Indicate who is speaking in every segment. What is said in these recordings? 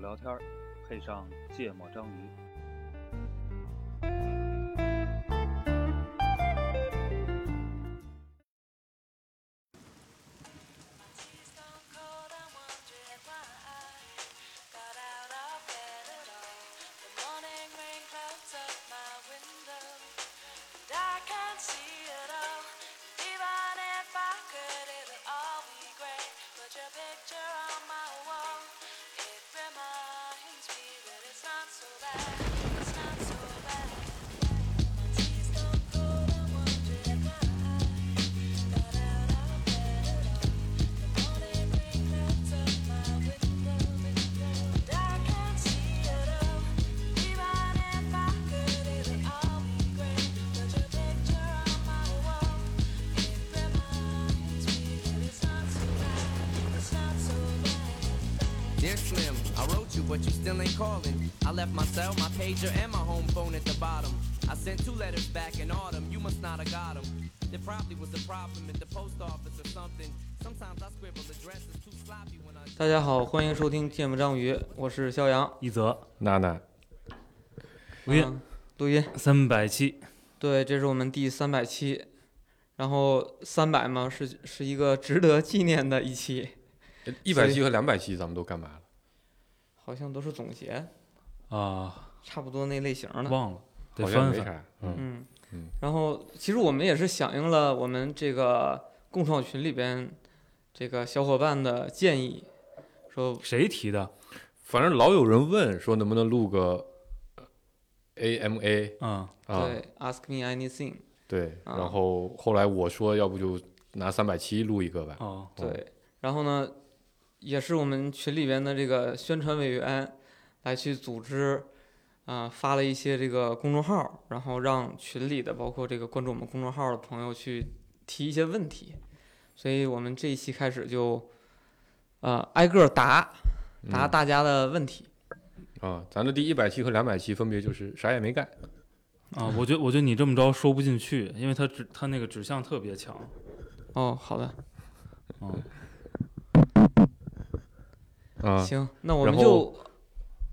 Speaker 1: 聊天，配上芥末章鱼。
Speaker 2: Dear Slim, I wrote you, but you still ain't calling. I left my cell, my pager, and my home phone at the bottom. I sent two letters back in autumn, you must not have got 'em. There probably was a problem at the post office or something. Sometimes I scribble addresses too sloppy when I.
Speaker 3: 大家好，欢迎收听《芥末章鱼》，我是肖阳。
Speaker 4: 一则
Speaker 5: 娜娜，
Speaker 4: 录音
Speaker 3: 嗯录音，
Speaker 4: 三百七，
Speaker 3: 对，这是我们第三百期。然后三百嘛，是是一个值得纪念的一期，
Speaker 5: 一百期和两百期咱们都干嘛了？
Speaker 3: 好像都是总结，
Speaker 4: 啊，
Speaker 3: 差不多那类型的。
Speaker 4: 忘了，得
Speaker 5: 好像
Speaker 4: 翻
Speaker 5: 没
Speaker 4: 翻。
Speaker 5: 啥。嗯，
Speaker 3: 嗯
Speaker 5: 嗯，
Speaker 3: 然后其实我们也是响应了我们这个共创群里边这个小伙伴的建议，说
Speaker 4: 谁提的？
Speaker 5: 反正老有人问说能不能录个呃 AMA
Speaker 4: 嗯，
Speaker 5: 啊？
Speaker 3: 对、a s k me anything，
Speaker 5: 对，
Speaker 3: 啊
Speaker 5: 然后后来我说要不就拿三百期录一个吧。
Speaker 4: 哦，
Speaker 5: 哦
Speaker 3: 对，然后呢，也是我们群里边的这个宣传委员来去组织，啊、发了一些这个公众号，然后让群里的包括这个关注我们公众号的朋友去提一些问题，所以我们这一期开始就，呃，挨个答答
Speaker 5: 嗯
Speaker 3: 大家的问题。
Speaker 5: 啊，咱的第一百期和两百期分别就是啥也没干。
Speaker 4: 啊，我觉得我觉得你这么着说不进去，因为他指他那个指向特别强。
Speaker 3: 哦，好的，
Speaker 4: 嗯，
Speaker 5: 啊
Speaker 3: 行，那我
Speaker 5: 然
Speaker 3: 们
Speaker 5: 后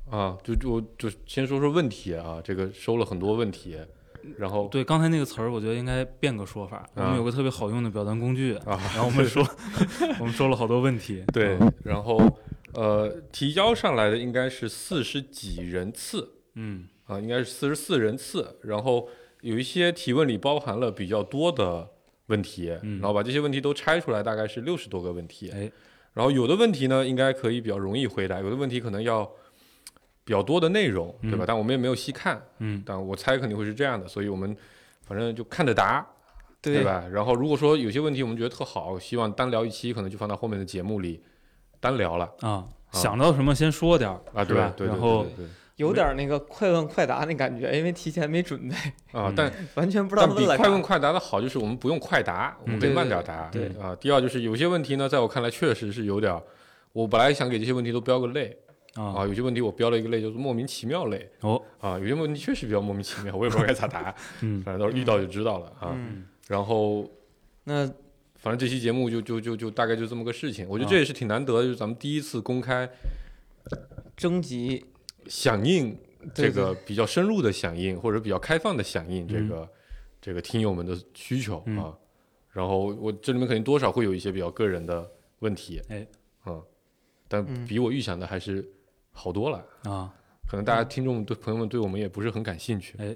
Speaker 3: 就
Speaker 5: 啊，就就就先说说问题啊，这个收了很多问题，然后
Speaker 4: 对，刚才那个词儿，我觉得应该变个说法。我们有个特别好用的表单工具，
Speaker 5: 啊
Speaker 4: 然后我们说 我们说了好多问题。
Speaker 5: 对
Speaker 4: 嗯，
Speaker 5: 然后呃，提交上来的应该是四十几人次，
Speaker 4: 嗯，
Speaker 5: 啊，应该是四十四人次。然后有一些提问里包含了比较多的问题，
Speaker 4: 嗯
Speaker 5: 然后把这些问题都拆出来，大概是六十多个问题。
Speaker 4: 哎，
Speaker 5: 然后有的问题呢，应该可以比较容易回答，有的问题可能要比较多的内容，对吧？
Speaker 4: 嗯
Speaker 5: 但我们也没有细看，
Speaker 4: 嗯，
Speaker 5: 但我猜肯定会是这样的，所以我们反正就看着答，对
Speaker 3: 对
Speaker 5: 吧？然后如果说有些问题我们觉得特好，希望单聊一期，可能就放到后面的节目里单聊了
Speaker 4: 啊，想到什么先说点儿
Speaker 5: 啊，
Speaker 4: 是
Speaker 5: 对
Speaker 4: 吧？
Speaker 5: 对对
Speaker 4: 然
Speaker 5: 对
Speaker 4: 后
Speaker 5: 对对
Speaker 3: 有点儿那个快问快答那感觉，因为提前没准备，
Speaker 5: 啊
Speaker 4: 嗯，
Speaker 5: 但
Speaker 3: 完全不知道
Speaker 5: 但比
Speaker 3: 问了啥
Speaker 5: 快。问快答的好就是我们不用快答，我们可以慢点答。
Speaker 4: 对对
Speaker 5: 啊，第二就是有些问题呢，在我看来确实是有点儿，我本来想给这些问题都标个类
Speaker 4: 啊
Speaker 5: 啊，，有些问题我标了一个类，就是莫名其妙类
Speaker 4: 哦，
Speaker 5: 啊，有些问题确实比较莫名其妙，我也不知道该咋答，
Speaker 4: 嗯，
Speaker 5: 反正到时候遇到就知道了啊。
Speaker 3: 嗯，
Speaker 5: 然后
Speaker 3: 那
Speaker 5: 反正这期节目就就就就大概就这么个事情，我
Speaker 4: 啊
Speaker 5: 觉得这也是挺难得的，就是咱们第一次公开
Speaker 3: 征集
Speaker 5: 响应这
Speaker 3: 对对
Speaker 5: 个比较深入的响应，或者比较开放的响应这
Speaker 4: 嗯
Speaker 5: 个、这个听友们的需求啊。
Speaker 4: 嗯
Speaker 5: 然后我这里面肯定多少会有一些比较个人的问题，
Speaker 4: 哎，
Speaker 5: 嗯，但
Speaker 3: 嗯
Speaker 5: 比我预想的还是好多了。
Speaker 4: 啊，
Speaker 5: 可能大家听众对朋友们对我们也不是很感兴趣，
Speaker 4: 哎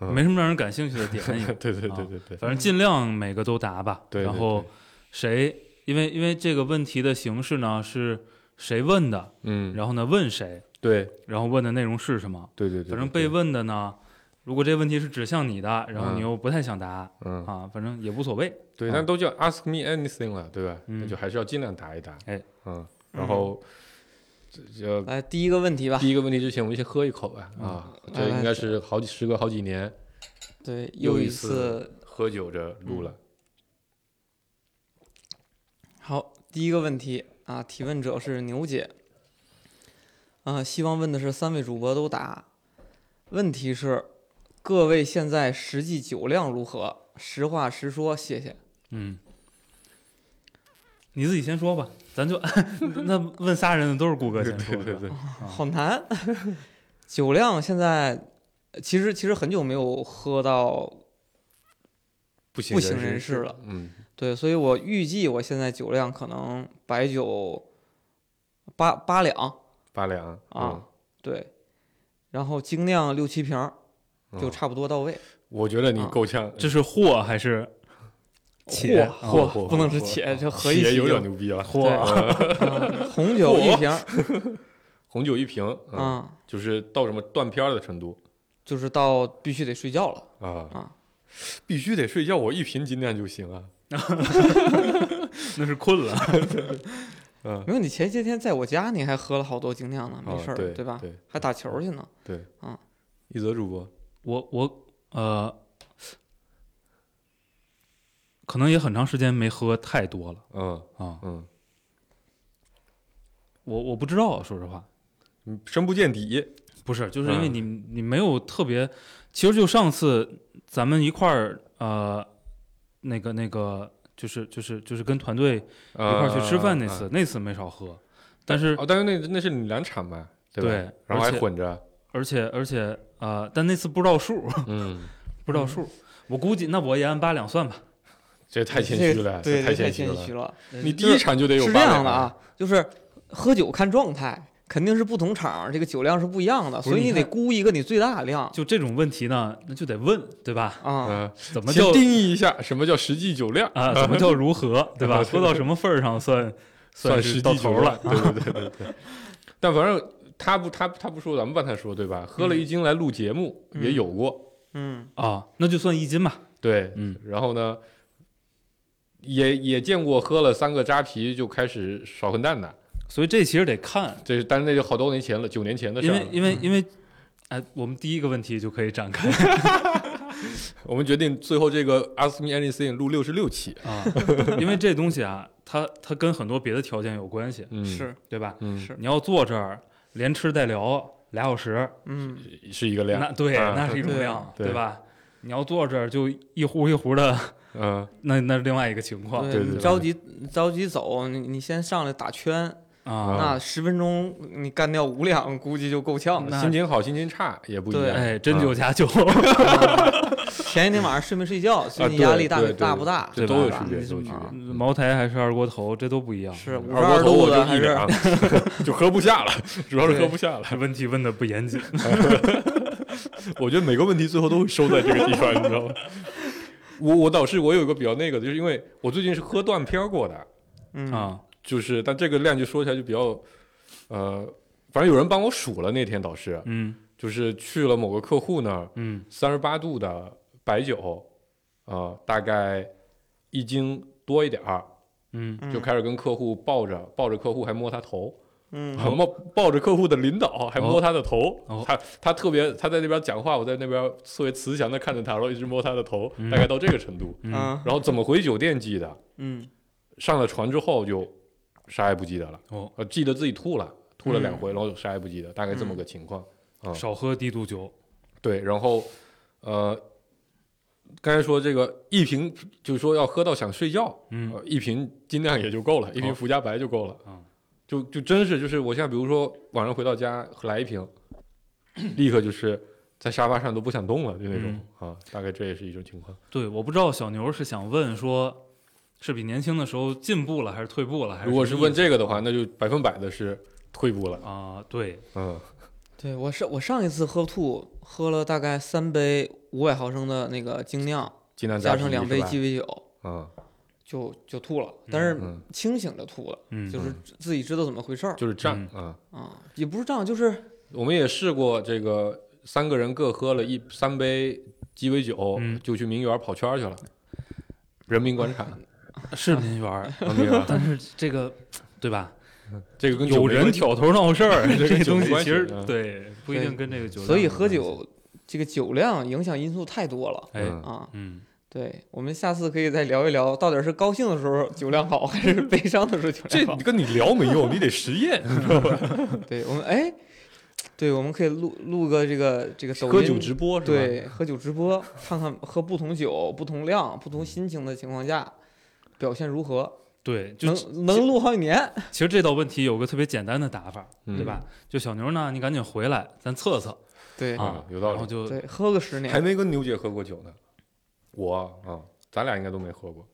Speaker 5: 嗯
Speaker 4: 没什么让人感兴趣的点 也
Speaker 5: 对对对
Speaker 4: 啊
Speaker 5: 对对，
Speaker 4: 反正尽量每个都答吧。
Speaker 5: 对对
Speaker 4: 然后谁，因为因为这个问题的形式呢是谁问的，
Speaker 5: 嗯，
Speaker 4: 然后呢问谁，
Speaker 5: 对
Speaker 4: 然后问的内容是什么。
Speaker 5: 对对对，
Speaker 4: 反正
Speaker 5: 对
Speaker 4: 被，问的呢，如果这问题是指向你的，然后你
Speaker 5: 嗯
Speaker 4: 又不太想答
Speaker 5: 对嗯，
Speaker 4: 啊，反正也无所谓。
Speaker 5: 对，
Speaker 4: 啊
Speaker 5: 但都叫 ask me anything 了，对吧？
Speaker 4: 嗯
Speaker 5: 那就还是要尽量答一答，
Speaker 4: 哎，
Speaker 5: 嗯，然后这这
Speaker 3: 来第一个问题吧。
Speaker 5: 第一个问题之前，我们先喝一口吧。
Speaker 3: 嗯
Speaker 5: 啊，这应该是好几时隔好几年
Speaker 3: 对，
Speaker 5: 又
Speaker 3: 又
Speaker 5: 一
Speaker 3: 一
Speaker 5: 次
Speaker 3: 次
Speaker 5: 喝酒着录
Speaker 3: 嗯
Speaker 5: 了。
Speaker 3: 好，第一个问题啊，提问者是牛姐。啊、希望问的是三位主播都答。问题是，各位现在实际酒量如何？实话实说，谢谢。
Speaker 4: 嗯，你自己先说吧，咱 就那问仨人的都是顾哥
Speaker 5: 对
Speaker 4: 先说
Speaker 5: 对
Speaker 4: 的。
Speaker 5: 对对，
Speaker 3: 好难。 酒量现在其实其实很久没有喝到
Speaker 5: 不省
Speaker 3: 不省
Speaker 5: 人
Speaker 3: 人事了，
Speaker 5: 嗯，
Speaker 3: 对，所以我预计我现在酒量可能白酒八八两，
Speaker 5: 八两
Speaker 3: 啊，对，然后精酿六七瓶儿
Speaker 5: 嗯
Speaker 3: 就差不多到位。
Speaker 5: 我觉得你
Speaker 3: 啊
Speaker 5: 够呛，
Speaker 4: 这是货还是哦
Speaker 3: 且
Speaker 4: 嚯
Speaker 5: 嚯嚯
Speaker 3: 不能
Speaker 5: 嚯
Speaker 3: 是
Speaker 5: 嚯
Speaker 3: 且，这合一
Speaker 5: 也
Speaker 3: 起
Speaker 5: 啊
Speaker 3: 就
Speaker 5: 有点牛逼啊，
Speaker 3: 对 嗯红酒一瓶儿
Speaker 5: 红酒一瓶，嗯，
Speaker 3: 啊，
Speaker 5: 就是到什么断片儿的程度
Speaker 3: 就是到必须得睡觉了。
Speaker 5: 啊
Speaker 3: 啊，
Speaker 5: 必须得睡觉，我一瓶精酿就行啊，
Speaker 4: 那是困了？
Speaker 5: 嗯，
Speaker 3: 没有，你前些天在我家你还喝了好多精酿呢，没
Speaker 5: 啊
Speaker 3: 事儿，
Speaker 5: 对
Speaker 3: 吧？
Speaker 5: 对
Speaker 3: 还打球去呢。
Speaker 5: 对，
Speaker 3: 啊，
Speaker 5: 一泽主播，
Speaker 4: 我我呃，可能也很长时间没喝太多了
Speaker 5: 嗯
Speaker 4: 啊。
Speaker 5: 嗯
Speaker 4: 我我不知道，说实话，
Speaker 5: 嗯，深不见底，
Speaker 4: 不是，就是因为你、你没有特别，其实就上次咱们一块儿呃，那个那个就是就是就是跟团队一
Speaker 5: 一
Speaker 4: 块儿去吃饭那
Speaker 5: 嗯
Speaker 4: 次，，那次没少喝，但是
Speaker 5: 啊哦，但是那那是你两场嘛，对吧？
Speaker 4: 对
Speaker 5: 然后
Speaker 4: 而
Speaker 5: 还
Speaker 4: 且
Speaker 5: 混着，
Speaker 4: 而且而且呃，但那次不知道数，
Speaker 5: 嗯，
Speaker 4: 不知道数，我估计那我也按八两算吧。
Speaker 5: 这太谦
Speaker 3: 这
Speaker 5: 虚了，
Speaker 3: 对，
Speaker 5: 这太
Speaker 3: 谦
Speaker 5: 虚
Speaker 3: 虚
Speaker 5: 了，
Speaker 3: 了。
Speaker 5: 你第
Speaker 3: 就
Speaker 5: 一
Speaker 3: 是
Speaker 5: 场就得有
Speaker 3: 是这
Speaker 5: 八
Speaker 3: 样
Speaker 5: 两
Speaker 3: 的，啊，就是喝酒看状态，肯定是不同场儿这个酒量是不一样的，
Speaker 4: 不是
Speaker 3: 所以
Speaker 4: 你
Speaker 3: 你得
Speaker 4: 看
Speaker 3: 估一个你最大的量
Speaker 4: 就这种问题呢，那就得问，对吧？
Speaker 3: 啊。
Speaker 5: 嗯，
Speaker 4: 怎么
Speaker 5: 先
Speaker 4: 叫
Speaker 5: 定义一下什么叫实际酒量，
Speaker 4: 啊？怎么叫如何，对吧？喝到什么份儿上算
Speaker 5: 算
Speaker 4: 是
Speaker 5: 实
Speaker 4: 到
Speaker 5: 际酒
Speaker 4: 头
Speaker 5: 量
Speaker 4: 了，
Speaker 5: 对 对对对对。但反正他不他他不说，咱们帮他说对吧？喝了一斤来录节目
Speaker 3: 嗯
Speaker 5: 也有过，
Speaker 3: 嗯，
Speaker 4: 啊？那就算一斤吧。
Speaker 5: 对，
Speaker 4: 嗯，
Speaker 5: 然后呢，也也见过喝了三个扎啤就开始少混蛋的，
Speaker 4: 所以这其实得看，
Speaker 5: 这是但是那就好多年前了，九年前的事
Speaker 4: 因
Speaker 5: 儿
Speaker 4: 为
Speaker 5: 了。嗯
Speaker 4: 因为因为，哎，我们第一个问题就可以展开
Speaker 5: 我们决定最后这个 Ask Me Anything 录六十六期，
Speaker 4: 啊， 因为这东西啊，它它跟很多别的条件有关系，
Speaker 5: 嗯，
Speaker 3: 是，
Speaker 4: 对吧？
Speaker 5: 嗯，
Speaker 3: 是
Speaker 4: 你要坐这儿连吃带聊俩小时，
Speaker 3: 嗯，
Speaker 5: 是一个量，
Speaker 4: 那对，
Speaker 5: 啊
Speaker 4: 那是一种
Speaker 3: 对
Speaker 4: 量，
Speaker 5: 对
Speaker 4: 对吧？你要坐这儿就一壶一壶的，
Speaker 5: 嗯，
Speaker 4: 那那是另外一个情况
Speaker 5: 对对
Speaker 3: 你
Speaker 5: 对
Speaker 3: 着急着急走，你你先上来打圈，
Speaker 4: 啊。
Speaker 3: 那十分钟你干掉五两，估计就够呛了。
Speaker 4: 那
Speaker 5: 心情好，心情差也不一
Speaker 3: 对
Speaker 5: 样，
Speaker 4: 哎，真
Speaker 5: 啊
Speaker 4: 酒加酒，
Speaker 3: 前一天晚上睡没睡觉，最近
Speaker 5: 啊对
Speaker 3: 压力大
Speaker 5: 对对
Speaker 3: 大不大？
Speaker 5: 这
Speaker 4: 对
Speaker 5: 都
Speaker 4: 吧
Speaker 5: 有区别，
Speaker 4: 你
Speaker 5: 都有
Speaker 4: 怎
Speaker 5: 区
Speaker 3: 么啊
Speaker 5: 别。
Speaker 4: 茅台还是二锅头，这都不一样。
Speaker 3: 是五十
Speaker 5: 嗯二锅
Speaker 3: 二
Speaker 5: 头
Speaker 3: 度
Speaker 5: 我
Speaker 3: 的
Speaker 5: 就
Speaker 3: 还
Speaker 5: 一啊
Speaker 3: 是
Speaker 5: 两， 就喝不下了， 主要是喝不下了。
Speaker 4: 问题问的不严谨，
Speaker 5: 我觉得每个问题最后都会收在这个地方，你知道吗？ 我我倒是我有一个比较那个的，就是因为我最近是喝断片儿过的，
Speaker 3: 嗯
Speaker 4: 啊
Speaker 5: 就是但这个量就说起来就比较，呃，反正有人帮我数了那天倒是，
Speaker 4: 嗯
Speaker 5: 就是去了某个客户那儿，
Speaker 4: 嗯
Speaker 5: 三十八度的白酒，呃，大概一斤多一点儿，
Speaker 4: 嗯，
Speaker 5: 就开始跟客户抱着抱着客户还摸他头，
Speaker 3: 嗯
Speaker 5: 还抱抱着客户的领导还摸他的头，
Speaker 4: 哦
Speaker 5: 他他特别他在那边讲话，我在那边特别慈祥的看着他，然后一直摸他的头，
Speaker 4: 嗯
Speaker 5: 大概到这个程度。
Speaker 4: 嗯
Speaker 3: 啊
Speaker 5: 然后怎么回酒店记得，
Speaker 3: 嗯
Speaker 5: 上了船之后就啥也不记得了，
Speaker 4: 哦，
Speaker 5: 呃，记得自己吐了，吐了两回，然后啥也不记得，大概这么个情况。啊
Speaker 4: 少喝低度酒，
Speaker 5: 对，然后呃，刚才说这个一瓶，就是说要喝到想睡觉，
Speaker 4: 嗯
Speaker 5: 呃，一瓶尽量也就够了，一瓶
Speaker 4: 哦
Speaker 5: 福加白就够了，
Speaker 4: 嗯
Speaker 5: 就就真是就是我现在比如说晚上回到家来一瓶，立刻就是在沙发上都不想动了，就那种、啊，大概这也是一种情况。
Speaker 4: 对，我不知道小牛是想问说，是比年轻的时候进步了还是退步了？还
Speaker 5: 如果是
Speaker 4: 是
Speaker 5: 问这个的话，那就百分百的是退步了，
Speaker 4: 啊，对，
Speaker 5: 嗯，
Speaker 3: 对我上我上一次喝吐，喝了大概三杯五百毫升的那个精酿，
Speaker 5: 尽量
Speaker 3: 加上两杯鸡
Speaker 5: 鸡，
Speaker 3: 尾酒，
Speaker 5: 嗯
Speaker 3: 就就吐了，但是
Speaker 5: 嗯，
Speaker 3: 清醒着吐了，
Speaker 4: 嗯，
Speaker 3: 就是自己知道怎么回事儿
Speaker 5: 就是胀
Speaker 4: 嗯
Speaker 5: 啊、嗯
Speaker 3: 啊，也不是这样，就是
Speaker 5: 我们也试过这个。三个人各喝了一三杯鸡尾酒，
Speaker 4: 嗯
Speaker 5: 就去名园跑圈儿去了，人民广场。
Speaker 4: 是民园 儿，
Speaker 5: 啊名 园儿
Speaker 4: 但是这个对吧？
Speaker 5: 这个跟酒
Speaker 4: 有
Speaker 5: 没关
Speaker 4: 人
Speaker 5: 系
Speaker 4: 挑头闹事 儿，
Speaker 5: 这跟
Speaker 4: 这
Speaker 5: 酒
Speaker 4: 东
Speaker 5: 没
Speaker 4: 西
Speaker 5: 关
Speaker 4: 其
Speaker 5: 系
Speaker 4: 实
Speaker 5: 嗯
Speaker 4: 对不一定跟这个酒，
Speaker 3: 所以喝，酒这个酒量影响因素太多了
Speaker 4: 哎，
Speaker 5: 嗯
Speaker 3: 啊。
Speaker 4: 嗯，
Speaker 3: 对，我们下次可以再聊一聊，到底是高兴的时候酒量好，还是悲伤的时候酒
Speaker 5: 嗯这
Speaker 3: 量好？
Speaker 5: 跟你聊没用，你得实验。
Speaker 3: 对我们哎，对，我们可以录录个这个这个抖音
Speaker 5: 喝酒直播是吧？，
Speaker 3: 对喝酒直播，看看喝不同酒、不同量、不同心情的情况下表现如何。
Speaker 4: 对，就
Speaker 3: 能能录好几年。
Speaker 4: 其实这道问题有个特别简单的打法，
Speaker 5: 嗯
Speaker 4: 对吧？就小牛呢，你赶紧回来，咱测测
Speaker 3: 对
Speaker 4: 啊
Speaker 5: 啊，有道理
Speaker 4: 然后就
Speaker 3: 对，喝个十
Speaker 5: 还
Speaker 3: 年，
Speaker 5: 没跟牛姐喝过酒呢，我啊，咱俩应该都没喝过。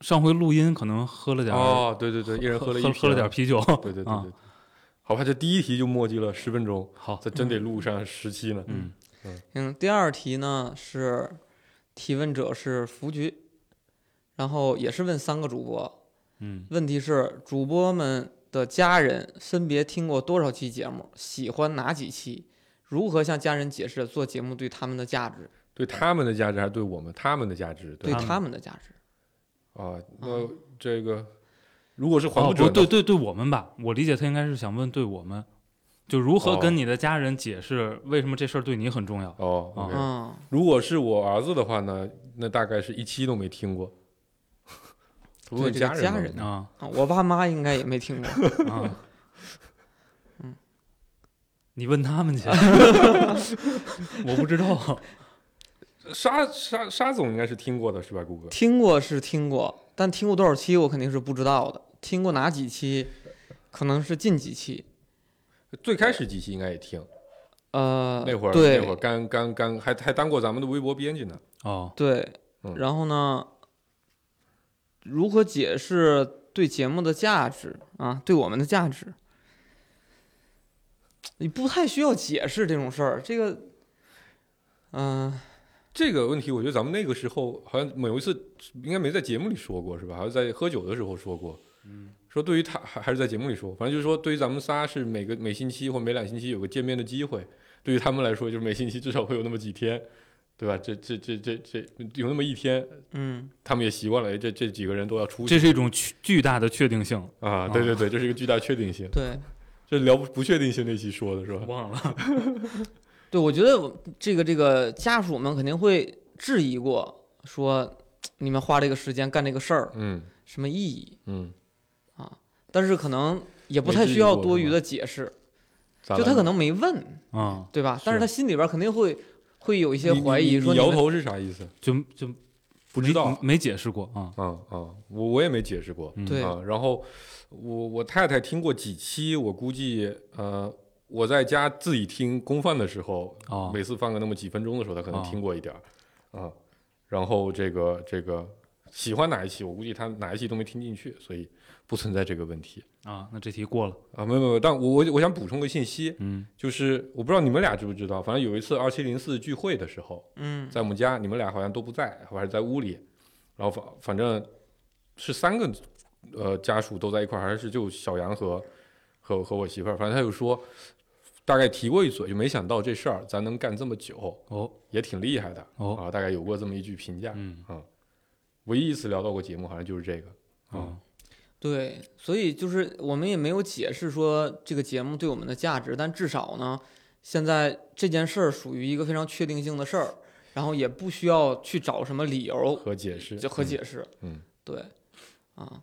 Speaker 4: 上回录音可能喝了点儿，
Speaker 5: 哦，对对对，一人喝
Speaker 4: 啊喝
Speaker 5: 了一
Speaker 4: 喝
Speaker 5: 瓶
Speaker 4: 了点儿。啤 酒，
Speaker 5: 对对对
Speaker 4: 啊
Speaker 5: 对，好吧，这第一题就墨迹了十分钟，
Speaker 4: 好，
Speaker 5: 这真得录上十期呢。
Speaker 4: 嗯，
Speaker 3: 嗯，第二题呢是提问者是福局，然后也是问三个主播，
Speaker 4: 嗯，
Speaker 3: 问题是主播们的家人分别听过多少期节目，喜欢哪几期，如何向家人解释做节目对他们的价值，
Speaker 5: 对他们的价值还是对我们他们的价值？
Speaker 3: 对
Speaker 4: 他
Speaker 5: 吧
Speaker 4: 们
Speaker 3: 他们的价值。
Speaker 5: 啊，那
Speaker 3: 嗯
Speaker 5: 这个如果是还
Speaker 4: 哦，
Speaker 5: 不准
Speaker 4: 不
Speaker 5: 的，
Speaker 4: 对对对，我们吧，我理解他应该是想问对我们，就如何
Speaker 5: 哦
Speaker 4: 跟你的家人解释为什么这事儿对你很重要。
Speaker 5: 哦
Speaker 4: 啊
Speaker 5: OK
Speaker 3: 嗯，
Speaker 5: 如果是我儿子的话呢，那大概是一期都没 听过。不
Speaker 3: 对
Speaker 5: 问
Speaker 3: 这个
Speaker 5: 人吧，
Speaker 3: 家人
Speaker 4: 啊
Speaker 3: 啊我爸妈应该也没听过。
Speaker 4: 啊，嗯，你问他们去，我不知道。
Speaker 5: 沙沙沙总应该是听过的是吧，谷歌？
Speaker 3: 听过是听过，但听过多少期我肯定是不知道的。听过哪几期，可能是近几期。
Speaker 5: 最开始几期应该也听，
Speaker 3: 呃，
Speaker 5: 那会儿
Speaker 3: 对
Speaker 5: 那会儿刚刚刚还还当过咱们的微博编辑呢。
Speaker 4: 哦，
Speaker 3: 对
Speaker 5: 嗯，
Speaker 3: 然后呢，如何解释对节目的价值啊？对我们的价值，你不太需要解释这种事儿。这个，嗯、
Speaker 5: 这个问题，我觉得咱们那个时候好像某一次应该没在节目里说过，是吧？好像在喝酒的时候说过。嗯，说对于他还还是在节目里说，反正就是说，对于咱们仨是每个每星期或每两星期有个见面的机会，对于他们来说，就是每星期至少会有那么几天，对吧？这这这这这有那么一天，
Speaker 3: 嗯，
Speaker 5: 他们也习惯了，哎这这几个人都要出去
Speaker 4: 这是一种巨巨大的确定性，
Speaker 5: 啊！对对对，这是一个巨大确定性，
Speaker 3: 对
Speaker 5: 这聊不不确定性那期说的是吧？
Speaker 4: 忘了。
Speaker 3: 对，我觉得我这个这个家属们肯定会质疑过，说你们花这个时间干这个事儿
Speaker 5: 嗯
Speaker 3: 什么意义？
Speaker 5: 嗯，
Speaker 3: 但是可能也不
Speaker 5: 没
Speaker 3: 太
Speaker 5: 质
Speaker 3: 需
Speaker 5: 疑
Speaker 3: 要
Speaker 5: 过
Speaker 3: 多
Speaker 5: 是
Speaker 3: 余
Speaker 5: 吧
Speaker 3: 的解释，
Speaker 5: 咋
Speaker 3: 就
Speaker 5: 了
Speaker 3: 他可能没问，
Speaker 4: 嗯，
Speaker 3: 对吧？但是
Speaker 5: 是
Speaker 3: 他心里边肯定会会有一些
Speaker 5: 你
Speaker 3: 怀疑，
Speaker 5: 你
Speaker 3: 说
Speaker 5: 你
Speaker 3: 你
Speaker 5: 摇
Speaker 3: 们
Speaker 5: 头是啥意思？
Speaker 4: 就就
Speaker 5: 不知道
Speaker 4: 没，没解释过啊。
Speaker 5: 啊啊、我我也没解释过。
Speaker 4: 嗯
Speaker 3: 对
Speaker 5: 啊，然后我我太太听过几期，我估计呃我在家自己听公放的时候，
Speaker 4: 哦
Speaker 5: 每次放个那么几分钟的时候，她可能
Speaker 4: 哦
Speaker 5: 听过一点儿、啊。然后这个这个喜欢哪一期，我估计她哪一期都没听进去，所以不存在这个问题
Speaker 4: 啊，那这题过了。
Speaker 5: 啊。没有没有，但我我我想补充个信息，
Speaker 4: 嗯
Speaker 5: 就是我不知道你们俩知不知道，反正有一次二七零四聚会的时候，
Speaker 3: 嗯
Speaker 5: 在我们家，你们俩好像都不在，还是在屋里，然后反反正是三个呃家属都在一块儿，还是就小杨和和和我媳妇儿，反正他就说大概提过一嘴，就没想到这事儿咱能干这么久，
Speaker 4: 哦
Speaker 5: 也挺厉害的、
Speaker 4: 哦
Speaker 5: 啊，大概有过这么一句评价。啊
Speaker 4: 嗯
Speaker 5: 唯一一次聊到过节目，好像就是这个。
Speaker 4: 哦
Speaker 5: 嗯
Speaker 3: 对，所以就是我们也没有解释说这个节目对我们的价值，但至少呢，现在这件事儿属于一个非常确定性的事儿，然后也不需要去找什么理由
Speaker 5: 和解释
Speaker 3: 就和，解释，
Speaker 5: 嗯
Speaker 3: 对，啊，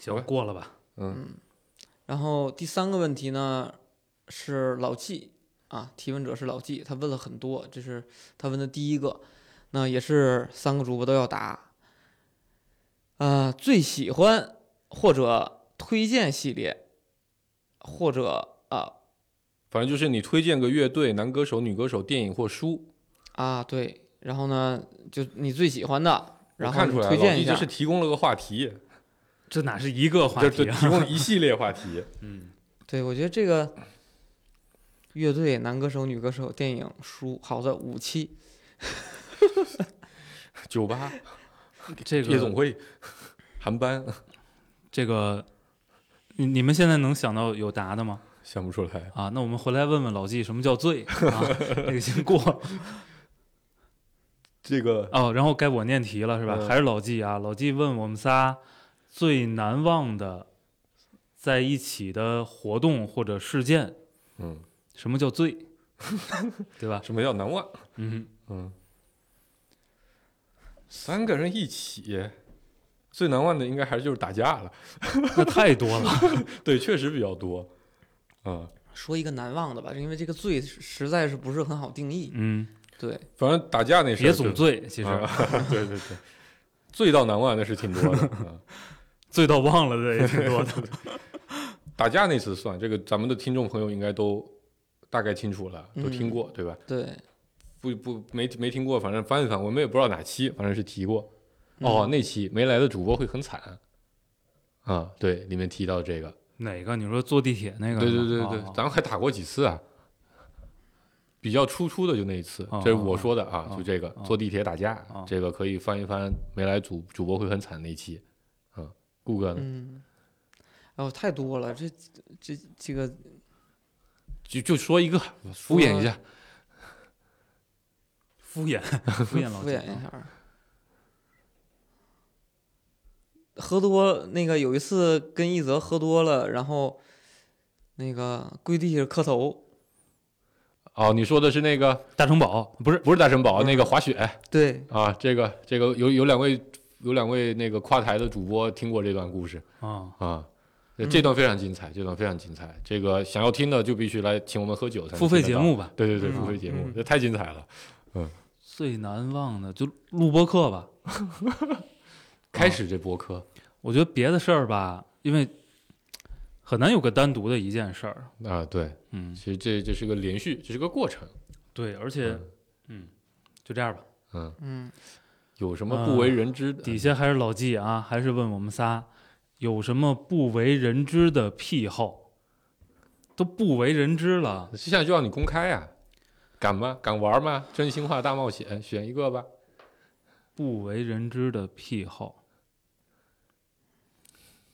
Speaker 5: 行吧
Speaker 4: 过了吧？
Speaker 5: 嗯
Speaker 3: 然后第三个问题呢是老纪啊，提问者是老纪，他问了很多，这是他问的第一个，那也是三个主播都要答。呃，最喜欢或者推荐系列，或者啊
Speaker 5: 反正就是你推荐个乐队、男歌手、女歌手、电影或书，
Speaker 3: 啊对，然后呢就你最喜欢的，然
Speaker 5: 我
Speaker 3: 后
Speaker 5: 看出
Speaker 3: 你
Speaker 5: 来
Speaker 3: 推
Speaker 5: 老
Speaker 3: 荐
Speaker 5: 季
Speaker 3: 一下
Speaker 5: 就，是提供了个话题，
Speaker 4: 这哪是一个话
Speaker 5: 就
Speaker 4: 题
Speaker 5: 就
Speaker 4: 啊？
Speaker 5: 提供了一系列话题。
Speaker 4: 嗯，
Speaker 3: 对我觉得这个乐队、男歌手、女歌手、电影、书，好的五期，
Speaker 5: 酒吧、
Speaker 4: 这
Speaker 5: 夜总
Speaker 4: 个
Speaker 5: 会、韩班，
Speaker 4: 这个，你你们现在能想到有答的吗？
Speaker 5: 想不出来。
Speaker 4: 啊，那我们回来问问老纪什么叫醉 啊？那个先过
Speaker 5: 这个
Speaker 4: 哦，然后该我念题了是吧？
Speaker 5: 嗯
Speaker 4: 还是老纪啊？老纪问我们仨最难忘的在一起的活动或者事件，
Speaker 5: 嗯，
Speaker 4: 什么叫醉？ 对吧？
Speaker 5: 什么叫难忘？
Speaker 4: 嗯，
Speaker 5: 嗯，三个人一起，最难忘的应该还是就是打架了。
Speaker 4: 那太多了。
Speaker 5: 对，确实比较多。啊、
Speaker 3: 说一个难忘的吧，因为这个醉实实在是不是很好定义。
Speaker 4: 嗯，
Speaker 3: 对，
Speaker 5: 反正打架那事儿
Speaker 4: 别
Speaker 5: 就
Speaker 4: 总醉，其实、
Speaker 5: 啊对对对，醉到难忘那是挺多的。啊
Speaker 4: 醉到忘了的也挺多的。
Speaker 5: 打架那次算，这个咱们的听众朋友应该都大概清楚了，都听
Speaker 3: 嗯
Speaker 5: 过，对吧？
Speaker 3: 对，
Speaker 5: 不不没没听过，反正翻一翻，我们也不知道哪期，反正是提过。哦，
Speaker 3: 嗯
Speaker 5: 那期没来的主播会很惨啊，对，里面提到这个，
Speaker 4: 哪个？你说坐地铁那个吗？
Speaker 5: 对对对对，
Speaker 4: 哦
Speaker 5: 咱们还打过几次啊？比较突出的就那一次，
Speaker 4: 哦
Speaker 5: 这是我说的啊，
Speaker 4: 哦
Speaker 5: 就这个、
Speaker 4: 哦
Speaker 5: 坐地铁打架，
Speaker 4: 哦
Speaker 5: 这个可以翻一翻，没来主主播会很惨那期，啊，顾哥呢？
Speaker 3: 嗯，哦，太多了，这这这个
Speaker 5: 就就说一个，敷衍一下，
Speaker 4: 敷 衍敷衍老
Speaker 3: 敷
Speaker 4: 姐
Speaker 3: 衍一下儿。喝多那个有一次跟一泽喝多了，然后那个跪地下磕头，
Speaker 5: 哦，你说的是那个
Speaker 4: 大城堡不是
Speaker 5: 不是大神堡、
Speaker 3: 嗯
Speaker 5: 那个滑雪
Speaker 3: 对，
Speaker 5: 啊，这个这个有有两位有两位那个跨台的主播听过这段故事
Speaker 4: 啊？
Speaker 5: 啊。这
Speaker 3: 嗯
Speaker 5: 这段非常精彩，这段非常精彩。这个想要听的就必须来请我们喝酒才能
Speaker 4: 付费
Speaker 5: 听
Speaker 4: 节
Speaker 5: 得到，
Speaker 4: 目吧，
Speaker 5: 对对对，
Speaker 3: 嗯
Speaker 5: 付费节目
Speaker 3: 嗯
Speaker 5: 这太精彩了。
Speaker 4: 最难忘的就录播课吧。
Speaker 5: 开始这播客，
Speaker 4: 我觉得别的事儿吧，因为很难有个单独的一件事儿。
Speaker 5: 啊，对，
Speaker 4: 嗯，
Speaker 5: 其实这这是个连续，这是个过程。
Speaker 4: 对，而且
Speaker 5: 嗯
Speaker 4: 嗯，就这样吧。
Speaker 5: 嗯，
Speaker 3: 嗯，
Speaker 5: 有什么不为人知的？
Speaker 4: 底下还是老纪啊，还是问我们仨有什么不为人知的癖好，都不为人知了。
Speaker 5: 现在就让你公开啊，敢吗？敢玩吗？真心话大冒险，选一个吧。
Speaker 4: 不为人知的癖好，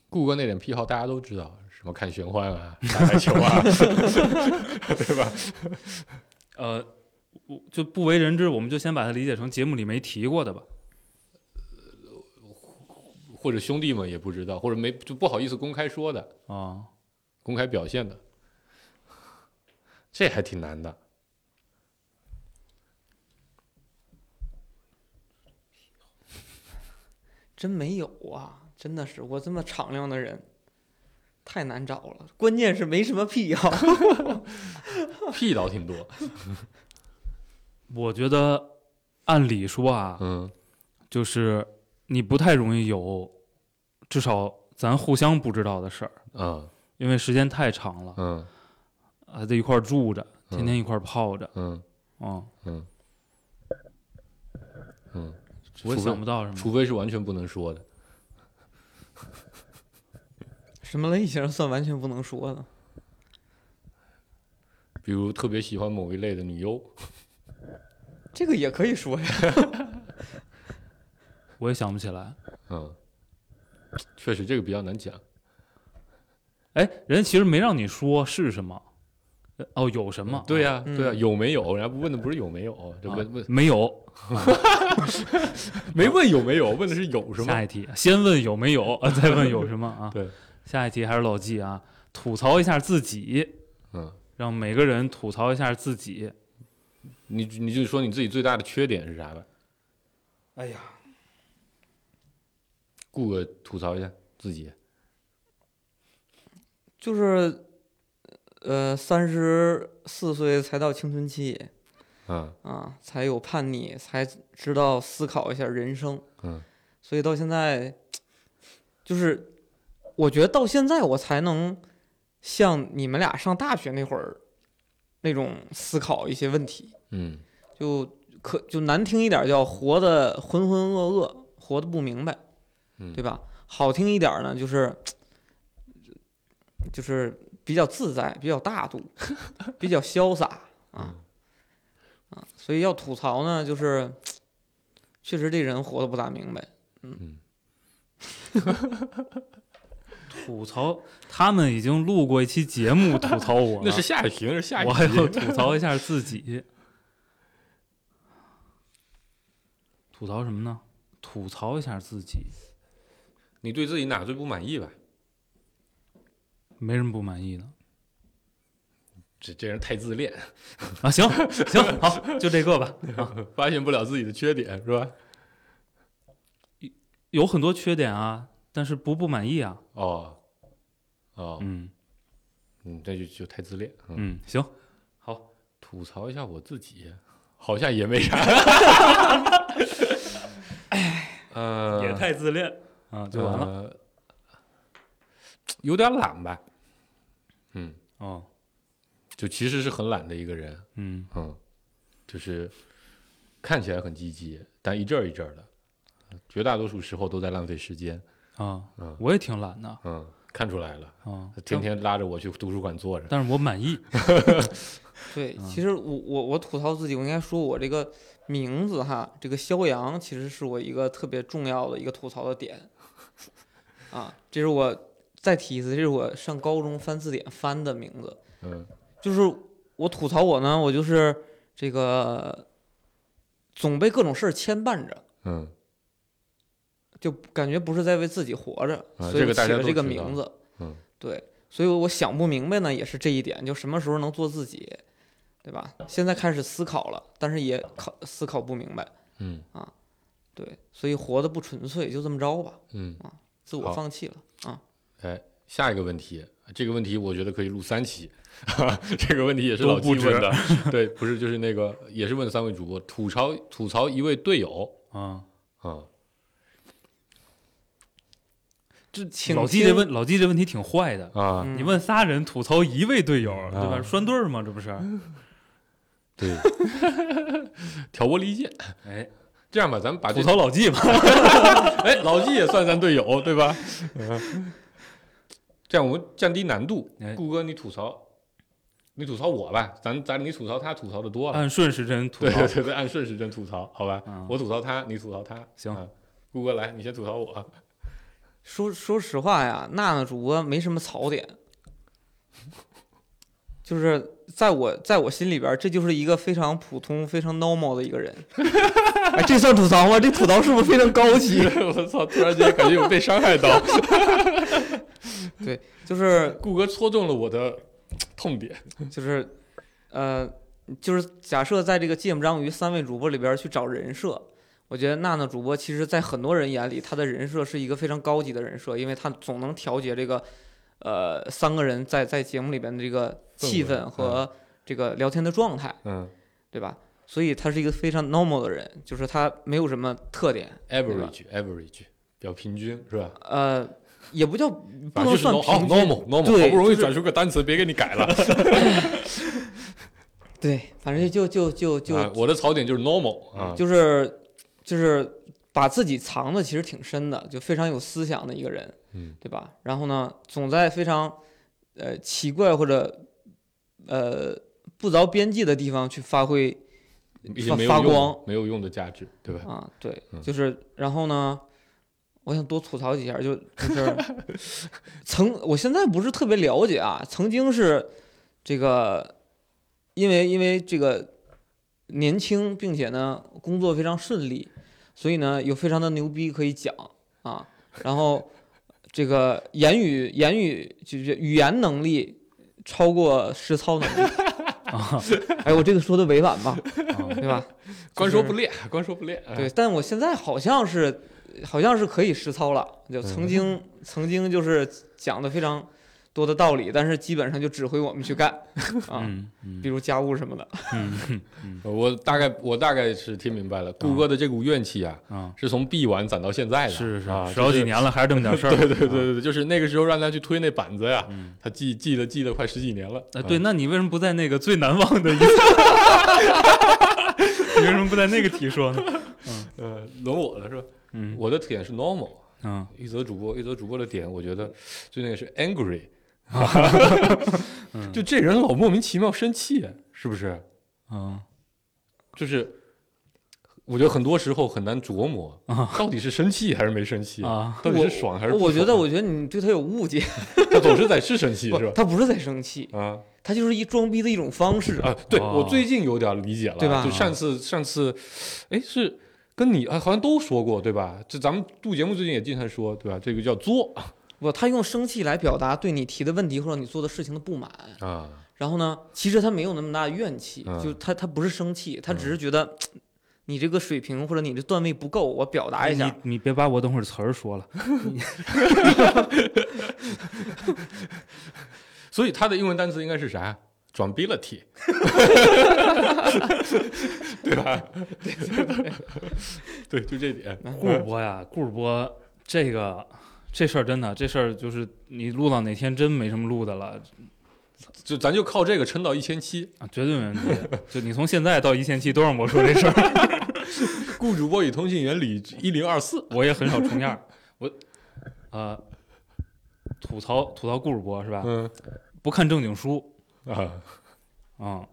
Speaker 5: 顾哥那点癖好大家都知道，什么看玄幻啊，打台球啊，对吧？
Speaker 4: 呃，我就不为人知，我们就先把它理解成节目里没提过的吧。
Speaker 5: 或者兄弟们也不知道，或者没就不好意思公开说的，
Speaker 4: 啊，
Speaker 5: 公开表现的，这还挺难的。
Speaker 3: 真没有啊，真的是我这么敞亮的人，太难找了。关键是没什么癖好，
Speaker 5: 屁倒挺多，
Speaker 4: 我觉得按理说啊，
Speaker 5: 嗯
Speaker 4: 就是你不太容易有，至少咱互相不知道的事儿，
Speaker 5: 啊
Speaker 4: 因为时间太长了，
Speaker 5: 嗯
Speaker 4: 还在一块儿住着，
Speaker 5: 嗯
Speaker 4: 天天一块儿泡着，
Speaker 5: 嗯
Speaker 4: 嗯，
Speaker 5: 嗯嗯，
Speaker 4: 我也
Speaker 5: 除非
Speaker 4: 想不到什么。
Speaker 5: 除非是完全不能说的，
Speaker 3: 什么类型算完全不能说的？
Speaker 5: 比如特别喜欢某一类的女优，
Speaker 3: 这个也可以说呀。
Speaker 4: 我也想不起来。
Speaker 5: 嗯，确实这个比较难讲。
Speaker 4: 哎，人其实没让你说是什么，呃哦，有什么？
Speaker 5: 对呀、
Speaker 3: 嗯
Speaker 5: 对呀、有没有？人家问的不是有没有，这
Speaker 4: 啊
Speaker 5: 问问
Speaker 4: 没有。
Speaker 5: 没问有没有，问的是 有什
Speaker 4: 下
Speaker 5: 么？？
Speaker 4: 一题，先问有没有，呃再问有什么啊
Speaker 5: 对，
Speaker 4: 下一题还是老纪啊，吐槽一下自己，
Speaker 5: 嗯，
Speaker 4: 让每个人吐槽一下自己。
Speaker 5: 你你就说你自己最大的缺点是啥吧？
Speaker 3: 哎呀，
Speaker 5: 顾哥吐槽一下自己，
Speaker 3: 就是，呃，三十四岁才到青春期，
Speaker 5: 嗯
Speaker 3: 啊，才有叛逆，才知道思考一下人生。
Speaker 5: 嗯，
Speaker 3: 所以到现在，就是我觉得到现在我才能像你们俩上大学那会儿那种思考一些问题，
Speaker 5: 嗯
Speaker 3: 就可就难听一点叫活得浑浑噩噩，活得不明白，
Speaker 5: 嗯
Speaker 3: 对吧？好听一点呢，就是就是比较自在，比较大 度，比较潇洒啊。
Speaker 5: 嗯
Speaker 3: 所以要吐槽呢，就是确实这人活得不咋明白。
Speaker 5: 嗯，
Speaker 4: 吐槽，他们已经录过一期节目吐槽我
Speaker 5: 那
Speaker 4: 了
Speaker 5: 是，下一题，那是下一
Speaker 4: 我还要
Speaker 5: 题。
Speaker 4: 吐槽一下自己。吐槽什么呢？吐槽一下自己，
Speaker 5: 你对自己哪最不满意吧？
Speaker 4: 没什么不满意的
Speaker 5: 这这人太自恋，
Speaker 4: 啊。行行，好，就这个吧。
Speaker 5: 发现不了自己的缺点是吧？
Speaker 4: 有很多缺点啊，但是不不满意啊。
Speaker 5: 哦哦，
Speaker 4: 嗯
Speaker 5: 嗯，这就就太自恋。嗯，
Speaker 4: 嗯，行，
Speaker 5: 吐槽一下我自己，好像也没 啥。哎，呃，哎
Speaker 4: 自恋啊，就完了。
Speaker 5: 呃有点懒吧，嗯，
Speaker 4: 哦，
Speaker 5: 就其实是很懒的一个人，
Speaker 4: 嗯，
Speaker 5: 嗯，就是看起来很积极，但一阵儿一阵儿的，绝大多数时候都在浪费时间，
Speaker 4: 啊
Speaker 5: 嗯，
Speaker 4: 我也挺懒的
Speaker 5: 嗯，看出来了，
Speaker 4: 啊，
Speaker 5: 天天拉着我去图书馆坐着，
Speaker 4: 但，但是我满意。
Speaker 3: 对，其实我我我吐槽自己，我应该说我这个名字哈，这个肖阳其实是我一个特别重要的一个吐槽的点，啊，这是我再提一次，这是我上高中翻字典翻的名字，
Speaker 5: 嗯
Speaker 3: 就是我吐槽我呢，我就是这个总被各种事儿牵绊着，
Speaker 5: 嗯
Speaker 3: 就感觉不是在为自己活着，
Speaker 5: 啊
Speaker 3: 所以
Speaker 5: 这个
Speaker 3: 我
Speaker 5: 大
Speaker 3: 起
Speaker 5: 家
Speaker 3: 了
Speaker 5: 都
Speaker 3: 这个
Speaker 5: 知
Speaker 3: 名
Speaker 5: 道
Speaker 3: 字，
Speaker 5: 嗯，
Speaker 3: 对，所以我想不明白呢，也是这一点，就什么时候能做自己，对吧？现在开始思考了，但是也考思考不明白，
Speaker 5: 嗯
Speaker 3: 对，所以活得不纯粹，就这么着吧，
Speaker 5: 嗯。
Speaker 3: 自我
Speaker 5: 好
Speaker 3: 放弃了啊。
Speaker 5: 哎，下一个问题，这个问题我觉得可以录三期， 这个问题也是
Speaker 4: 都
Speaker 5: 老季
Speaker 4: 不止
Speaker 5: 问的， 对，不是就是那个也是问三位主播吐槽吐槽一位队友
Speaker 4: 啊，
Speaker 5: 啊、
Speaker 4: 这
Speaker 3: 请
Speaker 4: 老季
Speaker 3: 听
Speaker 4: 这问老季这问题挺坏的。
Speaker 5: 啊，
Speaker 3: 嗯
Speaker 4: 你问仨人吐槽一位队友，对吧？
Speaker 5: 啊
Speaker 4: 拴对儿吗？这不是？
Speaker 5: 对，挑拨离间。
Speaker 4: 哎，
Speaker 5: 这样吧，咱们把
Speaker 4: 吐
Speaker 5: 这
Speaker 4: 槽老季吧。
Speaker 5: 哎，老季也算咱队友，对吧？嗯这样我们降低难度
Speaker 4: 哎。
Speaker 5: 顾哥，你吐槽，你吐槽我吧，咱咱你吐槽他吐槽的多了。
Speaker 4: 按顺时针吐
Speaker 5: 对
Speaker 4: 槽
Speaker 5: 对对对，按顺时针吐槽，好吧？
Speaker 4: 嗯
Speaker 5: 我吐槽他，你吐槽他。
Speaker 4: 行
Speaker 5: 啊，顾哥来，你先吐槽我。
Speaker 3: 说说实话呀，娜娜主播没什么槽点，就是在我在我心里边儿，这就是一个非常普通、非常 normal 的一个 人。哎，这算吐槽吗？这吐槽是不是非常高级？
Speaker 5: 我操！突然间感觉有被伤害到，
Speaker 3: 就是
Speaker 5: 顾哥戳中了我的痛点。
Speaker 3: 就是，呃，就是假设在这个芥末章鱼三位主播里边儿去找人设，我觉得娜娜主播其实，在很多人眼里，她的人设是一个非常高级的人设，因为她总能调节这个，呃，三个人在在节目里边的这个气
Speaker 5: 氛围
Speaker 3: 氛和这个聊天的状态。
Speaker 5: 嗯
Speaker 3: 对吧？所以他是一个非常 normal 的人，就是他没有什么特点，
Speaker 5: ，average，average，比较平均是吧？
Speaker 3: 呃，也不叫不能
Speaker 5: 反正就是
Speaker 3: 算
Speaker 5: no- 好
Speaker 3: 平均，
Speaker 5: 哦 normal，normal，
Speaker 3: 对
Speaker 5: 好不容
Speaker 3: 就
Speaker 5: 易
Speaker 3: 是
Speaker 5: 转出个单词，别给你改了。
Speaker 3: 对，反正就就就就
Speaker 5: 啊
Speaker 3: 就
Speaker 5: 我的槽点就是 normal 啊，
Speaker 3: 就是就是把自己藏的其实挺深的，就非常有思想的一个人，
Speaker 5: 嗯
Speaker 3: 对吧？然后呢，总在非常呃奇怪或者呃不着边际的地方去发挥
Speaker 5: 一些
Speaker 3: 发
Speaker 5: 没有
Speaker 3: 发
Speaker 5: 用的
Speaker 3: 光，
Speaker 5: 没有用的价值，对吧？
Speaker 3: 啊，对，
Speaker 5: 嗯
Speaker 3: 就是然后呢，我想多吐槽几下，就就是 曾我现在不是特别了解啊，曾经是这个，因为因为这个年轻，并且呢工作非常顺利，所以呢有非常的牛逼可以讲啊，然后这个言语言语就是语言能力。超过实操能 力，
Speaker 4: 啊
Speaker 3: 哎，我这个说的委婉吧，
Speaker 4: 啊
Speaker 3: 对吧？
Speaker 5: 光
Speaker 3: 就
Speaker 5: 说
Speaker 3: 是
Speaker 5: 不 练，光说不练。啊
Speaker 3: 对，，但我现在好像是好像是可以实操了，就
Speaker 5: 嗯
Speaker 3: 曾经、曾经就是讲的非常多的道理，但是基本上就指挥我们 去干啊，
Speaker 4: 嗯嗯
Speaker 3: 比如家务什么的。
Speaker 4: 嗯
Speaker 5: 我大概我大概是听明白了，顾哥的这股怨气啊，
Speaker 4: 啊，
Speaker 5: 是从 B 完攒到现在的，
Speaker 4: 是是
Speaker 5: 啊，
Speaker 4: 是，十好几
Speaker 5: 就是。
Speaker 4: 年了，还是这么点事儿。啊
Speaker 5: 对 对对嗯对对，就是那个时候让他去推那板子呀，
Speaker 4: 嗯
Speaker 5: 他记记了记了快十几年了。
Speaker 4: 啊，
Speaker 5: 啊
Speaker 4: 对，，那你为什么不在那个最难忘的一次？ 你为什么不在那个题说呢？
Speaker 5: 呃，轮我了是吧？
Speaker 4: 嗯
Speaker 5: 我的点是 normal，
Speaker 4: 嗯
Speaker 5: 一则主播一则主播的点，我觉得就那个是 angry，就这人老莫名其妙生气，是不是？
Speaker 4: 嗯
Speaker 5: 就是我觉得很多时候很难琢磨
Speaker 4: 啊，
Speaker 5: 到底是生气还是没生气，
Speaker 4: 啊
Speaker 5: 到底是爽还是不
Speaker 3: 我觉得，
Speaker 5: 爽
Speaker 3: 我觉得你对他有误解，
Speaker 5: 他总是在是生气
Speaker 3: 不
Speaker 5: 是吧？
Speaker 3: 他不是在生气，
Speaker 5: 啊
Speaker 3: 他就是一装逼的一种方式。
Speaker 5: 啊！对
Speaker 4: 哦
Speaker 5: 我最近有点理解了，
Speaker 3: 对吧
Speaker 5: 就上次上次，哎是。跟你啊，好像都说过对吧？这咱们录节目最近也经常说对吧？这个叫作
Speaker 3: 不，他用生气来表达对你提的问题或者你做的事情的不满。
Speaker 5: 啊，
Speaker 3: 然后呢，其实他没有那么大的怨气，
Speaker 5: 嗯
Speaker 3: 就他他不是生气，他只是
Speaker 5: 嗯
Speaker 3: 觉得。你这个水平或者你这段位不够，我表达
Speaker 5: 哎
Speaker 3: 一下。
Speaker 4: 你你别把我等会儿词儿说了。
Speaker 5: 所以它的英文单词应该是啥？Drability，对吧？ 对，就这点。嗯
Speaker 4: 顾主播呀，顾主播这个这事儿真的，这事儿就是你录到哪天真没什么录的了，
Speaker 5: 就咱就靠这个撑到一千七，
Speaker 4: 啊，绝对没问题。就你从现在到一线期都让我说这事儿，
Speaker 5: 顾主播与通信原理一零二四，
Speaker 4: 我也很少重样儿。我，呃，吐槽吐槽顾主播是吧？
Speaker 5: 嗯
Speaker 4: 不看正经书
Speaker 5: 啊，
Speaker 4: 啊、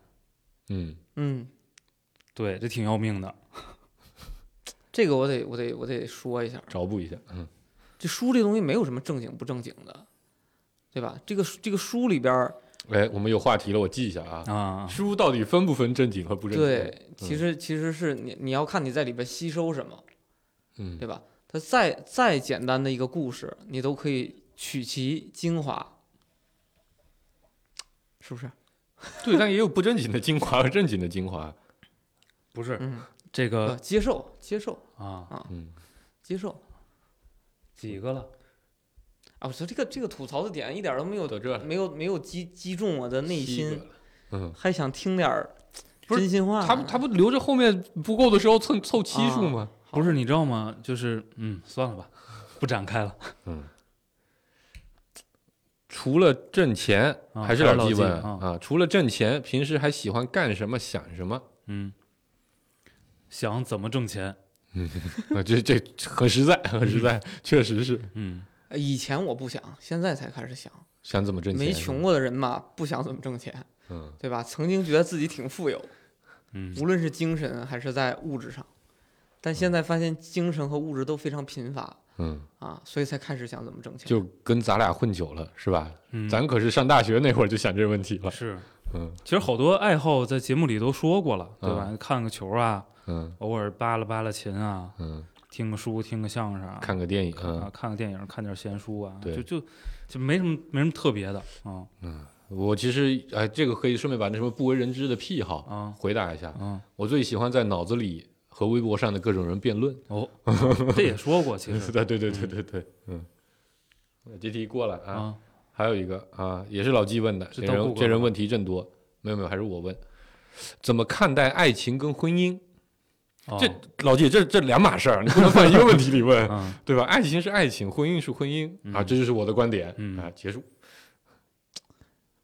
Speaker 5: 嗯，
Speaker 3: 嗯，
Speaker 4: 对，这挺要命的。
Speaker 3: 这个我得我得我得说一下，
Speaker 5: 找补一下，嗯
Speaker 3: 这书这东西没有什么正经不正经的，对吧？这个这个书里边儿，
Speaker 5: 哎，我们有话题了，我记一下啊。
Speaker 4: 啊，
Speaker 5: 书到底分不分正经和不正经？，嗯
Speaker 3: 对，其实其实是你你要看你在里边吸收什么，
Speaker 5: 嗯
Speaker 3: 对吧？它再再简单的一个故事，你都可以取其精华，是不是？
Speaker 5: 对，但也有不正经的精华和正经的精华。
Speaker 4: 不是
Speaker 3: 嗯，
Speaker 4: 这
Speaker 3: 呃，
Speaker 4: 个
Speaker 3: 接受接受
Speaker 4: 啊，
Speaker 5: 嗯，
Speaker 3: 接受
Speaker 4: 几个了？
Speaker 3: 啊！我说这个这个吐槽的点一点都没有
Speaker 5: 到这了
Speaker 3: 没有没有击击中我的内
Speaker 5: 七
Speaker 3: 心
Speaker 5: 个，嗯，
Speaker 3: 还想听点儿
Speaker 5: 不是
Speaker 3: 真心话呢。
Speaker 5: 他他不留着后面不够的时候凑凑期数吗？
Speaker 3: 好
Speaker 4: 不是，你知道吗？就是嗯，算了吧，不展开了。
Speaker 5: 除了挣钱，
Speaker 4: 啊
Speaker 5: 还是
Speaker 4: 还是
Speaker 5: 老
Speaker 4: 老
Speaker 5: 纪
Speaker 4: 纪
Speaker 5: 问
Speaker 4: 啊
Speaker 5: 除了挣钱，平时还喜欢干什么、想什么？
Speaker 4: 嗯，想怎么挣钱？
Speaker 5: 啊，这这很实在，很实在，确实是
Speaker 4: 嗯，
Speaker 3: 呃以前我不想，现在才开始想。
Speaker 5: 想怎么挣钱。
Speaker 3: 没穷，过的人嘛，不想怎么挣钱，
Speaker 5: 嗯，
Speaker 3: 对吧？曾经觉得自己挺富有，
Speaker 4: 嗯
Speaker 3: 无论是精神还是在物质上，但现在发现精神和物质都非常贫乏
Speaker 5: 嗯，
Speaker 3: 啊，所以才开始想怎么挣钱。
Speaker 5: 就跟咱俩混久了是吧？
Speaker 4: 嗯
Speaker 5: 咱可是上大学那会儿就想这问题了。
Speaker 4: 是，
Speaker 5: 嗯
Speaker 4: 其实好多爱好在节目里都说过了，对吧？看个球啊，
Speaker 5: 嗯
Speaker 4: 偶尔扒拉扒拉琴啊，
Speaker 5: 嗯，
Speaker 4: 听个书，听个相声啊，
Speaker 5: 看个电影，
Speaker 4: 啊，看个电影，看点闲书啊，
Speaker 5: 嗯对
Speaker 4: 就就就没什么没什么特别的啊
Speaker 5: 我其实哎，这个可以顺便把那什么不为人知的癖好
Speaker 4: 啊
Speaker 5: 回答一下。
Speaker 4: 啊
Speaker 5: 我最喜欢在脑子里和微博上的各种人辩论。
Speaker 4: 哦， 这也说过其实
Speaker 5: 对对对对对对，嗯，这题过了啊。
Speaker 4: 啊，
Speaker 5: 还有一个啊，也是老纪问的，
Speaker 4: 这
Speaker 5: 这
Speaker 4: 都不
Speaker 5: 人
Speaker 4: 过
Speaker 5: 这人
Speaker 4: 吧
Speaker 5: 问题真多。没有没有，还是我问，怎么看待爱情跟婚姻？
Speaker 4: 哦
Speaker 5: 这老纪，这这两码事儿，你不能放一个问题里问，
Speaker 4: 嗯
Speaker 5: 对吧？爱情是爱情，婚姻是婚姻啊，
Speaker 4: 嗯
Speaker 5: 这就是我的观点
Speaker 4: 嗯
Speaker 5: 啊。结束，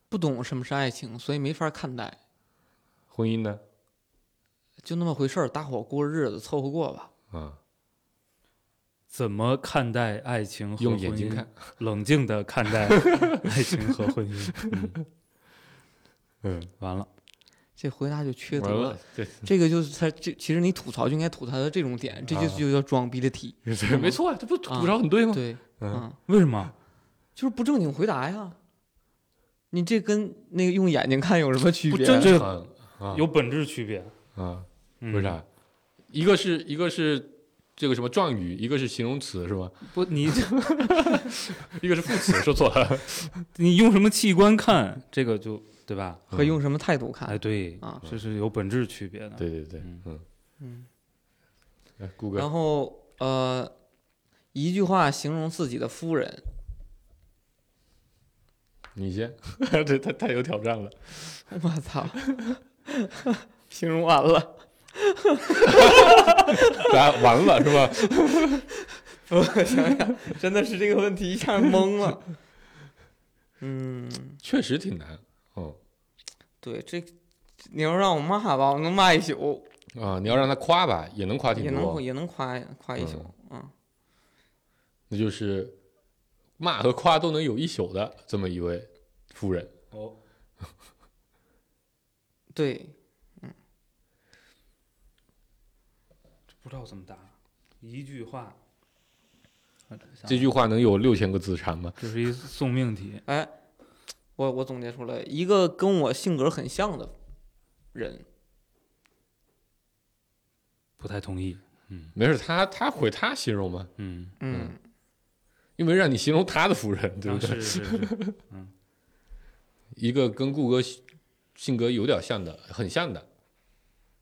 Speaker 3: 不懂什么是爱情，所以没法看待，
Speaker 5: 婚姻呢？
Speaker 3: 就那么回事儿，搭伙过日子，凑合过吧。
Speaker 5: 啊，
Speaker 4: 怎么看待爱情和
Speaker 5: 用眼
Speaker 4: 婚
Speaker 5: 睛
Speaker 4: 姻
Speaker 5: 看，
Speaker 4: 冷静的看待爱情和婚姻。嗯
Speaker 5: 嗯，
Speaker 4: 完了，
Speaker 3: 这回答就缺德
Speaker 5: 完了
Speaker 3: 了，，
Speaker 5: 这
Speaker 3: 这个就是他这其实你吐槽就应该吐槽的这种点，这就
Speaker 5: 啊
Speaker 3: 就叫装逼的题，
Speaker 5: 这 没错啊，这不吐槽很对吗？
Speaker 3: 对，
Speaker 5: 嗯
Speaker 3: 嗯。
Speaker 4: 为什么？
Speaker 3: 就是不正经回答呀。你这跟那个用眼睛看有什么区
Speaker 5: 不
Speaker 3: 别？
Speaker 5: 真
Speaker 4: 这
Speaker 5: 诚啊
Speaker 4: 有本质区别？
Speaker 5: 啊，
Speaker 4: 嗯
Speaker 5: 为啥？一个是一个是这个什么状语，一个是形容词是吧？
Speaker 4: 不，你
Speaker 5: 一个是副词，说错了。
Speaker 4: 你用什么器官看这个就对吧？
Speaker 3: 和
Speaker 5: 嗯
Speaker 3: 用什么态度看
Speaker 4: 哎，？对
Speaker 3: 啊
Speaker 4: 这是有本质区别的。
Speaker 5: 对对对，
Speaker 4: 嗯
Speaker 5: 嗯
Speaker 3: 嗯。
Speaker 5: 来，顾哥
Speaker 3: 然，后呃，一句话形容自己的夫人，
Speaker 5: 你先， 这太太有挑战 了。
Speaker 3: 我操， 形容完了。
Speaker 5: 咱完了是吧？
Speaker 3: 我想想，真的是这个问题一下懵了。嗯，
Speaker 5: 确实挺难。哦
Speaker 3: 对，这你要让我骂吧，我能骂一宿，
Speaker 5: 啊，你要让他夸吧，也能夸挺
Speaker 3: 也能
Speaker 5: 多。嗯
Speaker 3: 也能夸夸一宿啊。
Speaker 5: 那就是骂和夸都能有一宿的这么一位夫人。
Speaker 4: 哦，
Speaker 3: 对，
Speaker 4: 不知道怎么答，一句话。
Speaker 5: 这句话能有六千个字长吗？
Speaker 4: 这是一送命题。
Speaker 3: 哎，我我总结出来一个跟我性格很像的人，
Speaker 4: 不太同意。
Speaker 5: 没事，他他回他形容嘛，
Speaker 4: 嗯，
Speaker 3: 嗯，
Speaker 5: 又没让你形容他的夫人，对
Speaker 4: 啊
Speaker 5: 不对？
Speaker 4: 是是是，
Speaker 5: 一个跟顾哥性格有点像的，很像的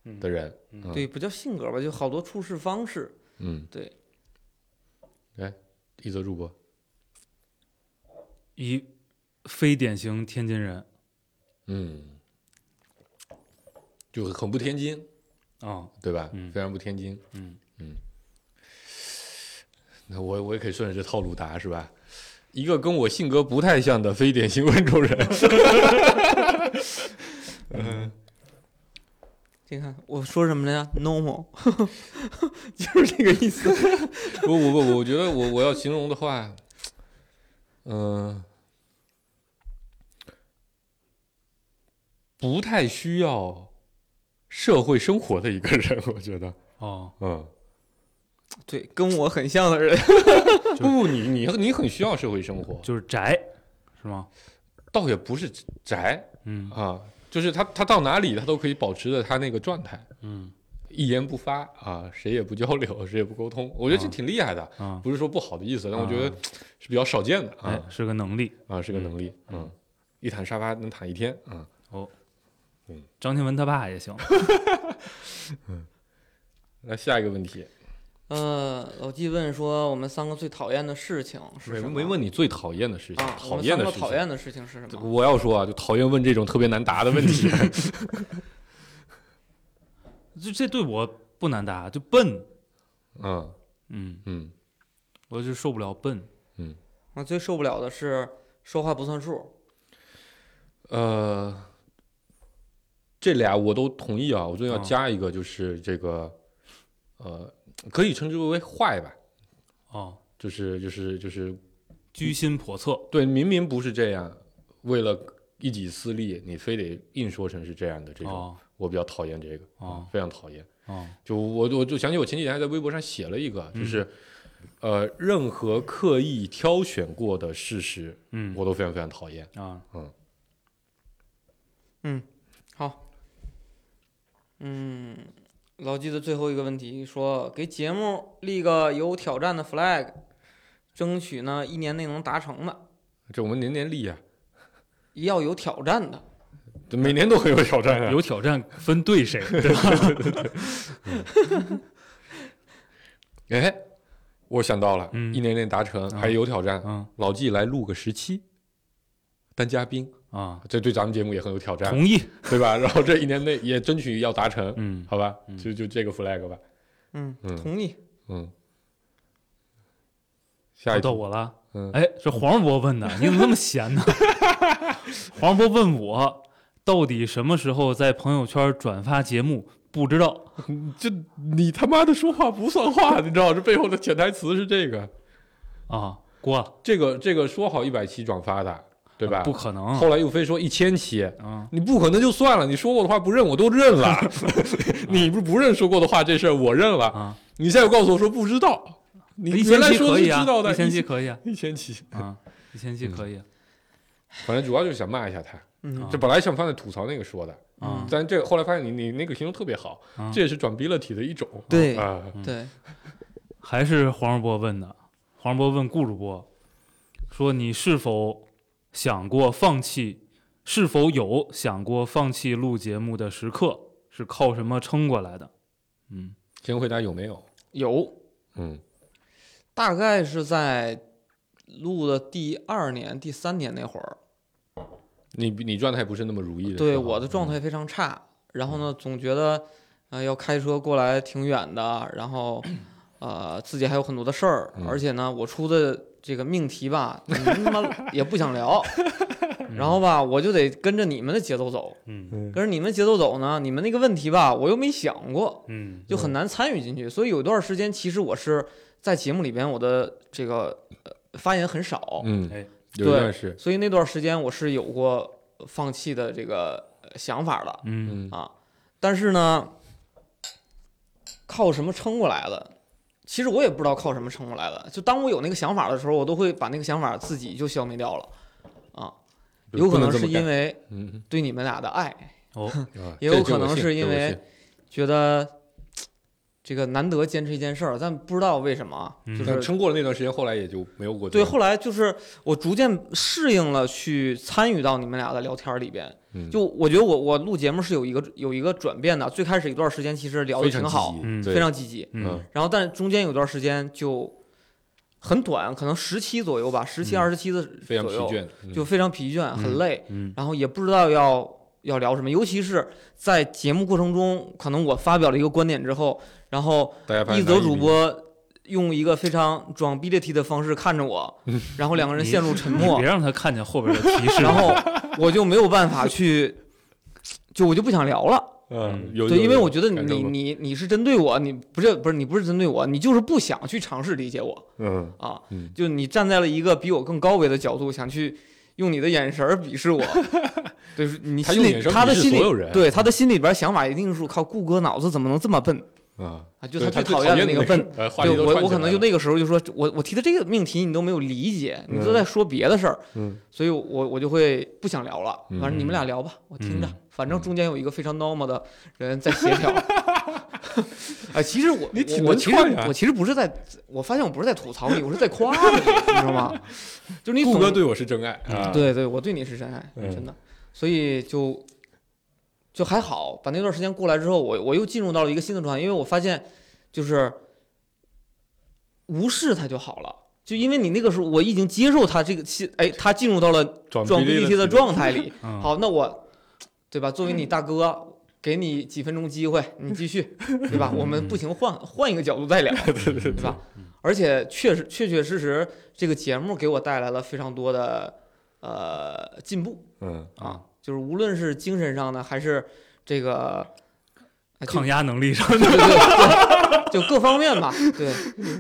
Speaker 4: 嗯
Speaker 5: 的人，嗯
Speaker 3: 对，不叫性格吧，就好多处事方式。
Speaker 5: 嗯，
Speaker 3: 对。
Speaker 5: 来，一则主播，
Speaker 4: 一非典型天津人
Speaker 5: 嗯，就很不天津，
Speaker 4: 啊，
Speaker 5: 对吧？
Speaker 4: 嗯
Speaker 5: 非常不天津。
Speaker 4: 嗯
Speaker 5: 嗯，那我我也可以顺着这套路答是吧？一个跟我性格不太像的非典型温州 人，
Speaker 3: 你看我说什么了呀？normal，就是这个意思。
Speaker 5: 不不不，我觉得我我要形容的话，嗯、不太需要社会生活的一个人，我觉得，
Speaker 4: 哦，
Speaker 5: 嗯，
Speaker 3: 对，跟我很像的人，
Speaker 5: 不不，你你你很需要社会生活，
Speaker 4: 就是宅，是吗？
Speaker 5: 倒也不是宅
Speaker 4: 嗯
Speaker 5: 啊，就是他他到哪里他都可以保持着他那个状态，
Speaker 4: 嗯
Speaker 5: 一言不发啊，谁也不交流，谁也不沟通，我觉得这
Speaker 4: 啊
Speaker 5: 挺厉害的，
Speaker 4: 啊，
Speaker 5: 不是说不好的意思，但我觉得
Speaker 4: 啊
Speaker 5: 是比较少见的啊。
Speaker 4: 哎，是个能力。
Speaker 5: 啊，是个能力，
Speaker 4: 嗯
Speaker 5: 嗯，一躺沙发能躺一天，嗯，
Speaker 4: 张天文他爸也行。
Speaker 5: 那下一个问题，
Speaker 3: 呃，老纪问说我们三个最讨厌的事情是
Speaker 5: 没
Speaker 3: 什么？
Speaker 5: 没问你最讨厌的事情，
Speaker 3: 啊，我
Speaker 5: 讨
Speaker 3: 们
Speaker 5: 厌
Speaker 3: 三
Speaker 5: 的
Speaker 3: 个
Speaker 5: 事情，
Speaker 3: 讨厌的事情是什么？
Speaker 5: 我要说啊，就讨厌问这种特别难答的问题，
Speaker 4: 这这对我不难答，就笨。
Speaker 5: 嗯
Speaker 4: 嗯，
Speaker 5: 嗯，
Speaker 4: 我就受不了笨。
Speaker 3: 我最受不了的是说话不算数。
Speaker 5: 呃，这俩我都同意啊，我最近要
Speaker 4: 啊
Speaker 5: 加一个，就是这个，呃，可以称之为坏吧，
Speaker 4: 哦，
Speaker 5: 就是就是就是，
Speaker 4: 居心叵测。
Speaker 5: 对，明明不是这样，为了一己私利，你非得硬说成是这样的这种，
Speaker 4: 哦
Speaker 5: 我比较讨厌这个，
Speaker 4: 哦
Speaker 5: 非常讨厌。
Speaker 4: 哦嗯
Speaker 5: 就我我就想起我前几天还在微博上写了一个，就是、呃，任何刻意挑选过的事实，
Speaker 4: 嗯
Speaker 5: 我都非常非常讨厌。
Speaker 4: 啊
Speaker 3: 好，嗯，老纪的最后一个问题说，给节目立个有挑战的 flag，争取呢一年内能达成的，
Speaker 5: 这我们年年立啊，
Speaker 3: 要有挑战的。
Speaker 5: 这每年都很有挑战啊。
Speaker 4: 有挑战分对谁， 对吧？
Speaker 5: 哎，我想到了，
Speaker 4: 嗯
Speaker 5: 一年内达成，
Speaker 4: 啊
Speaker 5: 还有挑战。
Speaker 4: 嗯
Speaker 5: 老纪来录个十期，当嘉宾，
Speaker 4: 啊，
Speaker 5: 这对咱们节目也很有挑战，
Speaker 4: 同意。
Speaker 5: 对吧？然后这一年内也争取要达成，
Speaker 4: 嗯，
Speaker 5: 好吧
Speaker 4: 嗯？
Speaker 5: 就就这个 flag 吧。
Speaker 3: 嗯，
Speaker 5: 嗯
Speaker 3: 同意。
Speaker 5: 嗯，下
Speaker 4: 好
Speaker 5: 一
Speaker 4: 到
Speaker 5: 个，
Speaker 4: 我了。
Speaker 5: 嗯，
Speaker 4: 哎，这黄渤问的，你怎么那么闲呢？ 黄渤问我，到底什么时候在朋友圈转发节目？不知道。
Speaker 5: 这你他妈的说话不算话，你知道这背后的潜台词是这个，
Speaker 4: 啊，过了，
Speaker 5: 这个这个说好一百期转发的，对吧？
Speaker 4: 不可能
Speaker 5: 后来又非说一千期，
Speaker 4: 啊！
Speaker 5: 你不可能就算了，你说过的话不认我都认 了， 你不是不认说过的话这事儿我认了，
Speaker 4: 啊，
Speaker 5: 你现在又告诉我说不知道，你
Speaker 4: 一
Speaker 5: 原
Speaker 4: 千
Speaker 5: 来
Speaker 4: 期
Speaker 5: 说
Speaker 4: 可
Speaker 5: 的是嗯
Speaker 4: 以啊
Speaker 5: 知道，的，
Speaker 4: 一千期可以 啊，
Speaker 5: 一千期，
Speaker 4: 啊，一千期可以啊
Speaker 5: 反正主要就是想骂一下他，
Speaker 3: 嗯
Speaker 4: 啊
Speaker 5: 这本来想放在吐槽那个说的，
Speaker 4: 啊
Speaker 5: 但这后来发现你你那个形容特别好，
Speaker 4: 啊！
Speaker 5: 这也是转 ability 的一种，
Speaker 3: 对
Speaker 5: 啊，
Speaker 3: 对，
Speaker 4: 还是黄世波问的，黄世波问顾主播说：“你是否想过放弃？是否有想过放弃录节目的时刻？是靠什么撑过来的？”嗯，
Speaker 5: 先回答有没有？
Speaker 3: 有，
Speaker 5: 嗯
Speaker 3: 大概是在录的第二年、第三年那会儿，
Speaker 5: 你你状态不是那么如意的时候，
Speaker 3: 对我的状
Speaker 5: 嗯
Speaker 3: 态非常差，然后呢，总觉得啊、呃要开车过来挺远的，然后呃自己还有很多的事儿，
Speaker 5: 嗯
Speaker 3: 而且呢，我出的这个命题吧，你们他妈也不想聊，然后吧，我就得跟着你们的节奏走，
Speaker 4: 嗯
Speaker 3: 跟着你们节奏走呢，你们那个问题吧，我又没想过，
Speaker 4: 嗯
Speaker 3: 就很难参与进去，所以有一段时间，其实我是在节目里边我的这个、呃、发言很少，
Speaker 5: 嗯，
Speaker 4: 哎
Speaker 5: 有一段是，
Speaker 3: 所以那段时间我是有过放弃的这个呃想法的。
Speaker 4: 嗯
Speaker 5: 嗯
Speaker 3: 啊，但是呢，靠什么撑过来的？其实我也不知道靠什么撑过来的。就当我有那个想法的时候，我都会把那个想法自己就消灭掉了。啊，有可能是因
Speaker 5: 为，
Speaker 3: 为
Speaker 5: 嗯，
Speaker 3: 对你们俩的爱，
Speaker 4: 哦，
Speaker 5: 啊
Speaker 3: 也
Speaker 5: 这
Speaker 3: 有
Speaker 5: 这
Speaker 3: 可
Speaker 5: 我
Speaker 3: 能
Speaker 5: 信
Speaker 3: 是因
Speaker 5: 这我
Speaker 3: 为
Speaker 5: 信
Speaker 3: 觉得这个难得坚持一件事儿，但不知道为什么啊，
Speaker 4: 嗯
Speaker 3: 就
Speaker 5: 但
Speaker 3: 是
Speaker 5: 撑过了那段时间，后来也就没有过这
Speaker 3: 对。
Speaker 5: 样。
Speaker 3: 后来就是我逐渐适应了去参与到你们俩的聊天儿里边。
Speaker 5: 嗯
Speaker 3: 就我觉得我我录节目是有一个有一个转变的，最开始一段时间其实聊的
Speaker 5: 非常
Speaker 3: 挺好
Speaker 5: 积，极
Speaker 4: 嗯
Speaker 5: 对
Speaker 3: 非常积极。
Speaker 4: 嗯
Speaker 5: 嗯
Speaker 3: 然后但中间有段时间就很短，可能十期左右吧，十期
Speaker 4: 嗯
Speaker 3: 二十期的
Speaker 5: 非常
Speaker 3: 左
Speaker 5: 疲
Speaker 3: 右，
Speaker 5: 倦，嗯
Speaker 3: 就非常疲倦，很累，
Speaker 4: 嗯
Speaker 3: 然后也不知道要要聊什么，尤其是在节目过程中，可能我发表了一个观点之后，然后
Speaker 5: 大家发
Speaker 3: 一
Speaker 5: 现
Speaker 3: 则
Speaker 5: 难以
Speaker 3: 主
Speaker 5: 理
Speaker 3: 播用一个非常装逼的题的方式看着我，
Speaker 5: 嗯
Speaker 3: 然后两个人陷入沉 默
Speaker 4: 别，让他看见后边的提示。
Speaker 3: 然后我就没有办法去，就我就不想聊了。
Speaker 5: 嗯
Speaker 4: 嗯，
Speaker 5: 有
Speaker 3: 对，
Speaker 5: 有
Speaker 3: 因为
Speaker 5: 有
Speaker 3: 我觉得
Speaker 5: 感受
Speaker 3: 你
Speaker 5: 过
Speaker 3: 你你是针对我，你不是不是你不是针对我，你就是不想去尝试理解我
Speaker 5: 嗯
Speaker 3: 啊，
Speaker 5: 嗯
Speaker 3: 就你站在了一个比我更高维的角度，想去用你的眼神儿鄙视我，就是你
Speaker 5: 他
Speaker 3: 心
Speaker 5: 用
Speaker 3: 里
Speaker 5: 眼神
Speaker 3: 他的
Speaker 5: 鄙视
Speaker 3: 心里
Speaker 5: 所有人
Speaker 3: 对他的心里边想法一定是靠顾哥脑子怎么能这么笨
Speaker 5: 啊，
Speaker 3: 啊？就最
Speaker 5: 对他
Speaker 3: 讨厌的
Speaker 5: 那
Speaker 3: 个笨，
Speaker 5: 事儿，哎话
Speaker 3: 对
Speaker 5: 题都
Speaker 3: 我
Speaker 5: 串
Speaker 3: 我
Speaker 5: 起
Speaker 3: 可能
Speaker 5: 来
Speaker 3: 就
Speaker 5: 了
Speaker 3: 那个时候就说，我我提的这个命题你都没有理解，你都
Speaker 5: 嗯
Speaker 3: 在说别的事儿，
Speaker 5: 嗯
Speaker 3: 所以我我就会不想聊了。反正你们俩聊吧，我听着
Speaker 5: 嗯。
Speaker 3: 反正中间有一个非常 normal 的人在协 调。哎，其实我
Speaker 5: 你挺
Speaker 3: 我我
Speaker 5: 能
Speaker 3: 其实
Speaker 5: 串呀
Speaker 3: 我其实不是在，我发现我不是在吐槽你，我是在夸 你，你知道吗？就是你
Speaker 5: 顾哥
Speaker 3: 总
Speaker 5: 对我是真爱啊，
Speaker 3: 嗯对对，我对你是真爱，
Speaker 5: 嗯
Speaker 3: 真的。所以就就还好，把那段时间过来之后，我我又进入到了一个新的状态，因为我发现就是无视他就好了。就因为你那个时候，我已经接受他这个新，哎，他进入到了
Speaker 5: 装
Speaker 3: 装逼
Speaker 5: 逼
Speaker 3: 一些的
Speaker 5: 词
Speaker 3: 状态里。
Speaker 4: 嗯，
Speaker 3: 好，那我，对吧？作为你大哥，给你几分钟机会，你继 续，对吧？我们不行，换换一个角度再聊，对嗯吧？而且确实确确实实，这个节目给我带来了非常多的呃进步
Speaker 5: 嗯
Speaker 3: 啊，就是无论是精神上的还是这个。啊就
Speaker 4: 抗压能力上
Speaker 3: 对对对，就各方面吧。对，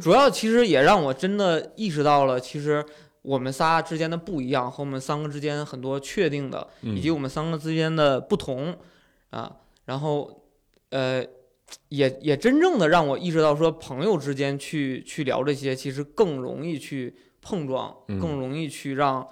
Speaker 3: 主要其实也让我真的意识到了，其实我们仨之间的不一样和我们三个之间很多确定的，
Speaker 5: 嗯
Speaker 3: 以及我们三个之间的不同啊。然后，呃，也也真正的让我意识到，说朋友之间去去聊这些，其实更容易去碰撞，
Speaker 5: 嗯
Speaker 3: 更容易去让。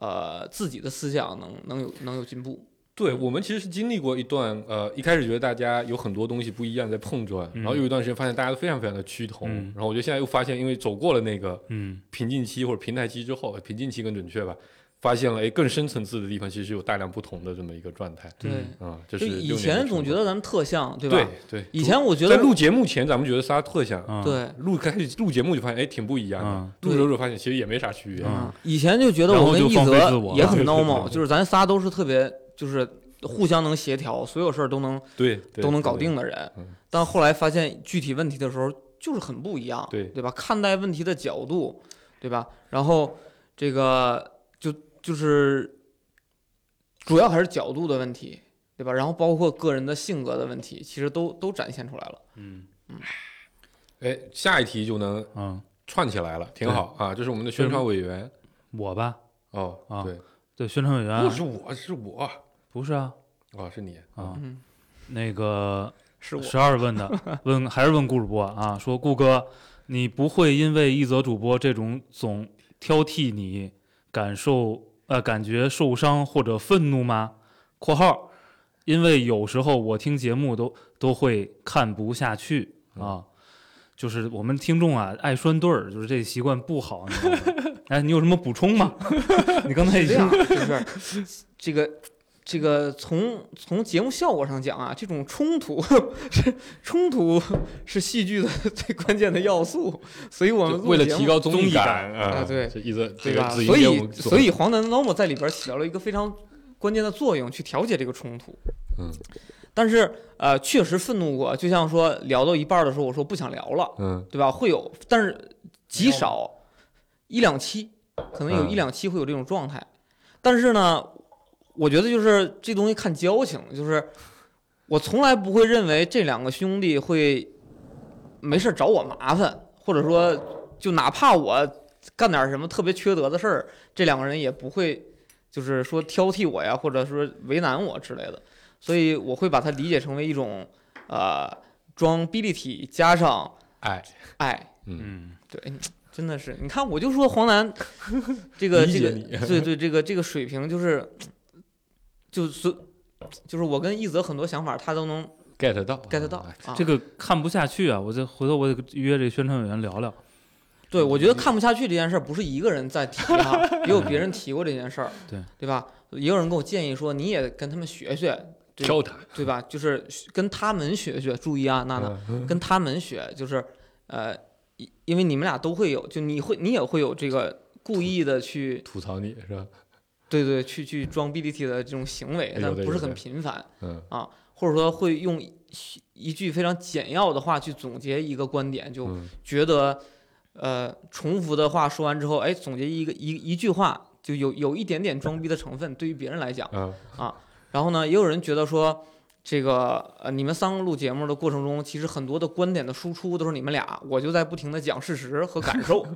Speaker 3: 呃，自己的思想能能有能有进步，
Speaker 5: 对，我们其实是经历过一段，呃，一开始觉得大家有很多东西不一样在碰撞，
Speaker 4: 嗯
Speaker 5: 然后有一段时间发现大家都非常非常的趋同，
Speaker 4: 嗯
Speaker 5: 然后我觉得现在又发现，因为走过了那个
Speaker 4: 嗯
Speaker 5: 瓶颈期或者平台期之后，呃瓶颈期更准确吧，发现了哎更深层次的地方其实有大量不同的这么一个状态
Speaker 3: 对，
Speaker 4: 嗯
Speaker 5: 啊、这
Speaker 3: 就是以
Speaker 5: 六年
Speaker 3: 前
Speaker 5: 的
Speaker 3: 总
Speaker 5: 成
Speaker 3: 觉
Speaker 5: 果
Speaker 3: 得咱们特像，对吧？
Speaker 5: 对对，
Speaker 3: 以前我觉
Speaker 5: 在
Speaker 3: 得嗯
Speaker 5: 录节目前咱们觉得仨特像，
Speaker 4: 啊，
Speaker 3: 对，
Speaker 5: 录开始录节目就发现哎挺不一样的
Speaker 4: 嗯，
Speaker 5: 录着录着发现其实也没啥区别，
Speaker 4: 嗯
Speaker 3: 啊，以前就觉得
Speaker 4: 然
Speaker 3: 我
Speaker 4: 后
Speaker 3: 跟
Speaker 4: 就
Speaker 3: 一
Speaker 4: 放飞
Speaker 3: 泽
Speaker 4: 自我
Speaker 3: 也很
Speaker 5: 对对对
Speaker 3: normal，就是咱仨都是特别就是互相能协调，所有事儿都能
Speaker 5: 对对
Speaker 3: 都能搞
Speaker 5: 对
Speaker 3: 定的人
Speaker 5: 嗯。
Speaker 3: 但后来发现具体问题的时候就是很不一样，
Speaker 5: 对
Speaker 3: 对吧？看待问题的角度，对吧？然后这个就就是主要还是角度的问题，对吧？然后包括个人的性格的问题，其实都都展现出来了。
Speaker 4: 嗯
Speaker 5: 哎，下一题就能
Speaker 4: 嗯，
Speaker 5: 串起来了，挺好啊！这是我们的宣
Speaker 3: 嗯
Speaker 5: 传委员
Speaker 4: 我吧，
Speaker 5: 哦，
Speaker 4: 啊
Speaker 5: 对，
Speaker 4: 对，宣传委员
Speaker 5: 不
Speaker 4: 啊
Speaker 5: 是我，是我
Speaker 4: 不是啊
Speaker 5: 哦，是你，
Speaker 4: 啊，
Speaker 3: 嗯，
Speaker 4: 那个
Speaker 3: 是我
Speaker 4: 十二 问的，问还是问顾主播啊？说顾哥，你不会因为一则主播这种总挑剔你，感受呃感觉受伤或者愤怒吗？（括号）因为有时候我听节目都都会看不下去啊，就是我们听众啊爱拴对儿，就是这习惯不好。你知道吗 哎，你有什么补充吗？你刚才已
Speaker 3: 是这
Speaker 4: 经
Speaker 3: 样，就是这个这个从从节目效果上讲啊，这种冲突是冲突是戏剧的最关键的要素，所以我哦
Speaker 5: 就
Speaker 3: 们录
Speaker 5: 为了
Speaker 3: 节目
Speaker 5: 提高综
Speaker 4: 综艺
Speaker 5: 感
Speaker 3: 啊对
Speaker 5: 这一则这
Speaker 3: 对
Speaker 5: 个
Speaker 3: 吧？
Speaker 5: 子怡
Speaker 3: 所
Speaker 5: 给我们
Speaker 3: 以
Speaker 5: 做
Speaker 3: 所以黄楠 normal 在里边起到了一个非常关键的作用，去调节这个冲突。
Speaker 5: 嗯，
Speaker 3: 但是呃，确实愤怒过，就像说聊到一半儿的时候，我说不想聊了，
Speaker 5: 嗯
Speaker 3: 对吧？会有，但是极少一两期，可能有
Speaker 5: 嗯
Speaker 3: 一两期会有这种状态。但是呢，我觉得就是这东西看交情，就是我从来不会认为这两个兄弟会没事儿找我麻烦，或者说就哪怕我干点什么特别缺德的事儿，这两个人也不会就是说挑剔我呀，或者说为难我之类的。所以我会把它理解成为一种呃装逼立体加上
Speaker 5: 哎
Speaker 3: 爱，
Speaker 4: 嗯
Speaker 3: 对，你真的是，你看，我就说黄楠这个
Speaker 5: 理
Speaker 3: 这
Speaker 5: 解
Speaker 3: 个，
Speaker 5: 你
Speaker 3: 对对，这个这个水平就是，就是就是我跟一泽很多想法，他都能
Speaker 5: get 到
Speaker 3: get 到
Speaker 5: 哎
Speaker 3: 啊。
Speaker 4: 这个看不下去啊，我这回头我得约这宣传委员聊聊。
Speaker 3: 对，我觉得看不下去这件事儿，不是一个人在提哈，也有别人提过这件事儿，
Speaker 4: 对
Speaker 3: 对吧？也有人跟我建议说，你也跟他们学学，对
Speaker 5: 挑他
Speaker 3: 对吧？就是跟他们学学，注意啊，娜娜，
Speaker 5: 嗯
Speaker 3: 跟他们学，就是呃，因因为你们俩都会有，就你会你也会有这个故意的去
Speaker 5: 吐槽你是吧？
Speaker 3: 对哎对，去去装 B D T 的这种行为，
Speaker 5: 有
Speaker 3: 但
Speaker 5: 的
Speaker 3: 不是
Speaker 5: 有的
Speaker 3: 很频繁，
Speaker 5: 嗯
Speaker 3: 或者说会用一句非常简要的话去总结一个观点，就
Speaker 5: 嗯
Speaker 3: 觉得，呃，重复的话说完之后，哎，总结一个一一句话，就有有一点点装逼的成分，对于别人来讲。
Speaker 5: 啊，
Speaker 3: 然后呢，也有人觉得说，这个呃，你们三个录节目的过程中，其实很多的观点的输出都是你们俩，我就在不停的讲事实和感受，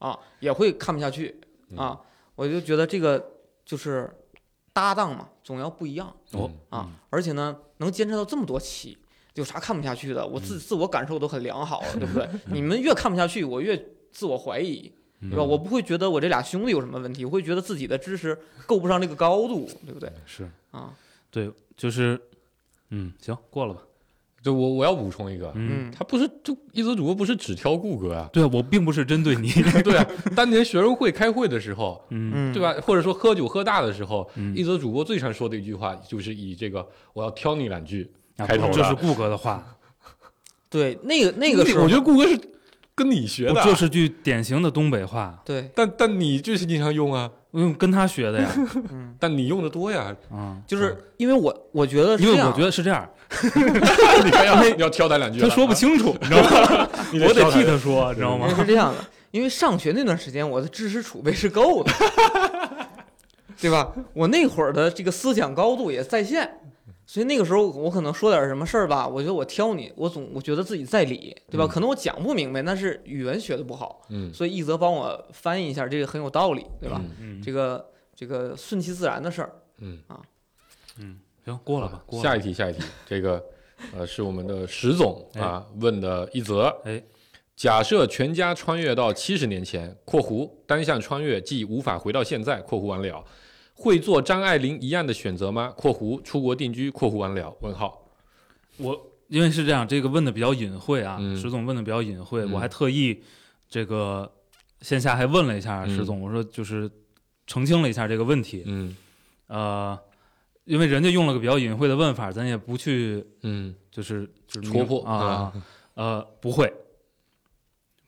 Speaker 3: 啊，也会看不下去啊。我就觉得这个就是搭档嘛，总要不一样。
Speaker 4: 哦
Speaker 3: 啊，而且呢，能坚持到这么多期，有啥看不下去的？我自自我感受都很良好了，对不对？你们越看不下去，我越自我怀疑，对吧？
Speaker 5: 嗯
Speaker 3: 我不会觉得我这俩兄弟有什么问题，我会觉得自己的知识够不上这个高度，对不对？
Speaker 4: 是
Speaker 3: 啊，
Speaker 4: 对，就是，嗯，行，过了吧。
Speaker 5: 就我我要补充一个，
Speaker 4: 嗯，？
Speaker 3: 嗯，
Speaker 5: 他不是就一枝主播不是只挑顾哥啊
Speaker 4: 对我并不是针对你。
Speaker 5: 对啊，当年学生会开会的时候，
Speaker 4: 嗯
Speaker 3: 嗯，
Speaker 5: 对？吧？或者说喝酒喝大的时候，
Speaker 4: 嗯
Speaker 5: 一则主播最常说的一句话就是以这个“我要挑你两句
Speaker 4: 啊
Speaker 5: 开头了
Speaker 4: 这是顾哥的 话，
Speaker 3: 对，那个”。那个时候，
Speaker 5: 我觉得顾哥是跟你学
Speaker 4: 不
Speaker 5: 的啊，
Speaker 4: 这是句典型的东北话，
Speaker 3: 对，
Speaker 5: 但但你就是经常用啊，
Speaker 4: 嗯，跟他学 的呀，
Speaker 3: 嗯，
Speaker 5: 但你用的多 呀，
Speaker 4: 啊，
Speaker 5: 嗯
Speaker 3: 就是因为我我觉得是
Speaker 4: 因为
Speaker 3: 这
Speaker 4: 我
Speaker 3: 样，
Speaker 4: 觉得是这样，
Speaker 5: 你看呀，你要挑他两句了
Speaker 4: 他
Speaker 5: 啊，
Speaker 4: 说不清楚，你知道吗？
Speaker 5: 你
Speaker 4: 我得
Speaker 5: 挑
Speaker 4: 替
Speaker 5: 两句
Speaker 4: 他说，你知道
Speaker 3: 因
Speaker 4: 吗
Speaker 3: 为？是这样的，因为上学那段时间我的知识储备是够的， 对吧？我那会儿的这个思想高度也在线，所以那个时候我可能说点什么事儿吧，我觉得我挑你，我总我觉得自己在理，对吧？
Speaker 5: 嗯
Speaker 3: 可能我讲不明白，但是语文学的不好，
Speaker 5: 嗯，
Speaker 3: 所以一泽帮我翻译一下，这个很有道理，对吧？
Speaker 5: 嗯？
Speaker 4: 嗯，
Speaker 3: 这个这个顺其自然的事儿，
Speaker 5: 嗯，
Speaker 4: 嗯，行，过了吧，过了。
Speaker 5: 啊下一题，下一题，这个呃是我们的石总
Speaker 4: 哎
Speaker 5: 啊问的一则，
Speaker 4: 哎，
Speaker 5: 假设全家穿越到七十年前（括弧单向穿越即无法回到现在）（括弧完了），会做张爱玲一样的选择吗？（括弧出国定居）（括弧完了）问号，
Speaker 4: 我因为是这样，这个问的比较隐晦啊，
Speaker 5: 嗯
Speaker 4: 石总问的比较隐晦，
Speaker 5: 嗯
Speaker 4: 我还特意这个线下还问了一下
Speaker 5: 嗯
Speaker 4: 石总，我说就是澄清了一下这个问题，
Speaker 5: 嗯
Speaker 4: 呃，因为人家用了个比较隐晦的问法，咱也不去
Speaker 5: 嗯，
Speaker 4: 就是就是
Speaker 5: 戳破
Speaker 4: 啊，呃，不会，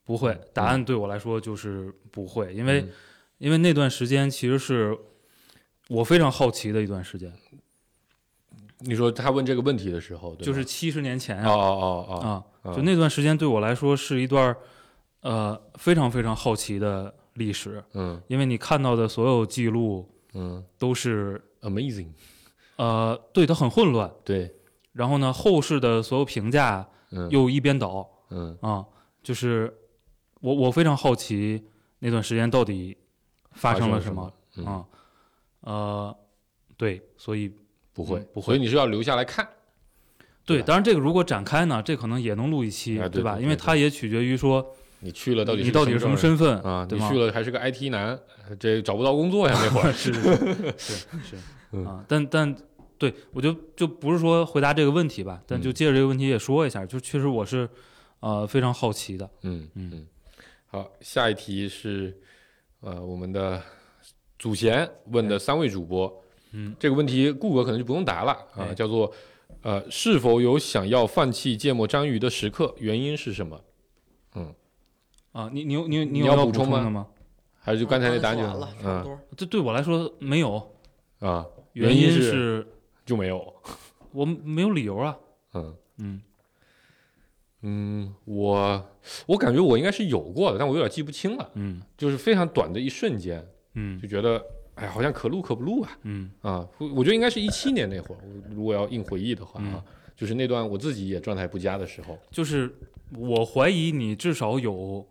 Speaker 4: 不会，答案对我来说就是不会，因为、
Speaker 5: 嗯
Speaker 4: 因为那段时间其实是我非常好奇的一段时间，
Speaker 5: 你说他问这个问题的时候，对吧
Speaker 4: 就是七十年前
Speaker 5: 哦
Speaker 4: 啊
Speaker 5: 哦哦
Speaker 4: 啊，
Speaker 5: 哦，
Speaker 4: 就那段时间对我来说是一段儿呃非常非常好奇的历史，
Speaker 5: 嗯
Speaker 4: 因为你看到的所有记录
Speaker 5: 嗯
Speaker 4: 都是
Speaker 5: ，amazing，
Speaker 4: 呃对它很混乱，
Speaker 5: 对，
Speaker 4: 然后呢后世的所有评价
Speaker 5: 嗯
Speaker 4: 又一边倒。
Speaker 5: 嗯
Speaker 4: 啊，就是我我非常好奇那段时间到底发生了什么
Speaker 5: 嗯
Speaker 4: 啊、呃，对，所以
Speaker 5: 不会
Speaker 4: 嗯不会
Speaker 5: 所以你是要留下来看，对
Speaker 4: 对，
Speaker 5: 吧
Speaker 4: 当然这个如果展开呢，这可能也能录一期，
Speaker 5: 哎对
Speaker 4: 吧？
Speaker 5: 对
Speaker 4: 因为
Speaker 5: 对
Speaker 4: 它也取决于说
Speaker 5: 你去了到底
Speaker 4: 你到底是什么身份
Speaker 5: 份啊？
Speaker 4: 嗯对
Speaker 5: 你
Speaker 4: 吗，
Speaker 5: 去？了还是个 IT 男，这找不到工作呀那会 儿
Speaker 4: 是是是 是
Speaker 5: 嗯
Speaker 4: 啊，但但对我就就不是说回答这个问题吧，但就
Speaker 5: 嗯
Speaker 4: 借着这个问题也说一下，就确实我是呃非常好奇的，
Speaker 5: 嗯
Speaker 4: 嗯
Speaker 5: 嗯，好，下一题是呃我们的祖贤问的三位主播，
Speaker 4: 哎嗯，
Speaker 5: 这个问题顾哥可能就不用答了啊，
Speaker 4: 哎
Speaker 5: 叫做呃是否有想要放弃芥末章鱼的时刻，原因是什么？
Speaker 4: 啊，你你有你有
Speaker 5: 你
Speaker 4: 有
Speaker 5: 要
Speaker 4: 要
Speaker 5: 补充吗
Speaker 4: 的吗？
Speaker 5: 还是就刚才那答案
Speaker 3: 啊说完
Speaker 5: 就
Speaker 3: 了，差不
Speaker 5: 嗯
Speaker 3: 多。
Speaker 4: 这对我来说没有，
Speaker 5: 啊，
Speaker 4: 原
Speaker 5: 因
Speaker 4: 是
Speaker 5: 就没有，
Speaker 4: 我没有理由啊。
Speaker 5: 嗯
Speaker 4: 嗯，
Speaker 5: 嗯，我我感觉我应该是有过的，但我有点记不清了，
Speaker 4: 嗯
Speaker 5: 就是非常短的一瞬间
Speaker 4: 嗯
Speaker 5: 就觉得，哎呀，好像可录可不录啊，
Speaker 4: 嗯
Speaker 5: 啊，我我觉得应该是一七年那会儿，我如果要硬回忆的话啊，就是那段我自己也状态不佳的时候，
Speaker 4: 就是我怀疑你至少有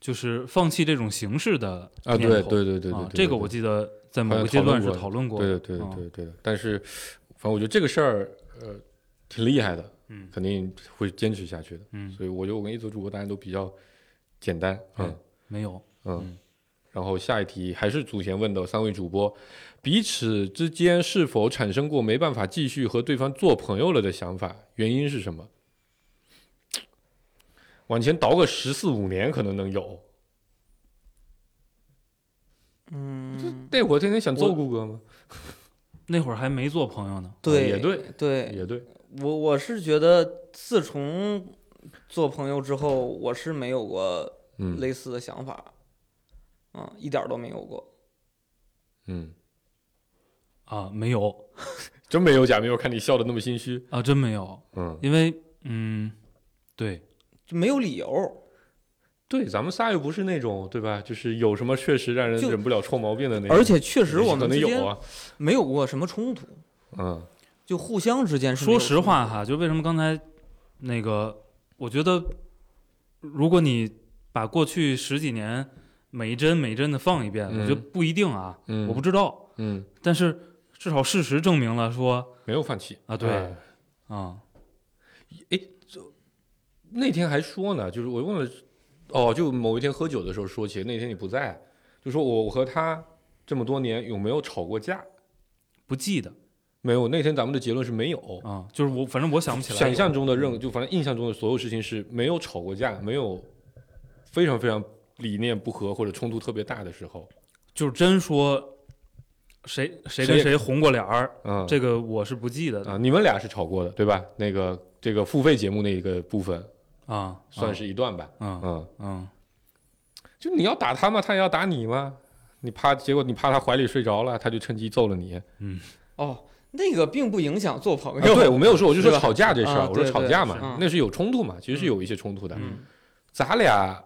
Speaker 4: 就是放弃这种形式的
Speaker 5: 啊，
Speaker 4: 念
Speaker 5: 对
Speaker 4: 头
Speaker 5: 对对对
Speaker 4: 啊
Speaker 5: 对，
Speaker 4: 这个我
Speaker 5: 对
Speaker 4: 记得在
Speaker 5: 好
Speaker 4: 某
Speaker 5: 像
Speaker 4: 个阶
Speaker 5: 讨论
Speaker 4: 段是
Speaker 5: 过
Speaker 4: 讨论过
Speaker 5: 对
Speaker 4: 的，
Speaker 5: 对对
Speaker 4: 啊
Speaker 5: 对对的，但是反正我觉得这个事儿，呃，挺厉害的，
Speaker 4: 嗯
Speaker 5: 肯定会坚持下去的，
Speaker 4: 嗯
Speaker 5: 所以我觉得我跟一组主播答案都比较简单，嗯
Speaker 4: 哎没有，
Speaker 5: 嗯
Speaker 4: 嗯。
Speaker 5: 然后下一题还是祖贤问的，三位主播彼此之间是否产生过没办法继续和对方做朋友了的想法？原因是什么？往前倒个十四五年，可能能有。
Speaker 3: 嗯，
Speaker 5: 那会儿天天想揍顾哥吗？
Speaker 4: 那会儿还没做朋友呢，
Speaker 3: 对，
Speaker 5: 啊也对，
Speaker 3: 对，
Speaker 5: 也对，
Speaker 3: 我我是觉得，自从做朋友之后，我是没有过
Speaker 5: 嗯
Speaker 3: 类似的想法，嗯，一点儿都没有过。
Speaker 5: 嗯，
Speaker 4: 啊，没有，
Speaker 5: 真没有假没有，看你笑的那么心虚。
Speaker 4: 啊，真没有，
Speaker 5: 嗯，
Speaker 4: 因为嗯，对，
Speaker 3: 就没有理由。
Speaker 5: 对，咱们仨又不是那种对吧？就是有什么确实让人
Speaker 3: 就
Speaker 5: 忍不了臭毛病的那种。
Speaker 3: 而且确实我
Speaker 5: 可
Speaker 3: 们
Speaker 5: 能
Speaker 3: 之
Speaker 5: 有
Speaker 3: 间
Speaker 5: 啊，
Speaker 3: 没有过什么冲突，
Speaker 5: 嗯
Speaker 3: 就互相之间是没
Speaker 4: 说
Speaker 3: 有
Speaker 4: 实
Speaker 3: 冲突
Speaker 4: 话，哈，就为什么刚才那个，我觉得如果你把过去十几年每一帧每一帧的放一遍，
Speaker 5: 嗯
Speaker 4: 我觉得不一定啊，
Speaker 5: 嗯，
Speaker 4: 我不知道，
Speaker 5: 嗯
Speaker 4: 但是至少事实证明了说
Speaker 5: 没有放弃
Speaker 4: 啊对
Speaker 5: 哎
Speaker 4: 啊、
Speaker 5: 那天还说呢，就是我忘了，哦，就某一天喝酒的时候说起，那天你不在，啊就说我我和他这么多年有没有吵过架？
Speaker 4: 不记得
Speaker 5: 没有，那天咱们的结论是没有。
Speaker 4: 啊、就是我反正我想不起来，嗯
Speaker 5: 想象中的任，就反正印象中的所有事情是没有吵过架，没有非常非常理念不合或者冲突特别大的时候。
Speaker 4: 就是真说谁谁跟
Speaker 5: 谁
Speaker 4: 谁红过脸儿，
Speaker 5: 嗯，
Speaker 4: 这个我是不记得的
Speaker 5: 啊，你们俩是吵过的对吧？那个这个付费节目那个部分
Speaker 4: 啊，
Speaker 5: 嗯算是一段吧。
Speaker 4: 嗯
Speaker 5: 嗯，
Speaker 4: 嗯
Speaker 5: 就你要打他嘛，他也要打你嘛。你趴，结果你趴他怀里睡着了，他就趁机揍了你。
Speaker 3: 哦，那个并不影响做朋
Speaker 5: 啊
Speaker 3: 友。
Speaker 5: 对，我没有说，我就说
Speaker 3: 对吧
Speaker 5: 吵架这事儿，
Speaker 3: 啊
Speaker 5: 我说
Speaker 3: 对
Speaker 5: 吵架嘛，
Speaker 3: 对是
Speaker 5: 那是有冲突嘛，其实是有一些冲突的。
Speaker 3: 嗯，
Speaker 5: 咱俩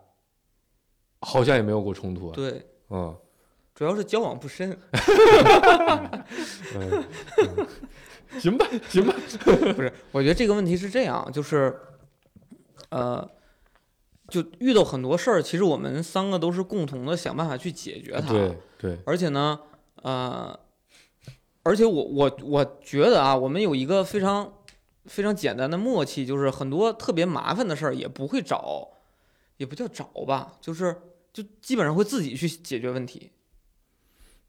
Speaker 5: 好像也没有过冲突啊。
Speaker 3: 对，
Speaker 5: 嗯，
Speaker 3: 主要是交往不深，
Speaker 5: 嗯嗯 行吧，行吧，
Speaker 3: 不是？我觉得这个问题是这样，就是，呃，就遇到很多事儿，其实我们三个都是共同的想办法去解决它。
Speaker 5: 对对，
Speaker 3: 而且呢，呃，而且我我我觉得啊，我们有一个非常非常简单的默契，就是很多特别麻烦的事儿也不会找，也不叫找吧，就是就基本上会自己去解决问题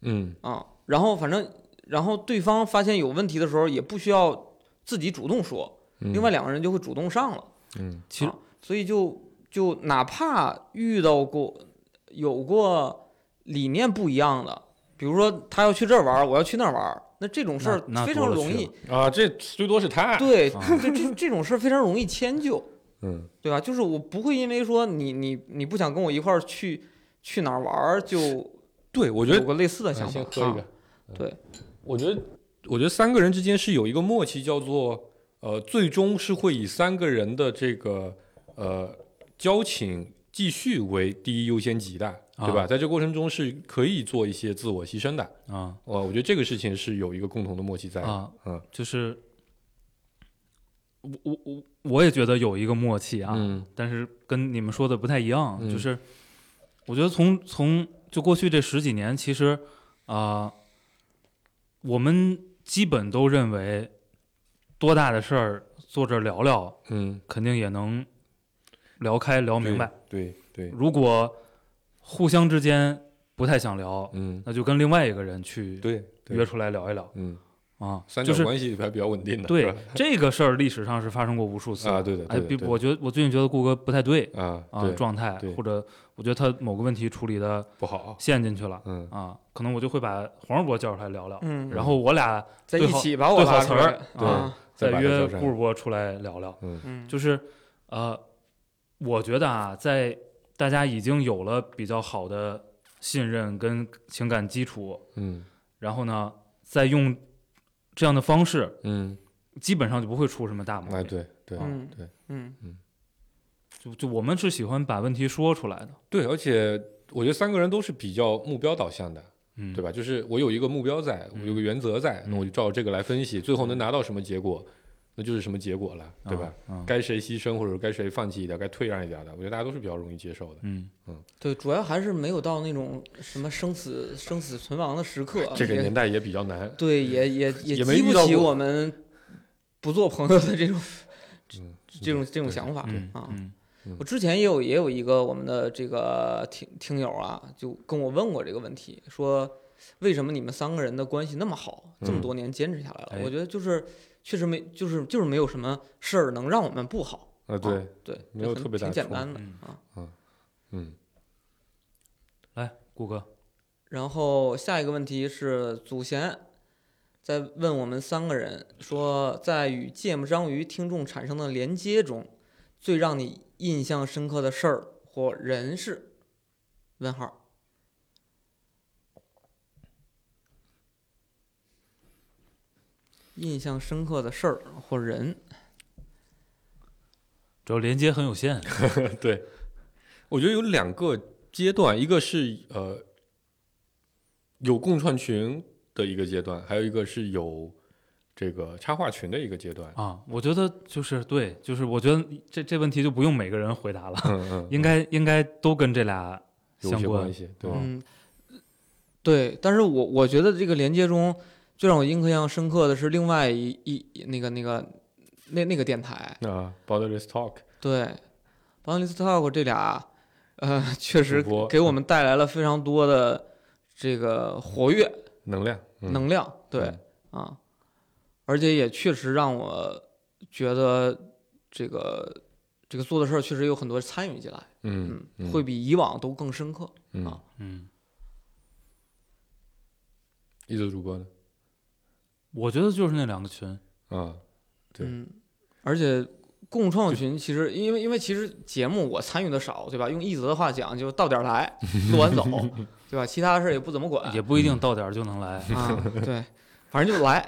Speaker 5: 嗯
Speaker 3: 啊。然后反正，然后对方发现有问题的时候，也不需要自己主动说，
Speaker 5: 嗯，
Speaker 3: 另外两个人就会主动上了。
Speaker 5: 嗯
Speaker 4: 其实
Speaker 3: 啊所以就就哪怕遇到过有过理念不一样的，比如说他要去这儿玩儿，我要去那儿玩儿，那这种事儿
Speaker 4: 那那
Speaker 3: 非
Speaker 4: 多
Speaker 3: 常
Speaker 4: 了
Speaker 3: 容
Speaker 4: 去
Speaker 3: 易
Speaker 4: 了，
Speaker 5: 啊，这最多是他，
Speaker 3: 对，
Speaker 4: 啊
Speaker 3: 这这这种事儿非常容易迁就，
Speaker 5: 嗯
Speaker 3: 对吧？就是我不会因为说你你你不想跟我一块儿去去哪儿玩儿，就
Speaker 5: 对，我觉
Speaker 3: 有
Speaker 5: 得
Speaker 3: 个类似的想
Speaker 5: 啊
Speaker 3: 法
Speaker 5: 先喝一
Speaker 3: 啊
Speaker 5: 个。
Speaker 3: 对
Speaker 5: 嗯，我觉得我觉得三个人之间是有一个默契，叫做呃，最终是会以三个人的这个呃交情继续为第一优先级的，对吧？
Speaker 4: 啊
Speaker 5: 在这过程中是可以做一些自我牺牲的。
Speaker 4: 啊
Speaker 5: 呃，我觉得这个事情是有一个共同的默契在的。
Speaker 4: 啊，
Speaker 5: 嗯
Speaker 4: 就是我我我我也觉得有一个默契啊，
Speaker 5: 嗯
Speaker 4: 但是跟你们说的不太一样，
Speaker 5: 嗯
Speaker 4: 就是我觉得从从就过去这十几年，其实啊、我们基本都认为多大的事儿坐这儿聊聊，
Speaker 5: 嗯，
Speaker 4: 肯定也能聊开聊明白。
Speaker 5: 对对，
Speaker 4: 如果互相之间不太想聊，
Speaker 5: 嗯
Speaker 4: 那就跟另外一个人去
Speaker 5: 对对
Speaker 4: 约，出来聊一聊
Speaker 5: 嗯，
Speaker 4: 啊，
Speaker 5: 三
Speaker 4: 就
Speaker 5: 角
Speaker 4: 是
Speaker 5: 关系还比较稳定的，是
Speaker 4: 对
Speaker 5: 吧
Speaker 4: 这个事儿，历史上是发生过无数次
Speaker 5: 啊，对的，
Speaker 4: 哎，
Speaker 5: 对的
Speaker 4: 比
Speaker 5: 对的
Speaker 4: 我觉得我最近觉得顾哥不太对
Speaker 5: 啊
Speaker 4: 啊，
Speaker 5: 对
Speaker 4: 状态
Speaker 5: 对
Speaker 4: 或者我觉得他某个问题处理的
Speaker 5: 不好，
Speaker 4: 陷进去了
Speaker 5: 嗯
Speaker 4: 啊，可能我就会把黄世博叫出来聊聊，
Speaker 3: 嗯，
Speaker 4: 然后我俩
Speaker 3: 在
Speaker 4: 对
Speaker 3: 一
Speaker 4: 好
Speaker 3: 起把我
Speaker 4: 对好
Speaker 3: 拉
Speaker 4: 词
Speaker 3: 出来
Speaker 4: 儿
Speaker 5: 对
Speaker 3: 啊，
Speaker 5: 再
Speaker 4: 再
Speaker 5: 把他
Speaker 4: 约
Speaker 5: 叫上
Speaker 4: 顾世博出来聊聊，
Speaker 3: 嗯，
Speaker 4: 就是呃，我觉得啊，在大家已经有了比较好的信任跟情感基础，
Speaker 5: 嗯
Speaker 4: 然后呢，再用这样的方式，
Speaker 5: 嗯，
Speaker 4: 基本上就不会出什么大毛
Speaker 5: 哎，
Speaker 4: 病。
Speaker 5: 对对
Speaker 3: 嗯
Speaker 5: 对。
Speaker 3: 嗯
Speaker 4: 就就我们是喜欢把问题说出来的，
Speaker 5: 对，而且我觉得三个人都是比较目标导向的，
Speaker 4: 嗯，
Speaker 5: 对吧？就是我有一个目标在，我有
Speaker 3: 嗯
Speaker 5: 个原则在，那我就照这个来分析，最后能拿到什么结果，那就是什么结果了，对吧？
Speaker 3: 嗯
Speaker 4: 啊？啊
Speaker 5: 该谁牺牲或者该谁放弃一点，该退让一点的，我觉得大家都是比较容易接受的。
Speaker 4: 嗯，
Speaker 3: 对，主要还是没有到那种什么生死生死存亡的时刻，
Speaker 5: 这个
Speaker 3: 也
Speaker 5: 年代也比较难，
Speaker 3: 嗯对，也也也
Speaker 5: 也没
Speaker 3: 激
Speaker 5: 遇
Speaker 3: 不
Speaker 5: 到
Speaker 3: 起
Speaker 5: 过
Speaker 3: 我们不做朋友的这 种
Speaker 5: 嗯
Speaker 3: 这种这种
Speaker 5: 对
Speaker 3: 想法
Speaker 4: 嗯
Speaker 3: 啊。
Speaker 4: 嗯
Speaker 3: 我之前也有也有一个我们的这个听听友啊，就跟我问过这个问题，说为什么你们三个人的关系那么好，这么
Speaker 5: 嗯
Speaker 3: 多年坚持下来了？
Speaker 4: 哎
Speaker 3: 我觉得就是确实没就是就是没有什么事儿能让我们不好。
Speaker 5: 啊，
Speaker 3: 啊
Speaker 5: 对，
Speaker 3: 对，
Speaker 5: 没
Speaker 3: 就
Speaker 5: 有
Speaker 3: 很
Speaker 5: 特别大
Speaker 3: 挺
Speaker 5: 的
Speaker 3: 简
Speaker 5: 冲
Speaker 3: 单的
Speaker 4: 嗯
Speaker 3: 啊。
Speaker 5: 嗯
Speaker 4: 来，顾哥，
Speaker 3: 然后下一个问题是祖贤在问我们三个人说，在与芥末章鱼听众产生的连接中，最让你印象深刻的事儿或人是？问号。印象深刻的事儿或人，
Speaker 4: 主要连接很有 限。
Speaker 5: 对，我觉得有两个阶段，一个是呃有共创群的一个阶段，还有一个是有这个插画群的一个阶段。
Speaker 4: 啊，我觉得就是对，就是我觉得这这问题就不用每个人回答了，
Speaker 5: 嗯嗯，
Speaker 4: 应该应该都跟这俩
Speaker 5: 有一
Speaker 4: 相
Speaker 5: 些
Speaker 4: 关
Speaker 5: 关。系，对吧？
Speaker 3: 嗯，对。但是我我觉得这个连接中最让我印象深刻的是另外一一那个那个那那个电台，
Speaker 5: 啊，Borderless Talk，
Speaker 3: 对 b o n l e s Talk 这俩，呃，确实
Speaker 5: 主播嗯
Speaker 3: 给我们带来了非常多的这个活跃
Speaker 5: 能量，嗯、
Speaker 3: 能量，对。
Speaker 5: 嗯
Speaker 3: 啊，而且也确实让我觉得这个这个做的事儿确实有很多参与进来，
Speaker 5: 嗯嗯，
Speaker 3: 会比以往都更深刻。
Speaker 5: 嗯
Speaker 3: 啊，
Speaker 4: 嗯，
Speaker 5: 一组主播呢？
Speaker 4: 我觉得就是那两个群，
Speaker 5: 啊，对
Speaker 3: 嗯，而且共创群其实因为因为其实节目我参与的少，对吧？用一泽的话讲，就到点儿来，录 完走，对吧？其他事儿也不怎么管
Speaker 4: 也不一
Speaker 5: 嗯
Speaker 4: 定到点儿就能 来，
Speaker 3: 啊， 对，反正就来，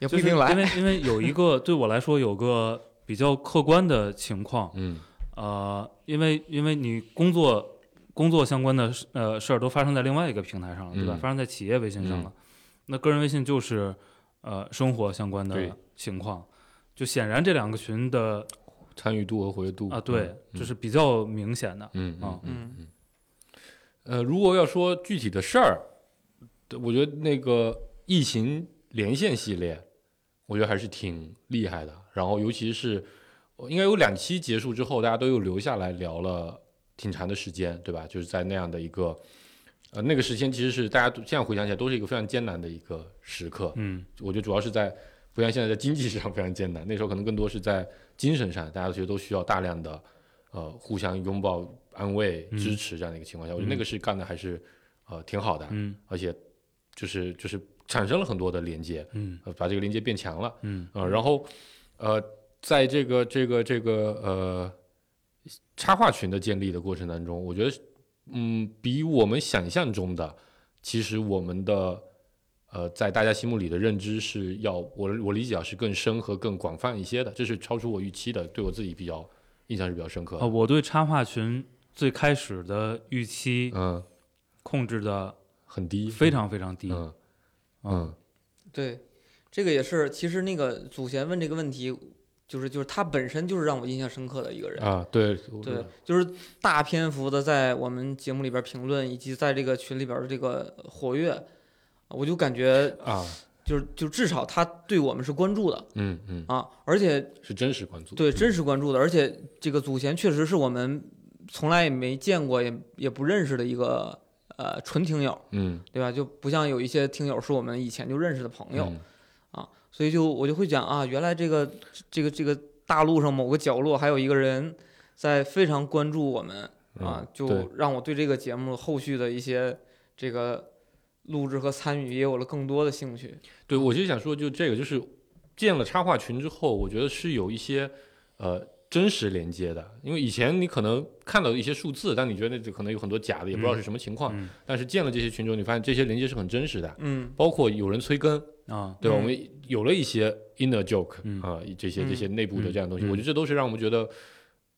Speaker 3: 也不
Speaker 4: 就
Speaker 3: 一
Speaker 4: 是
Speaker 3: 定
Speaker 4: 因
Speaker 3: 来。
Speaker 4: 为因为有一个对我来说有个比较客观的情况，
Speaker 5: 嗯
Speaker 4: 呃，因为因为你工作工作相关的事呃事儿都发生在另外一个平台上了，对吧？
Speaker 5: 嗯
Speaker 4: 发生在企业微信上了，那个人微信就是呃生活相关
Speaker 5: 对
Speaker 4: 的情况，就显然这两个群的
Speaker 5: 参与度和活跃度
Speaker 4: 啊，对，
Speaker 5: 嗯
Speaker 4: 这是比较明显的。
Speaker 5: 嗯嗯
Speaker 4: 啊
Speaker 5: 嗯
Speaker 3: 嗯
Speaker 5: 呃，如果要说具体的事儿，对我觉得那个疫情连线系列，我觉得还是挺厉害的。然后尤其是呃应该有两期结束之后，大家都又留下来聊了挺长的时间，对吧？就是在那样的一个呃那个时间，其实是大家都现在回想起来都是一个非常艰难的一个时刻。
Speaker 4: 嗯，
Speaker 5: 我觉得主要是在不像现在在经济上非常艰难，那时候可能更多是在精神上，大家其实都需要大量的呃互相拥抱、安慰、
Speaker 4: 嗯
Speaker 5: 支持这样的一个情况下，我觉得那个是干的还是呃挺好的，
Speaker 4: 嗯
Speaker 5: 而且就是就是产生了很多的连接，
Speaker 4: 嗯
Speaker 5: 呃、把这个连接变强了，
Speaker 4: 嗯
Speaker 5: 呃，然后呃，在这个这个这个呃插画群的建立的过程当中，我觉得是嗯，比我们想象中的，其实我们的呃在大家心目里的认知是要我我理解啊是更深和更广泛一些的，这是超出我预期的，对我自己比较印象是比较深刻
Speaker 4: 啊，
Speaker 5: 的。
Speaker 4: 我对插画群最开始的预期
Speaker 5: 嗯，
Speaker 4: 控制的
Speaker 5: 很低，
Speaker 4: 非常非常低。
Speaker 5: 嗯嗯
Speaker 3: 对，这个也是，其实那个祖贤问这个问题，就是就是他本身就是让我印象深刻的一个人。
Speaker 5: 啊，对我
Speaker 3: 对，就是大篇幅的在我们节目里边评论，以及在这个群里边的这个活跃，我就感觉
Speaker 5: 啊，
Speaker 3: 就是就至少他对我们是关注的
Speaker 5: 嗯嗯，
Speaker 3: 啊，而且
Speaker 5: 是真实关注，
Speaker 3: 对真
Speaker 5: 实
Speaker 3: 实关注的，而且这个祖贤确实是我们从来也没见过也也不认识的一个呃纯听友，
Speaker 5: 嗯
Speaker 3: 对吧？就不像有一些听友是我们以前就认识的朋友，
Speaker 5: 嗯
Speaker 3: 所以就我就会讲啊，原来这个这个这个大陆上某个角落还有一个人在非常关注我们
Speaker 5: 嗯
Speaker 3: 啊，
Speaker 5: 对
Speaker 3: 就让我对这个节目后续的一些这个录制和参与也有了更多的兴趣。
Speaker 5: 对，我就想说，就这个，就是建了插画群之后，我觉得是有一些呃真实连接的，因为以前你可能看到一些数字，但你觉得那可能有很多假的，也不知道是什么情况。
Speaker 4: 嗯
Speaker 5: 但是建了这些群之后，你发现这些连接是很真实的，
Speaker 3: 嗯
Speaker 5: 包括有人催更，
Speaker 4: 啊，
Speaker 5: 对吧？
Speaker 3: 嗯
Speaker 5: 我们有了一些 inner joke 啊、
Speaker 4: 嗯
Speaker 5: 这些这些内部的这样的东西，
Speaker 4: 嗯嗯
Speaker 5: 我觉得这都是让我们觉得，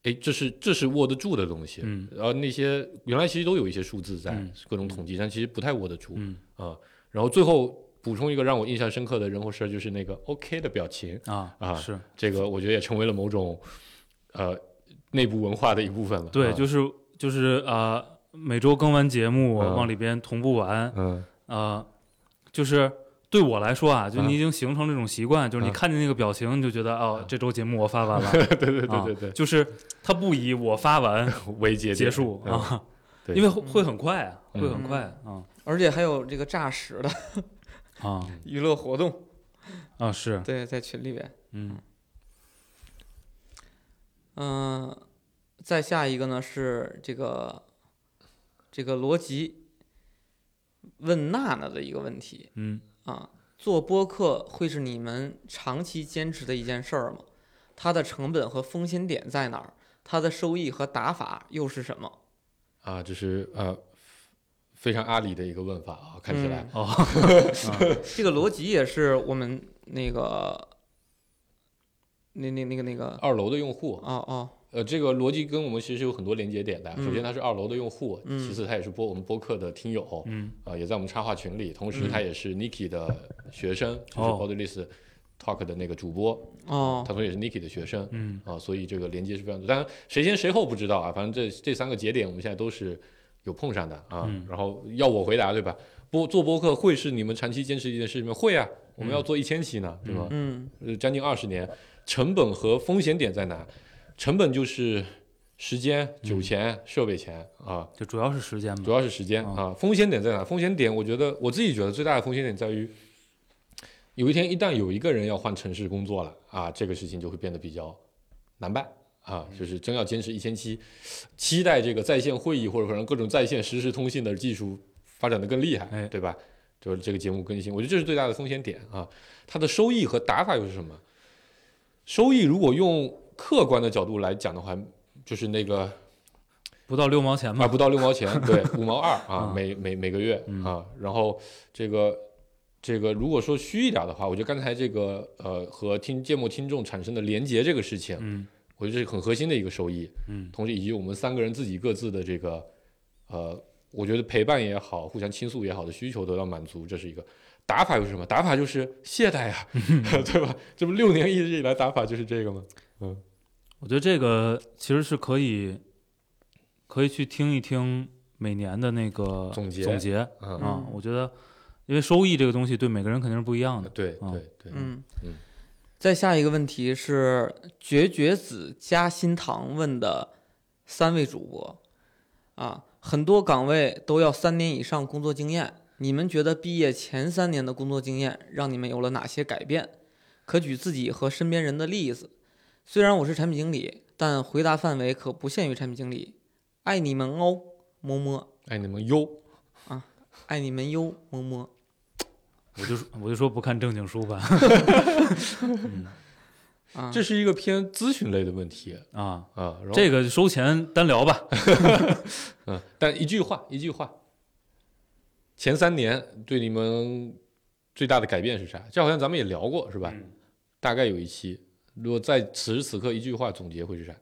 Speaker 5: 哎，这是这是握得住的东西。
Speaker 4: 嗯
Speaker 5: 然后那些原来其实都有一些数字在、
Speaker 4: 嗯
Speaker 5: 各种统计，但其实不太握得住。
Speaker 4: 嗯
Speaker 5: 啊，然后最后补充一个让我印象深刻的人或事儿，就是那个 OK 的表情，
Speaker 4: 啊
Speaker 5: 啊
Speaker 4: 是
Speaker 5: 这个我觉得也成为了某种呃内部文化的一部分了。
Speaker 4: 对，
Speaker 5: 啊
Speaker 4: 就是就是呃，每周更完节目
Speaker 5: 嗯
Speaker 4: 往里边同步完，
Speaker 5: 嗯
Speaker 4: 呃，就是。对我来说啊，就
Speaker 5: 嗯
Speaker 4: 你已经形成了这种习惯，就是你
Speaker 5: 嗯
Speaker 4: 看见那个表情，你就觉得哦，这周节目我发完了。
Speaker 5: 啊 对对
Speaker 4: 啊
Speaker 5: 对对对，
Speaker 4: 就是它不以我发 完
Speaker 5: 为节
Speaker 4: 结
Speaker 5: 点
Speaker 4: 束
Speaker 5: 嗯
Speaker 4: 啊，
Speaker 5: 对
Speaker 4: 因为会会很快啊，会
Speaker 5: 嗯
Speaker 4: 很快啊
Speaker 3: 而且还有这个诈实的
Speaker 4: 啊
Speaker 3: 娱乐活动，
Speaker 4: 啊是，
Speaker 3: 对，在群里边。
Speaker 4: 嗯
Speaker 3: 嗯、再下一个呢是这个这个罗辑问娜娜的一个问题。
Speaker 4: 嗯
Speaker 3: 啊，做播客会是你们长期坚持的一件事儿吗？它的成本和风险点在哪儿？它的收益和打法又是什么？
Speaker 5: 啊，这是呃非常阿里的一个问法啊，看起来
Speaker 3: 嗯，
Speaker 4: 哦，
Speaker 3: 这个逻辑也是我们那个，那那那个那个，
Speaker 5: 二楼的用户，
Speaker 3: 哦哦，
Speaker 5: 呃，这个逻辑跟我们其实有很多连接点的。
Speaker 3: 嗯
Speaker 5: 首先，它是二楼的用户，
Speaker 3: 嗯
Speaker 5: 其次它也是播我们播客的听友，
Speaker 4: 嗯，
Speaker 5: 啊、也在我们插画群里，同时
Speaker 3: 嗯
Speaker 5: 他也是 Niki 的学生，就是
Speaker 4: 哦
Speaker 5: b o d y l i s Talk 的那个主播，
Speaker 3: 哦
Speaker 5: 他，同时也是 Niki 的学生，
Speaker 4: 嗯
Speaker 5: 啊、所以这个连接是非常多。当然，谁先谁后不知道啊，反正这这三个节点我们现在都是有碰上的啊。
Speaker 4: 嗯
Speaker 5: 然后要我回答对吧？播做播客会是你们长期坚持一件事情吗？会啊，我们要做一千期呢，对吧？
Speaker 3: 嗯
Speaker 5: 呃，将近二十年，成本和风险点在哪？成本就是时间、酒钱、设备钱啊，
Speaker 4: 就主要是时间
Speaker 5: 主
Speaker 4: 吧。
Speaker 5: 要是时间
Speaker 4: 啊
Speaker 5: 啊。风险点在哪？风险点，我觉得我自己觉得最大的风险点在于，有一天一旦有一个人要换城市工作了啊，这个事情就会变得比较难办啊。就是真要坚持一千七，期待这个在线会议或者可能各种在线实时通信的技术发展的更厉害，
Speaker 4: 哎
Speaker 5: 对吧？就是这个节目更新，我觉得这是最大的风险点啊。它的收益和打法又是什么？收益如果用客观的角度来讲的话，就是那个
Speaker 4: 不到六毛钱
Speaker 5: 啊，
Speaker 4: 吧？
Speaker 5: 不到六 毛钱，对，五毛二啊
Speaker 4: 嗯，
Speaker 5: 每每每个月
Speaker 4: 嗯
Speaker 5: 啊。然后这个这个，如果说虚一点的话，我觉得刚才这个呃和听芥末听众产生的连结这个事情，
Speaker 4: 嗯
Speaker 5: 我觉得这是很核心的一个收益。
Speaker 4: 嗯
Speaker 5: 同时，以及我们三个人自己各自的这个呃，我觉得陪伴也好，互相倾诉也好的需求得到满足，这是一个。打法又是什么？打法就是懈 怠呀、 对吧？这不六年一直以来打法就是这个吗？
Speaker 4: 我觉得这个其实是可以，可以去听一听每年的那个
Speaker 5: 总结
Speaker 4: 总结啊、
Speaker 5: 嗯，
Speaker 3: 嗯
Speaker 4: 我觉得，因为收益这个东西对每个人肯定是不一样的。
Speaker 5: 对
Speaker 4: 啊
Speaker 5: 对对，
Speaker 3: 嗯
Speaker 5: 嗯。
Speaker 3: 再下一个问题是绝绝子加新堂问的三位主播啊，很多岗位都要三年以上工作经验，你们觉得毕业前三年的工作经验让你们有了哪些改变？可举自己和身边人的例子。虽然我是产品经理，但回答范围可不限于产品经理。爱你们哦，么么，
Speaker 5: 哎，你们优，
Speaker 3: 爱你们哟，么么。
Speaker 4: 我就说我就说不看正经书吧
Speaker 3: 啊，
Speaker 5: 这是一个偏咨询类的问题
Speaker 4: 啊，
Speaker 5: 啊。然
Speaker 4: 嗯
Speaker 5: 后
Speaker 4: 这个收钱单聊吧。
Speaker 5: 嗯，但一句话，一句话，前三年对你们最大的改变是啥？这好像咱们也聊过，是吧？大概有一期，如果在此时此刻一句话总结会是啥？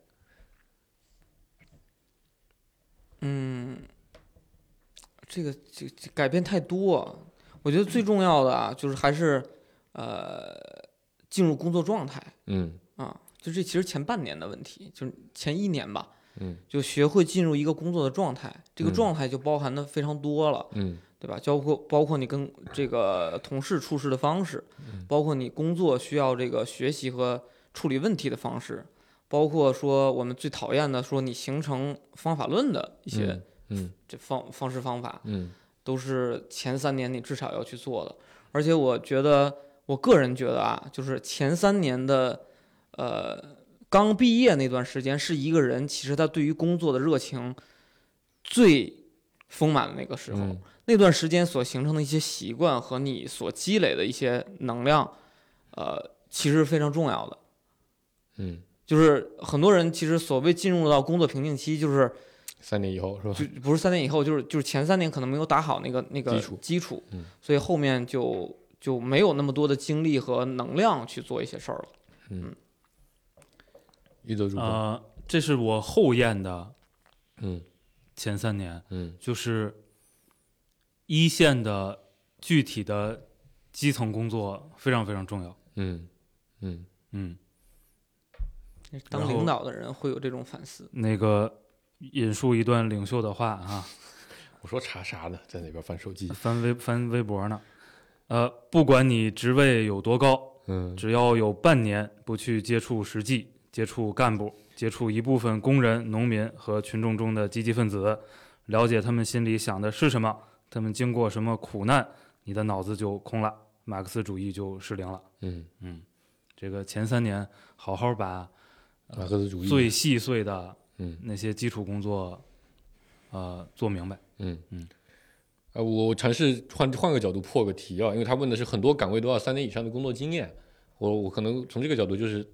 Speaker 3: 嗯，这个这这改变太多，我觉得最重要的啊，就是还是呃进入工作状态
Speaker 5: 嗯
Speaker 3: 啊，就这其实前半年的问题，就是前一年吧，
Speaker 5: 嗯
Speaker 3: 就学会进入一个工作的状态，这个
Speaker 5: 嗯
Speaker 3: 状态就包含的非常多了，
Speaker 5: 嗯
Speaker 3: 对吧？包括包括你跟这个同事处事的方式，
Speaker 5: 嗯
Speaker 3: 包括你工作需要这个学习和处理问题的方式，包括说我们最讨厌的说你形成方法论的一些。
Speaker 5: 嗯
Speaker 3: 这方方式方法
Speaker 5: 嗯
Speaker 3: 都是前三年你至少要去做的。而且我觉得，我个人觉得啊，就是前三年的，呃，刚毕业那段时间是一个人其实他对于工作的热情最丰满的那个时候。
Speaker 5: 嗯
Speaker 3: 那段时间所形成的一些习惯和你所积累的一些能量，呃，其实非常重要的。
Speaker 5: 嗯，
Speaker 3: 就是很多人其实所谓进入到工作瓶颈期，就是
Speaker 5: 三年以后是吧？
Speaker 3: 就不是三年以后，就是就是前三年可能没有打好那个那个
Speaker 5: 基础嗯
Speaker 3: 所以后面就就没有那么多的精力和能量去做一些事儿了。
Speaker 5: 一德主播，
Speaker 4: 呃，这是我后验的
Speaker 5: 嗯
Speaker 4: 前三年，
Speaker 5: 嗯
Speaker 4: 就是一线的具体的基层工作非常非常重要。
Speaker 5: 嗯嗯
Speaker 4: 嗯，
Speaker 3: 当
Speaker 4: 然后
Speaker 3: 领导的人会有这种反思。
Speaker 4: 那个引述一段领袖的话啊，
Speaker 5: 我说查啥呢？在那边翻手机。
Speaker 4: 翻微翻微博呢。呃，不管你职位有多高，
Speaker 5: 嗯
Speaker 4: 只要有半年不去接触实际、接触干部、接触一部分工人、农民和群众中的积极分子，了解他们心里想的是什么，他们经过什么苦难，你的脑子就空了，马克思主义就失灵了。
Speaker 5: 嗯，
Speaker 4: 这个前三年，好好把
Speaker 5: 马克思主义。
Speaker 4: 最细碎的
Speaker 5: 嗯
Speaker 4: 那些基础工作，呃，做明白。
Speaker 5: 嗯
Speaker 4: 嗯
Speaker 5: 嗯。呃，我尝试换换个角度破个题啊，因为他问的是很多岗位都要三年以上的工作经验，我我可能从这个角度就是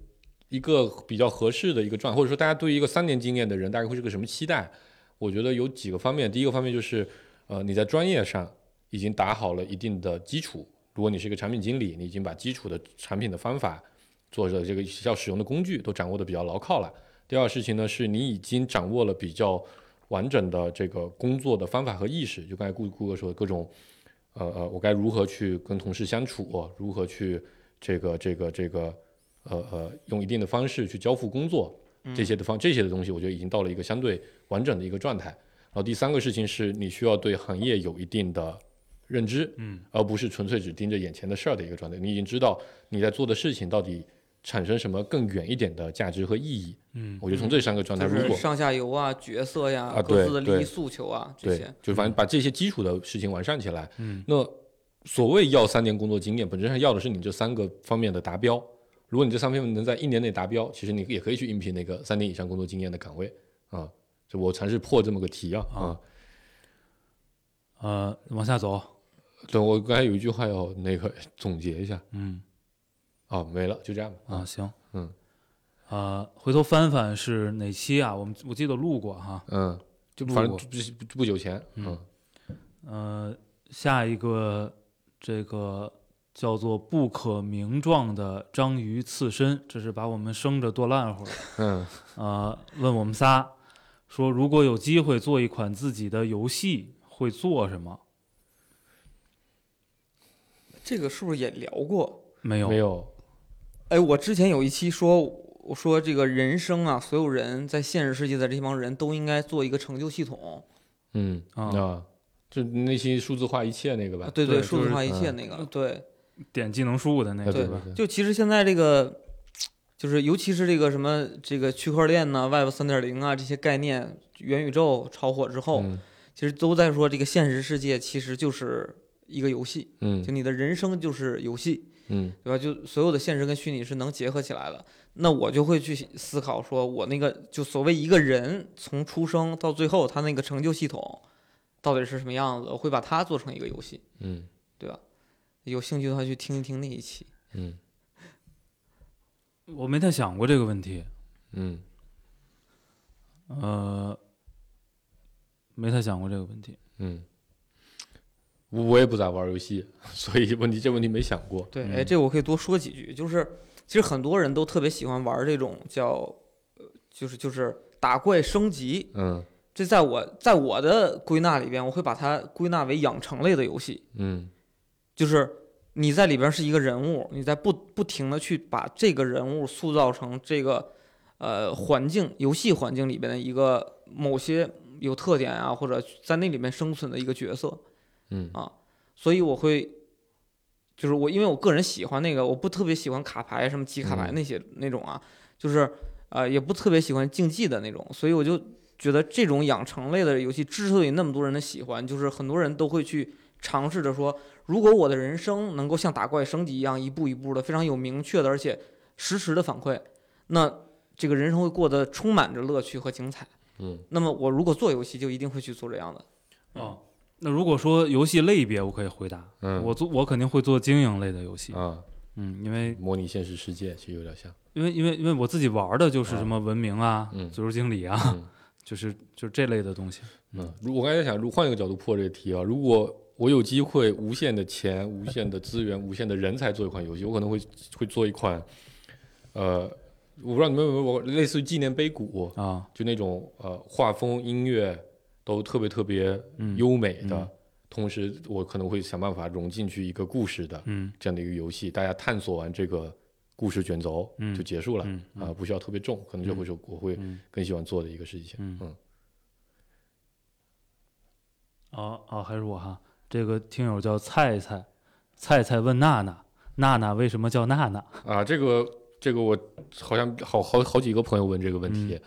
Speaker 5: 一个比较合适的一个状态，或者说大家对于一个三年经验的人大概会是个什么期待？我觉得有几个方面，第一个方面就是呃，你在专业上已经打好了一定的基础。如果你是一个产品经理，你已经把基础的产品的方法、做的这个要使用的工具都掌握的比较牢靠了。第二事情呢，是你已经掌握了比较完整的这个工作的方法和意识。就刚才顾顾哥说的各种，呃呃，我该如何去跟同事相处，如何去这个这个这个，呃呃，用一定的方式去交付工作，
Speaker 4: 嗯
Speaker 5: 这些的方这些的东西，我觉得已经到了一个相对完整的一个状态。然后第三个事情是你需要对行业有一定的认知，
Speaker 4: 嗯，
Speaker 5: 而不是纯粹只盯着眼前的事儿的一个状态。你已经知道你在做的事情到底产生什么更远一点的价值和意义。
Speaker 4: 嗯，
Speaker 5: 我觉得从这三个状态，
Speaker 3: 就
Speaker 5: 如
Speaker 3: 是
Speaker 5: 果
Speaker 3: 上下游啊、角色呀、
Speaker 5: 啊
Speaker 3: 各
Speaker 5: 对
Speaker 3: 自的利益
Speaker 5: 对
Speaker 3: 诉求啊这
Speaker 5: 对
Speaker 3: 些，，
Speaker 5: 就是反正把这些基础的事情完善起来。
Speaker 4: 嗯，
Speaker 5: 那所谓要三年工作经验，本质上要的是你这三个方面的达标。如果你这三方面能在一年内达标，其实你也可以去应聘那个三年以上工作经验的岗位啊。就我尝试破这么个题啊啊！
Speaker 4: 呃，往下走，
Speaker 5: 对，我刚才有一句话要那个 总结一下
Speaker 4: 嗯
Speaker 5: 啊，没了，就这样吧
Speaker 4: 啊，行，
Speaker 5: 嗯，
Speaker 4: 呃，回头翻翻是哪期啊？我们我记得录过哈，
Speaker 5: 嗯，
Speaker 4: 就
Speaker 5: 反正
Speaker 4: 过
Speaker 5: 不不不久前，嗯
Speaker 4: 呃，下一个这个叫做不可名状的章鱼刺身，这是把我们生着剁烂乎了。
Speaker 5: 嗯
Speaker 4: 呃，问我们仨说，如果有机会做一款自己的游戏，会做什么？
Speaker 3: 这个是不是也聊过？
Speaker 4: 没有，
Speaker 5: 没有，
Speaker 3: 哎，我之前有一期说，我说这个人生啊，所有人在现实世界的这帮人都应该做一个成就系统，
Speaker 5: 嗯
Speaker 4: 啊
Speaker 5: 啊，就那些数字化一切那个吧
Speaker 3: 啊，，对
Speaker 4: 对
Speaker 3: 数
Speaker 4: 就
Speaker 3: 字
Speaker 4: 是
Speaker 3: 化一切
Speaker 5: 嗯
Speaker 3: 那个，对，
Speaker 4: 点技能树的那
Speaker 5: 啊
Speaker 4: 个，
Speaker 5: 对
Speaker 4: 吧？
Speaker 5: 对
Speaker 3: 就其实现在这个，就是尤其是这个什么这个区块链呐、Web 三点零啊这些概念，元宇宙炒火之后，
Speaker 5: 嗯
Speaker 3: 其实都在说这个现实世界其实就是一个游戏，
Speaker 5: 嗯
Speaker 3: 就你的人生就是游戏，
Speaker 5: 嗯
Speaker 3: 对吧？就所有的现实跟虚拟是能结合起来的。那我就会去思考，说我那个就所谓一个人从出生到最后，他那个成就系统到底是什么样子，我会把它做成一个游戏。
Speaker 5: 嗯
Speaker 3: 有兴趣的话去听一听那一期。
Speaker 5: 嗯
Speaker 4: 我没太想过这个问题，
Speaker 5: 嗯
Speaker 4: 呃，没太想过这个问题。
Speaker 5: 嗯，我我也不咋玩游戏， 所以问题这问题没想过，
Speaker 3: 对，哎，这我可以多说几句，就是其实很多人都特别喜欢玩这种叫，呃就是就是打怪升级，
Speaker 5: 嗯
Speaker 3: 这在我在我的归纳里边，我会把它归纳为养成类的游戏，
Speaker 5: 嗯
Speaker 3: 就是你在里边是一个人物，你在不不停的去把这个人物塑造成这个呃环境游戏环境里边的一个某些有特点啊，或者在那里面生存的一个角色，
Speaker 5: 嗯
Speaker 3: 所以我会。就是我，因为我个人喜欢那个，我不特别喜欢卡牌，什么集卡牌
Speaker 5: 嗯
Speaker 3: 那些、那种啊，就是呃，也不特别喜欢竞技的那种，所以我就觉得这种养成类的游戏之所以那么多人的喜欢，就是很多人都会去尝试着说，如果我的人生能够像打怪升级一样，一步一步的非常有明确的，而且实时的反馈，那这个人生会过得充满着乐趣和精彩。
Speaker 5: 嗯，
Speaker 3: 那么我如果做游戏，就一定会去做这样的。
Speaker 4: 哦，那如果说游戏类别，我可以回答，
Speaker 5: 嗯
Speaker 4: 我做我肯定会做经营类的游戏，
Speaker 5: 啊，
Speaker 4: 嗯，因为
Speaker 5: 模拟现实世界其实有点像，
Speaker 4: 因为因为因为我自己玩的就是什么文明啊、
Speaker 5: 嗯
Speaker 4: 足球经理啊，
Speaker 5: 嗯
Speaker 4: 就是就是这类的东西。
Speaker 5: 嗯，如我刚才在想，如换一个角度破这个题啊，如果我有机会无限的钱、无限的资源、无限的人才做一款游戏，我可能会会做一款，呃，我不知道你们有没有玩过类似于纪念碑谷，
Speaker 4: 啊，
Speaker 5: 就那种呃画风、音乐都特别特别
Speaker 4: 嗯
Speaker 5: 优美的，
Speaker 4: 嗯
Speaker 5: 同时我可能会想办法融进去一个故事的
Speaker 4: 嗯
Speaker 5: 这样的一个游戏，大家探索完这个故事卷轴
Speaker 4: 嗯
Speaker 5: 就结束了啊、
Speaker 4: 嗯
Speaker 5: 不需要特别重，可能这会是我会
Speaker 4: 嗯，
Speaker 5: 更喜欢做的一个事情。
Speaker 4: 嗯
Speaker 5: 嗯
Speaker 4: 哦哦，还是我哈，这个听友叫菜菜，菜菜问娜娜，娜娜为什么叫娜娜？
Speaker 5: 啊，这个这个我好像好好好几个朋友问这个问题，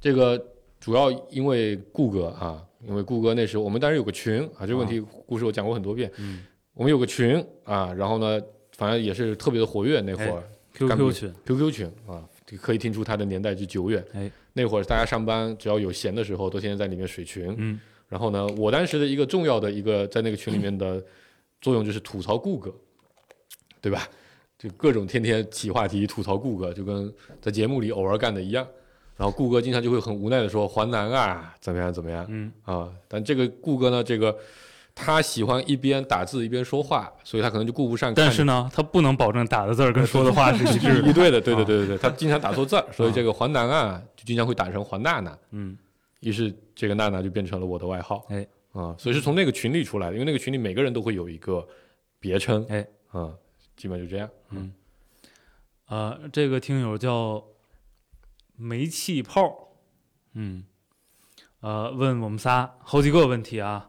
Speaker 5: 这个主要因为顾哥啊，因为顾哥那时候我们当时有个群啊，这个问题故事我讲过很多遍，
Speaker 4: 嗯
Speaker 5: 我们有个群啊，然后呢，反正也是特别的活跃那会儿、干瘪
Speaker 4: ，QQ 群，
Speaker 5: q q 群啊，可以听出它的年代之久远。
Speaker 4: 哎，
Speaker 5: 那会儿大家上班只要有闲的时候，都天天在里面水群。
Speaker 4: 嗯
Speaker 5: 然后呢，我当时的一个重要的一个在那个群里面的作用就是吐槽顾哥，对吧？就各种天天起话题吐槽顾哥，就跟在节目里偶尔干的一样。啊、然后顾哥经常就会很无奈的说：“淮南啊，怎么样怎么样
Speaker 4: 嗯，
Speaker 5: 啊？”但这个顾哥呢，这个他喜欢一边打字一边说话，所以他可能就顾不上看。
Speaker 4: 但是呢，他不能保证打的字儿
Speaker 5: 呃
Speaker 4: 跟说的 话是一致
Speaker 5: 是一
Speaker 4: 的。啊
Speaker 5: 对的，对对对对对，他经常打错字儿，所以这个淮南啊，就经常会打成淮娜娜。
Speaker 4: 嗯，
Speaker 5: 于是这个娜娜就变成了我的外号。
Speaker 4: 哎，
Speaker 5: 啊，所以是从那个群里出来的，因为那个群里每个人都会有一个别称。
Speaker 4: 哎，
Speaker 5: 啊，基本就这样。
Speaker 4: 呃，这个听友叫煤气泡，嗯，呃，问我们仨好几个问题啊。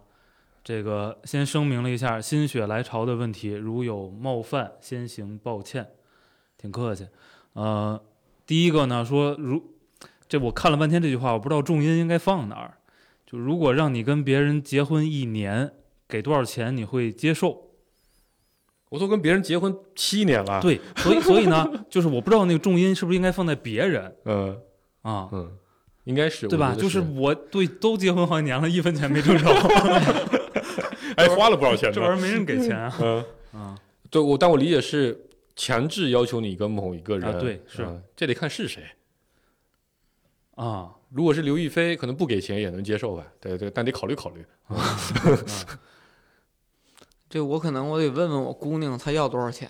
Speaker 4: 这个先声明了一下，心血来潮的问题，如有冒犯，先行抱歉，挺客气。呃，第一个呢，说如这我看了半天这句话，我不知道重音应该放哪儿。就如果让你跟别人结婚一年，给多少钱你会接受？
Speaker 5: 我都跟别人结婚七年了。，
Speaker 4: 对，所以所以呢，就是我不知道那个重音是不是应该放在别人
Speaker 5: 嗯
Speaker 4: 啊，
Speaker 5: 嗯，应该是
Speaker 4: 对吧？
Speaker 5: 我觉得
Speaker 4: 就是是我对都结婚好几年了，一分钱没挣着，
Speaker 5: 哎，花了不少钱
Speaker 4: 这
Speaker 5: 呢
Speaker 4: 玩意。儿没人给钱啊。
Speaker 5: 嗯
Speaker 4: 啊，
Speaker 5: 对我，但我理解是强制要求你跟某一个人。
Speaker 4: 啊对是
Speaker 5: 嗯这得看是谁。嗯
Speaker 4: 啊
Speaker 5: 如果是刘亦菲，可能不给钱也能接受吧。对对，但得考虑考虑。
Speaker 3: 这我可能我得问问我姑娘她要多少钱，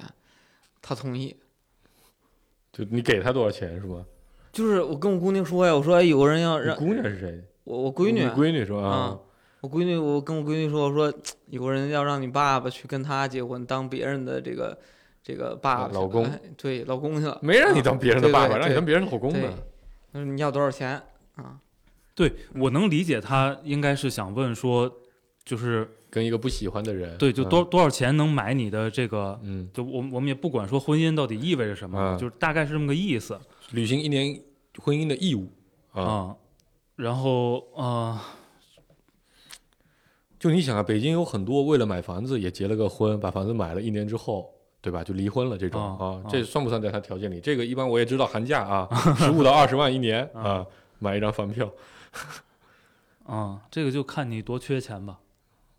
Speaker 3: 她同意。
Speaker 5: 就你给她多少钱是吗？
Speaker 3: 就是我跟我姑娘说呀，我说哎有个人要
Speaker 5: 你
Speaker 3: 让
Speaker 5: 姑娘是谁？
Speaker 3: 我我闺女
Speaker 5: 你闺女是吧？
Speaker 3: 啊，我闺女我跟我闺女说，我说有个人要让你爸爸去跟她结婚，当别人的这个这个
Speaker 4: 啊
Speaker 3: 爸爸去了、
Speaker 5: 老公
Speaker 3: 哎对老公去了。
Speaker 5: 没让你当别人的爸爸，
Speaker 3: 啊对对
Speaker 5: 让你当别人的老公
Speaker 3: 对
Speaker 5: 呢。，
Speaker 3: 她说你要多少钱啊？
Speaker 4: 对我能理解，他应该是想问说，就是
Speaker 5: 跟一个不喜欢的人，啊
Speaker 4: 对，就多多少钱能买你的这个。
Speaker 5: 嗯，
Speaker 4: 就我们我们也不管说婚姻到底意味着什么，
Speaker 5: 啊
Speaker 4: 就是大概是这么个意思
Speaker 5: 嗯履行一年婚姻的义务啊。
Speaker 4: 啊。然后啊，
Speaker 5: 就你想啊，北京有很多为了买房子也结了个婚，把房子买了一年之后，对吧，就离婚了这种
Speaker 4: 啊
Speaker 5: 啊
Speaker 4: 啊，
Speaker 5: 这算不算在他条件里？这个一般我也知道寒假 啊，十五到二十万一年
Speaker 4: 啊
Speaker 5: 啊，买一张饭票，
Speaker 4: 啊，这个就看你多缺钱吧。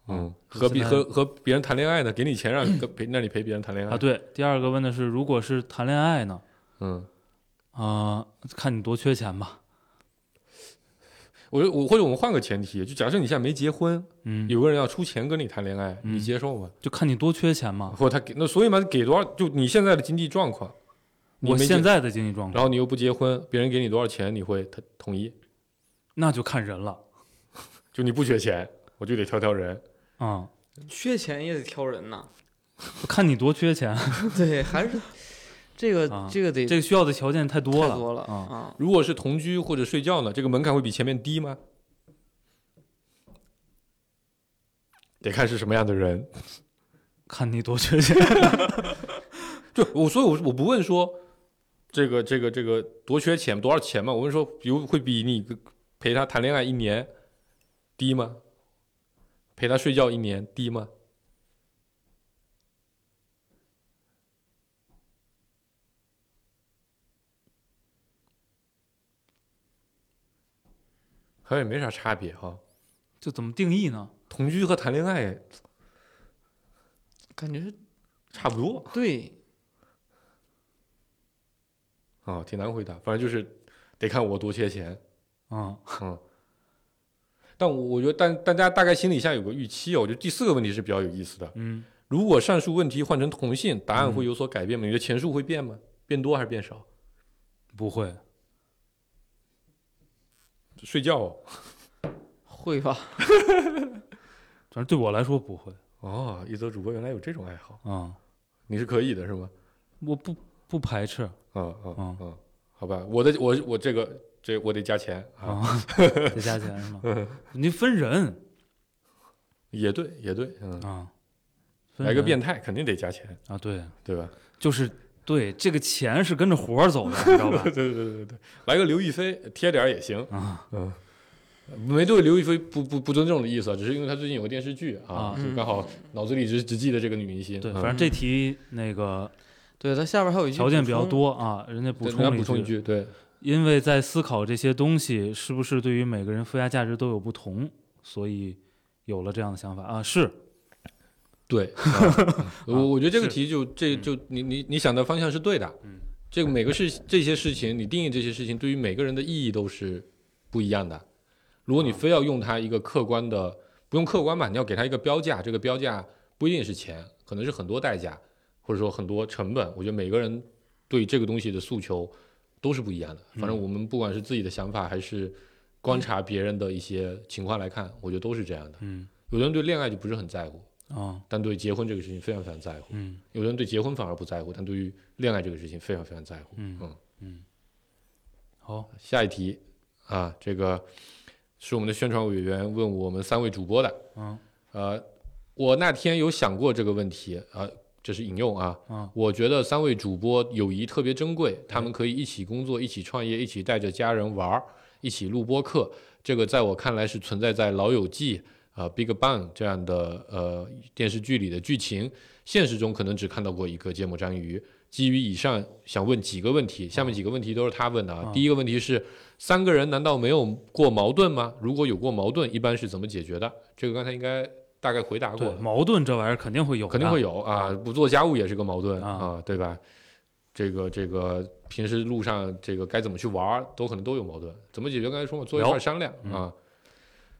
Speaker 5: 嗯，
Speaker 4: 就
Speaker 5: 何必
Speaker 4: 现在
Speaker 5: 和和别人谈恋爱呢？给你钱让你跟陪让你陪别人谈恋爱
Speaker 4: 啊，，对，第二个问的是，如果是谈恋爱呢？
Speaker 5: 嗯，
Speaker 4: 啊、看你多缺钱吧。
Speaker 5: 我觉得我或者我们换个前提，就假设你现在没结婚，
Speaker 4: 嗯，
Speaker 5: 有个人要出钱跟你谈恋爱，
Speaker 4: 嗯
Speaker 5: 你接受吗？
Speaker 4: 就看你多缺钱嘛。
Speaker 5: 或者他给那所以嘛，给多少就你现在的经济状况，你
Speaker 4: 我
Speaker 5: 没
Speaker 4: 现
Speaker 5: 结
Speaker 4: 在的经济状况，
Speaker 5: 然后你又不结婚，别人给你多少钱，你会他同意？
Speaker 4: 那就看人了
Speaker 5: 就你不缺钱，我就得挑挑人。
Speaker 4: 啊、
Speaker 3: 缺钱也得挑人呐。
Speaker 4: 看你多缺钱。
Speaker 3: 对，还是这个、
Speaker 4: 啊
Speaker 3: 这个得
Speaker 4: 这个需要的条件太多
Speaker 3: 太
Speaker 4: 了，
Speaker 3: 多了
Speaker 5: 嗯
Speaker 4: 啊、
Speaker 3: 啊。
Speaker 5: 如果是同居或者睡觉呢，这个门槛会比前面低吗？得看是什么样的人。
Speaker 4: 看你多缺钱。
Speaker 5: 就我，所以我我不问说这个这个这个多缺钱多少钱嘛，我问说有会比你陪他谈恋爱一年低吗？陪他睡觉一年低吗？好像也没啥差别哈、
Speaker 4: 就怎么定义呢？
Speaker 5: 同居和谈恋爱
Speaker 3: 感觉
Speaker 5: 差不多
Speaker 3: 对，
Speaker 5: 啊、挺难回答。反正就是得看我多缺钱，
Speaker 4: 啊、
Speaker 5: 嗯，但我我觉得，但大家大概心里下有个预期哦。我觉得第四个问题是比较有意思的。
Speaker 4: 嗯，
Speaker 5: 如果上述问题换成同性，答案会有所改变吗？你的钱数会变吗？变多还是变少？
Speaker 4: 不会，
Speaker 5: 睡觉哦，
Speaker 3: 会吧？
Speaker 4: 反正对我来说不会
Speaker 5: 哦，一则主播原来有这种爱好，
Speaker 4: 啊、
Speaker 5: 你是可以的是吗？
Speaker 4: 我不不排斥
Speaker 5: 啊啊
Speaker 4: 嗯
Speaker 5: 啊！好吧，我的我我这个这我得加钱
Speaker 4: 啊，
Speaker 5: 啊，
Speaker 4: 得加钱是吗？ 你分人
Speaker 5: 也对也对，嗯，
Speaker 4: 啊，分
Speaker 5: 来个
Speaker 4: 人
Speaker 5: 变态肯定得加钱，
Speaker 4: 啊，对，
Speaker 5: 对吧？
Speaker 4: 就是对这个钱是跟着活儿走的，你知道吧
Speaker 5: 对？对对对对，来个刘亦菲贴脸儿也行，
Speaker 4: 啊、
Speaker 5: 嗯，没对刘亦菲不不不尊重的意思啊，只是因为她最近有个电视剧啊
Speaker 4: 啊，
Speaker 5: 就刚好脑子里只只记得这个女明星。
Speaker 4: 对，
Speaker 5: 嗯
Speaker 4: 反正这题那个
Speaker 3: 对，它下边还有一句
Speaker 4: 条件比较
Speaker 3: 补充，
Speaker 4: 多啊，人家补
Speaker 5: 对
Speaker 4: 充
Speaker 5: 人
Speaker 4: 了
Speaker 5: 家补充一句，对，
Speaker 4: 因为在思考这些东西是不是对于每个人附加价值都有不同，所以有了这样的想法啊。是，
Speaker 5: 对，啊我我觉得这个题就这就你你你想的方向是对的，
Speaker 4: 嗯，
Speaker 5: 这个每个事这些事情，你定义这些事情，对于每个人的意义都是不一样的。如果
Speaker 4: 啊
Speaker 5: 你非要用它一个客观的，不用客观吧，你要给它一个标价，这个标价不一定是钱，可能是很多代价，或者说很多成本。我觉得每个人对这个东西的诉求都是不一样的。反
Speaker 4: 嗯
Speaker 5: 正我们不管是自己的想法，还是观察别人的一些情况来看，我觉得都是这样的。
Speaker 4: 嗯
Speaker 5: 有的人对恋爱就不是很在乎，
Speaker 4: 啊
Speaker 5: 但对结婚这个事情非常非常在乎。
Speaker 4: 嗯
Speaker 5: 有的人对结婚反而不在乎，但对于恋爱这个事情非常非常在乎。
Speaker 4: 嗯
Speaker 5: 嗯
Speaker 4: 嗯，好，
Speaker 5: 下一题啊，这个是我们的宣传委员问我们三位主播的。
Speaker 4: 嗯，
Speaker 5: 呃，我那天有想过这个问题啊、这是引用啊。
Speaker 4: 嗯
Speaker 5: 我觉得三位主播友谊特别珍贵，他们可以一起工作、一起创业、一起带着家人玩儿、一起录播课。这个在我看来是存在在《老友记》啊、Big Bang》这样的呃电视剧里的剧情，现实中可能只看到过一个芥末章鱼。基于以上，想问几个问题，下面几个问题都是他问啊的啊。第一个问题是，三个人难道没有过矛盾吗？如果有过矛盾，一般是怎么解决的？这个刚才应该大概回答过
Speaker 4: 对，
Speaker 5: 了，
Speaker 4: 矛盾这玩意儿肯定会有的，
Speaker 5: 肯定会有啊。不做家务也是个矛盾
Speaker 4: 啊
Speaker 5: 啊，对吧？这个这个平时路上这个该怎么去玩儿，都可能都有矛盾，怎么解决？刚才说嘛，坐一块儿
Speaker 4: 聊
Speaker 5: 商量
Speaker 4: 嗯
Speaker 5: 啊。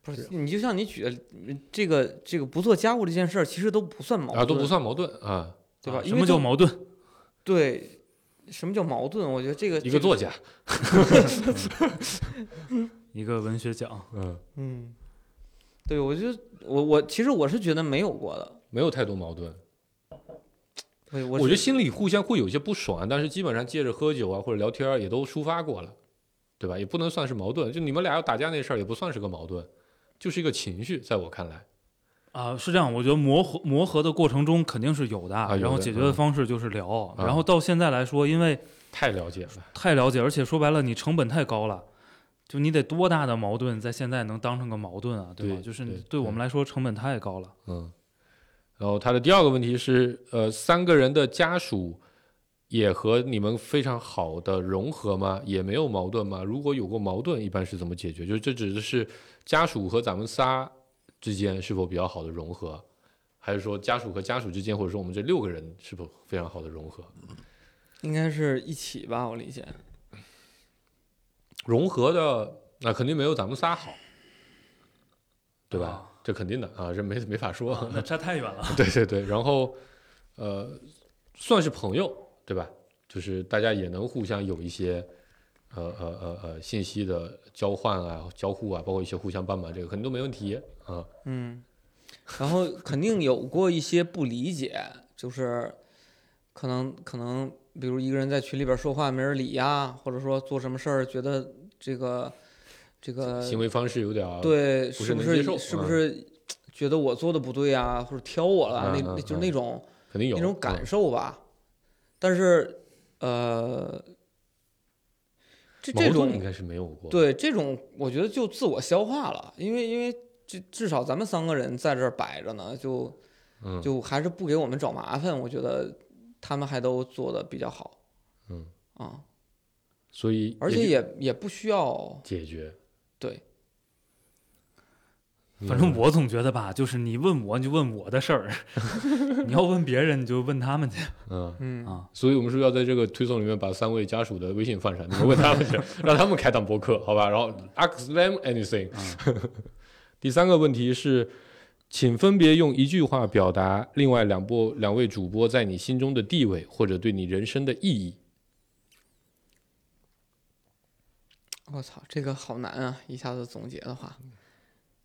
Speaker 3: 不是你就像你举的嗯这个这个不做家务这件事儿，其实都不算矛盾，
Speaker 5: 啊，都不算矛盾啊，
Speaker 3: 对吧？
Speaker 4: 啊
Speaker 3: 因
Speaker 4: 什
Speaker 3: 为
Speaker 4: 么叫
Speaker 3: 都
Speaker 4: 矛盾？
Speaker 3: 对？什么叫矛盾？我觉得这个
Speaker 5: 一个作，家，
Speaker 4: 一个文学奖，
Speaker 5: 嗯，
Speaker 3: 这个嗯，对我就我我其实我是觉得没有过的，
Speaker 5: 没有太多矛盾。
Speaker 3: 对我
Speaker 5: 我
Speaker 3: 是
Speaker 5: 觉得心里互相会有一些不爽，但是基本上借着喝酒啊或者聊天儿也都抒发过了，对吧？也不能算是矛盾，就你们俩要打架那事儿也不算是个矛盾，就是一个情绪，在我看来，
Speaker 4: 啊，是这样，我觉得磨合磨合的过程中肯定是有的，
Speaker 5: 有的
Speaker 4: 然后解决的方式就是聊，
Speaker 5: 嗯
Speaker 4: 然后到现在来说，因为
Speaker 5: 太了解了。
Speaker 4: 太了解，而且说白了你成本太高了，就你得多大的矛盾在现在能当成个矛盾啊，吧？
Speaker 5: 对
Speaker 4: 就是
Speaker 5: 对
Speaker 4: 对我们来说成本太高了，
Speaker 5: 嗯，然后他的第二个问题是，呃，三个人的家属也和你们非常好的融合吗？也没有矛盾吗？如果有过矛盾，一般是怎么解决？就是这只是家属和咱们仨之间是否比较好的融合，还是说家属和家属之间，或者说我们这六个人是否非常好的融合？
Speaker 3: 应该是一起吧，我理解。
Speaker 5: 融合的那、肯定没有咱们仨好，对吧？
Speaker 4: 啊
Speaker 5: 这肯定的啊，这没没法说。
Speaker 4: 那差太远了，
Speaker 5: 对对对，然后呃，算是朋友，对吧？就是大家也能互相有一些呃呃呃呃信息的交换啊、交互啊，包括一些互相帮忙，这个肯定都没问题啊。
Speaker 3: 嗯，然后肯定有过一些不理解，就是可能可能，比如一个人在群里边说话没人理呀、或者说做什么事儿觉得这个这个
Speaker 5: 行为方式有点儿
Speaker 3: 呃对
Speaker 5: 不
Speaker 3: 是
Speaker 5: 是
Speaker 3: 不
Speaker 5: 能接
Speaker 3: 是
Speaker 5: 受
Speaker 3: 是不
Speaker 5: 嗯
Speaker 3: 是觉得我做的不对呀、或者挑我了啊、那
Speaker 5: 嗯嗯
Speaker 3: 那就是
Speaker 5: 嗯
Speaker 3: 那种
Speaker 5: 肯定有嗯
Speaker 3: 那种感受吧。但是呃，这
Speaker 5: 嗯、
Speaker 3: 这
Speaker 5: 矛盾应
Speaker 3: 种
Speaker 5: 该是没有过。，
Speaker 3: 对这种，我觉得就自我消化了，因为因为至至少咱们三个人在这儿摆着呢，就。
Speaker 5: 嗯，
Speaker 3: 就还是不给我们找麻烦，我觉得他们还都做的比较好。
Speaker 5: 嗯
Speaker 3: 啊，
Speaker 5: 所以
Speaker 3: 而
Speaker 5: 也
Speaker 3: 且
Speaker 5: 就
Speaker 3: 也也不需要
Speaker 5: 解决。
Speaker 3: 对，
Speaker 4: 反正我总觉得吧，就是你问我你就问我的事 儿，你要问别人你就问他们去
Speaker 5: 嗯。
Speaker 3: 嗯
Speaker 4: 啊，
Speaker 5: 所以我们是不是要在这个推送里面把三位家属的微信放上，你们问他们去，让他们开档播客，好吧？然后 ask them anything。第 三个问题是，请分别用一句话表达另外两波两位主播在你心中的地位，或者对你人生的意义。
Speaker 3: 我操，这个好难啊！一下子总结的话，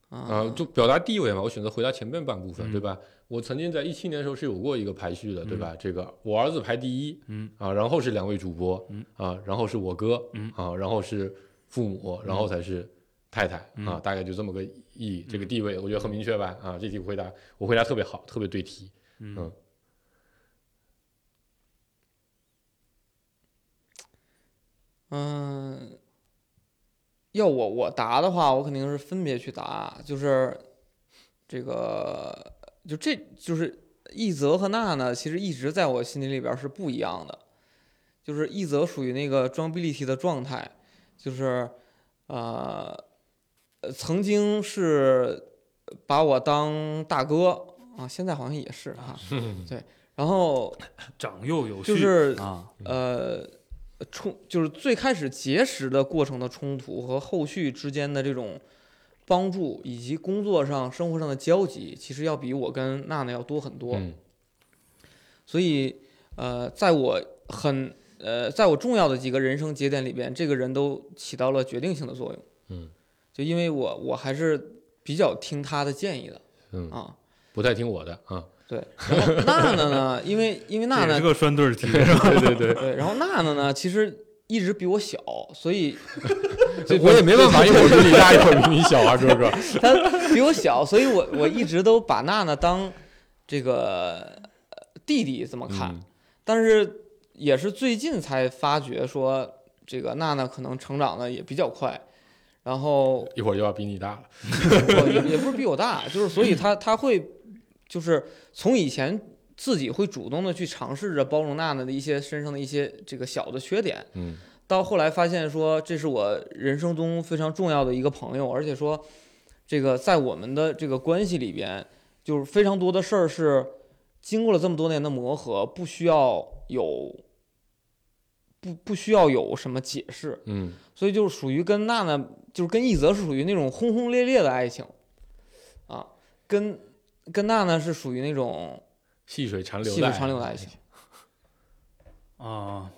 Speaker 5: 啊、
Speaker 3: 啊，
Speaker 5: 就表达地位嘛，我选择回答前面半部分，对吧？我曾经在一七年的时候是有过一个排序的，对吧？这个我儿子排第一，
Speaker 4: 嗯
Speaker 5: 啊，然后是两位主播，嗯啊，然后是我哥，
Speaker 4: 嗯
Speaker 5: 啊，然后是父母，然后才是太太、啊，大概就这么个意义，这个地位我觉得很明确吧？啊，这题回答我回答特别好，特别对题，嗯
Speaker 3: 嗯，要我我答的话，我肯定是分别去答，就是这个，就这就是一泽和娜娜，其实一直在我心里里边儿是不一样的，就是一泽属于那个装逼立体的状态，就是呃，呃曾经是把我当大哥啊，现在好像也是哈，对，然后
Speaker 4: 长幼有序，
Speaker 3: 就是
Speaker 4: 啊，
Speaker 3: 呃，呃冲，就是最开始结识的过程的冲突和后续之间的这种帮助，以及工作上、生活上的交集，其实要比我跟娜娜要多很多。
Speaker 5: 嗯
Speaker 3: 所以，呃，在我很呃，在我重要的几个人生节点里边，这个人都起到了决定性的作用。
Speaker 5: 嗯，
Speaker 3: 就因为我我还是比较听他的建议的
Speaker 5: 嗯，
Speaker 3: 啊。
Speaker 5: 不太听我的 啊，
Speaker 3: 对，然后娜娜呢，因为因为娜
Speaker 4: 啊也
Speaker 3: 娜
Speaker 4: 是个拴对儿题，
Speaker 5: 对对 对，
Speaker 3: 对，然后娜娜呢，其实一直比我小，所以
Speaker 5: 这我也没办法，一会儿比你 大，一会儿比你小啊，是不是？
Speaker 3: 她比我小，所以我我一直都把娜娜当这个呃弟弟这么看。
Speaker 5: 嗯
Speaker 3: 但是也是最近才发觉说，这个娜娜可能成长的也比较快，然后
Speaker 5: 一会儿又要比你大了，
Speaker 3: 我也也不是比我大，就是所以她她会就是从以前自己会主动的去尝试着包容娜娜的一些身上的一些这个小的缺点，
Speaker 5: 嗯
Speaker 3: 到后来发现说这是我人生中非常重要的一个朋友，而且说这个在我们的这个关系里边，就是非常多的事儿是经过了这么多年的磨合，不需要有不不需要有什么解释，
Speaker 5: 嗯，
Speaker 3: 所以就是属于跟娜娜，就是跟一泽是属于那种轰轰烈烈的爱情啊，跟跟娜娜是属于那种
Speaker 5: 细水长流，
Speaker 3: 细水长流的爱情。。
Speaker 4: 啊，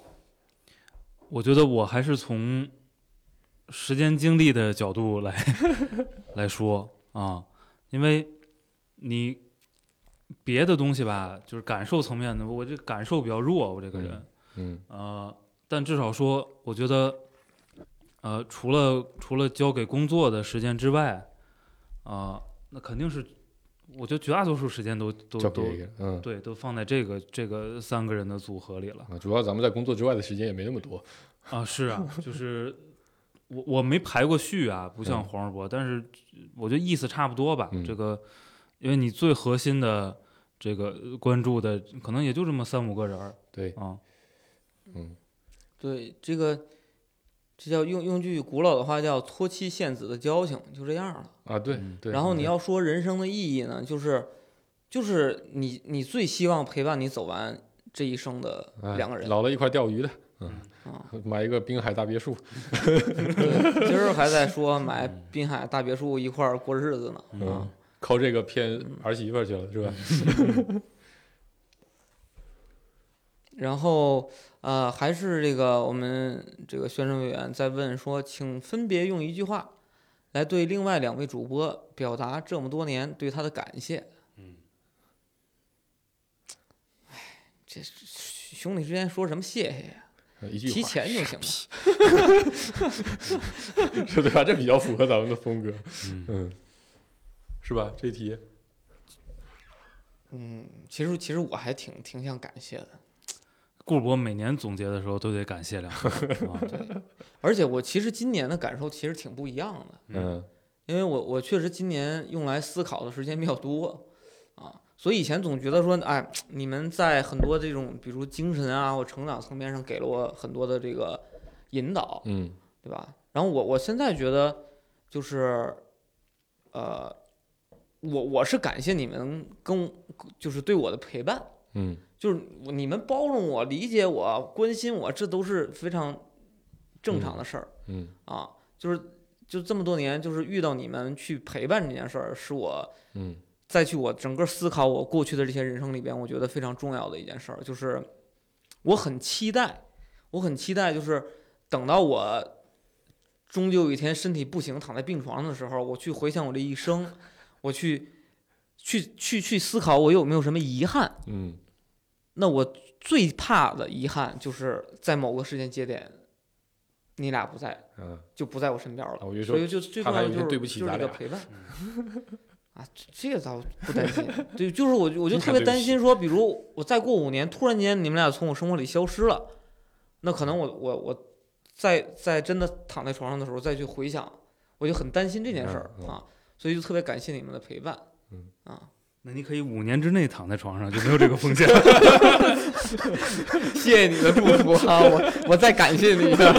Speaker 4: 我觉得我还是从时间经历的角度 来来说啊，因为你别的东西吧，就是感受层面的，我这感受比较弱，我这个人，
Speaker 5: 嗯
Speaker 4: 呃，但至少说，我觉得，呃，除了除了交给工作的时间之外，啊、那肯定是，我觉得绝大多数时间都都
Speaker 5: 交
Speaker 4: 都
Speaker 5: 给一个嗯
Speaker 4: 对，都放在这个这个三个人的组合里了。
Speaker 5: 啊，主要咱们在工作之外的时间也没那么多，
Speaker 4: 啊，是啊，就是 我我没排过序啊，不像
Speaker 5: 嗯
Speaker 4: 黄世博，但是我觉得意思差不多吧。
Speaker 5: 嗯
Speaker 4: 这个，因为你最核心的这个呃关注的，可能也就这么三五个人儿
Speaker 5: 对，
Speaker 4: 啊。
Speaker 5: 嗯
Speaker 3: 对，这个这叫用用句古老的话叫托妻献子的交情，就这样了。
Speaker 5: 啊对
Speaker 4: 嗯
Speaker 5: 对，
Speaker 3: 然后你
Speaker 5: 嗯
Speaker 3: 要说人生的意义呢，就是就是你你最希望陪伴你走完这一生的
Speaker 5: 哎
Speaker 3: 两个人。
Speaker 5: 老了一块钓鱼的，嗯
Speaker 3: 啊，
Speaker 5: 买一个滨海大别墅，
Speaker 3: 对，今儿还在说买滨海大别墅一块儿过日子呢。
Speaker 5: 嗯，靠这个骗儿媳妇儿去了，是吧？
Speaker 3: 然后呃，还是这个我们这个宣传委员在问说，请分别用一句话来对另外两位主播表达这么多年对他的感谢。嗯，哎，这兄弟之间说什么谢谢呀？
Speaker 5: 一句话
Speaker 3: 嗯提钱就行了。
Speaker 5: 是 对吧？这比较符合咱们的风格，嗯，是吧？这题
Speaker 3: 嗯，其实其实我还挺挺想感谢的，
Speaker 4: 顾主播每年总结的时候都得感谢两个人啊
Speaker 3: 而且我其实今年的感受其实挺不一样的。
Speaker 5: 嗯
Speaker 3: 因为我我确实今年用来思考的时间比较多啊，所以以前总觉得说，哎，你们在很多这种比如精神啊或成长层面上给了我很多的这个引导，
Speaker 5: 嗯
Speaker 3: 对吧？然后我我现在觉得就是，呃，我我是感谢你们跟就是对我的陪伴，
Speaker 5: 嗯
Speaker 3: 就是我你们包容我、理解我、关心我，这都是非常正常的事儿。
Speaker 5: 嗯
Speaker 3: 啊，就是就这么多年，就是遇到你们去陪伴这件事儿，是我
Speaker 5: 嗯
Speaker 3: 再去我整个思考我过去的这些人生里边，我觉得非常重要的一件事儿，就是我很期待，我很期待，就是等到我终究有一天身体不行躺在病床上的时候，我去回想我这一生，我去去去去思考我有没有什么遗憾。
Speaker 5: 嗯
Speaker 3: 那我最怕的遗憾就是在某个时间节点，你俩不在，
Speaker 5: 嗯，
Speaker 3: 就不在我身边了。
Speaker 5: 啊我就
Speaker 3: 所
Speaker 5: 说
Speaker 3: 以就最
Speaker 5: 怕
Speaker 3: 重
Speaker 5: 他
Speaker 3: 要
Speaker 5: 有
Speaker 3: 的
Speaker 5: 一
Speaker 3: 就
Speaker 5: 天
Speaker 3: 是
Speaker 5: 对不起
Speaker 3: 就是
Speaker 5: 咱
Speaker 3: 这个
Speaker 5: 俩嗯
Speaker 3: 陪伴。 啊，这这个倒不担心。对，就是我我就
Speaker 5: 经
Speaker 3: 特
Speaker 5: 常
Speaker 3: 别
Speaker 5: 对不
Speaker 3: 担
Speaker 5: 起
Speaker 3: 心说，比如我再过五年，突然间你们俩从我生活里消失了，那可能我我我在在真的躺在床上的时候再去回想，我就很担心这件事儿、
Speaker 5: 嗯嗯
Speaker 3: 啊，所以就特别感谢你们的陪 伴。
Speaker 5: 嗯
Speaker 3: 啊，
Speaker 4: 那你可以五年之内躺在床上就没有这个风险。
Speaker 3: 谢谢你的祝福 啊， 我我再感谢你一下。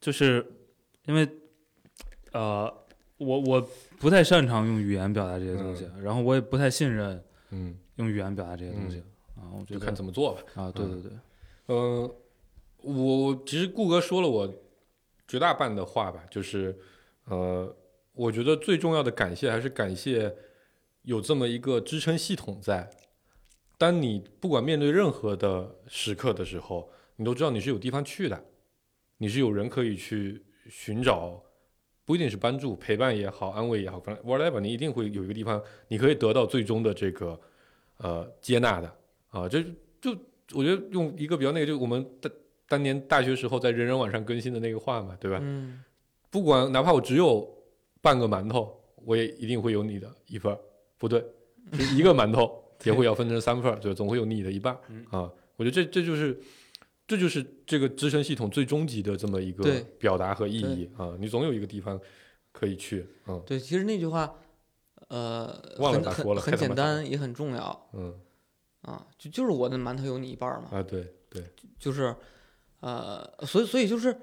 Speaker 4: 就是因为，呃，嗯我我不太擅长用语言表达这些东西，然后我也不太信任
Speaker 5: 嗯
Speaker 4: 用语言表达这些东西、啊，我觉
Speaker 5: 就
Speaker 4: 得
Speaker 5: 看怎么做吧。
Speaker 4: 啊，对对对，
Speaker 5: 嗯，我其实顾哥说了我绝大半的话吧，就是呃，我觉得最重要的感谢还是感谢有这么一个支撑系统在。当你不管面对任何的时刻的时候，你都知道你是有地方去的，你是有人可以去寻找，不一定是帮助、陪伴也好、安慰也好，反正 whatever，你一定会有一个地方，你可以得到最终的这个呃接纳的啊，这就我觉得用一个比较那个，就是我们当当年大学时候在人人网上更新的那个话嘛，对吧？
Speaker 3: 嗯，
Speaker 5: 不管哪怕我只有半个馒头，我也一定会有你的一份儿，不对，是一个馒头也会要分成三份儿，对，总会有你的一半儿啊。我觉得这这就是这就是这个支撑系统最终极的这么一个
Speaker 3: 对
Speaker 5: 表达和意义啊，你总有一个地方可以去，嗯
Speaker 3: 对，其实那句话，呃，
Speaker 5: 忘了
Speaker 3: 很
Speaker 5: 咋
Speaker 3: 很
Speaker 5: 说了
Speaker 3: 很
Speaker 5: 太他妈
Speaker 3: 简
Speaker 5: 长了
Speaker 3: 单，也很重要
Speaker 5: 嗯
Speaker 3: 啊，就就是我的馒头有你一半儿嘛，
Speaker 5: 啊，对对，
Speaker 3: 就是，呃，所以所以就是，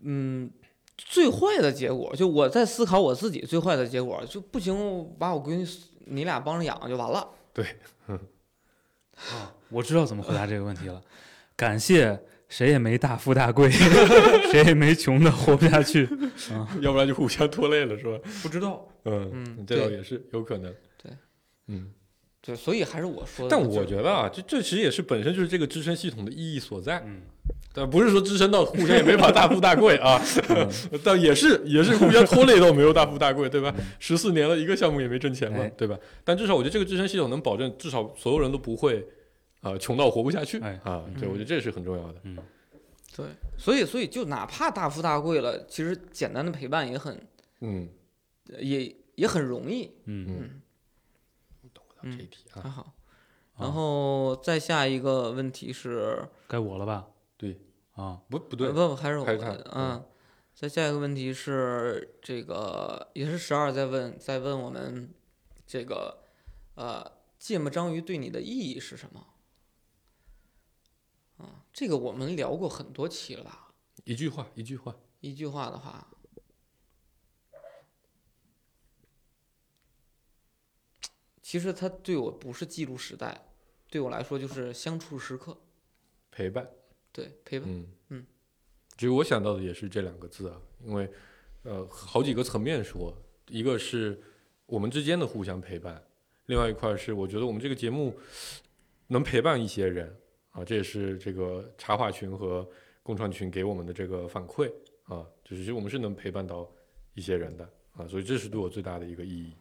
Speaker 3: 嗯，最坏的结果，就我在思考我自己最坏的结果，就不行，我把我闺女你俩帮着养就完了。
Speaker 4: 啊我知道怎么回答这个问题了。感谢谁也没大富大贵， 谁也没穷的活不下去。
Speaker 5: 要不然就互相拖累了，是吧？
Speaker 4: 不知道，
Speaker 5: 嗯
Speaker 3: 嗯
Speaker 5: 这倒
Speaker 3: 对
Speaker 5: 也是有可能，
Speaker 3: 对，
Speaker 5: 嗯。
Speaker 3: 对，所以还是我说的。
Speaker 5: 但我觉得啊，这这其实也是本身就是这个支撑系统的意义所在。
Speaker 4: 嗯，
Speaker 5: 但不是说支撑到互相也没法大富大贵啊，
Speaker 3: 嗯
Speaker 5: 但也是也是互相拖累到没有大富大贵，对
Speaker 3: 嗯
Speaker 5: 吧？十四年了，一个项目也没挣钱嘛
Speaker 4: 哎，
Speaker 5: 对吧？但至少我觉得这个支撑系统能保证，至少所有人都不会啊、呃穷到活不下去
Speaker 4: 哎
Speaker 5: 啊。
Speaker 3: 嗯
Speaker 5: 对，我觉得这是很重要的。
Speaker 3: 对，所以所以就哪怕大富大贵了，其实简单的陪伴也很
Speaker 5: 嗯，
Speaker 3: 也也很容易，
Speaker 4: 嗯，
Speaker 5: 这
Speaker 3: 嗯
Speaker 5: 一题啊，
Speaker 3: 还好。然后再下一个问题是，
Speaker 4: 该我了吧？
Speaker 5: 对
Speaker 4: 啊，
Speaker 5: 不不对
Speaker 3: 呃，不不还是我
Speaker 5: 还是他
Speaker 3: 的，嗯。再下一个问题是这个也是十二在问在问我们这个呃芥末章鱼对你的意义是什么？啊，这个我们聊过很多期了吧？
Speaker 5: 一句话一句话，
Speaker 3: 一句话的话，其实它对我不是记录时代，对我来说就是相处时刻，
Speaker 5: 陪伴。
Speaker 3: 对陪伴。
Speaker 5: 嗯
Speaker 3: 嗯，
Speaker 5: 其实我想到的也是这两个字啊，因为呃，好几个层面说，一个是我们之间的互相陪伴，另外一块是我觉得我们这个节目能陪伴一些人啊，这也是这个茶话群和共创群给我们的这个反馈啊，就是其实我们是能陪伴到一些人的啊，所以这是对我最大的一个意义。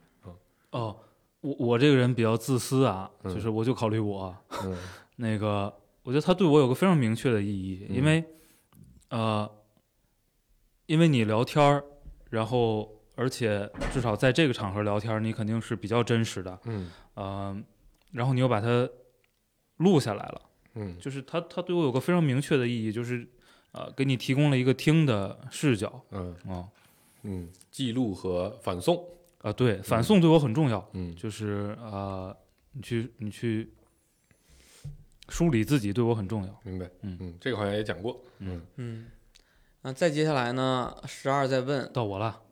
Speaker 4: 哦，我我这个人比较自私啊，
Speaker 5: 嗯
Speaker 4: 就是我就考虑我啊
Speaker 5: 嗯
Speaker 4: 那个，我觉得他对我有个非常明确的意义，因
Speaker 5: 嗯
Speaker 4: 为呃，因为你聊天儿，然后。而且至少在这个场合聊天儿，你肯定是比较真实的，
Speaker 5: 嗯
Speaker 4: 嗯，然后你又把它录下来了，
Speaker 5: 嗯
Speaker 4: 就是它它对我有个非常明确的意义，就是呃，给你提供了一个听的视角
Speaker 5: 嗯
Speaker 4: 啊、哦
Speaker 5: 嗯，记录和反送。
Speaker 4: 啊，对，反送对我很重要，
Speaker 5: 嗯
Speaker 4: 就是呃，你去你去梳理自己对我很重要，
Speaker 5: 明白。
Speaker 4: 嗯
Speaker 5: 嗯，这个好像也讲过。
Speaker 4: 嗯
Speaker 3: 嗯，那再接下来呢，十二在问
Speaker 4: 到我了，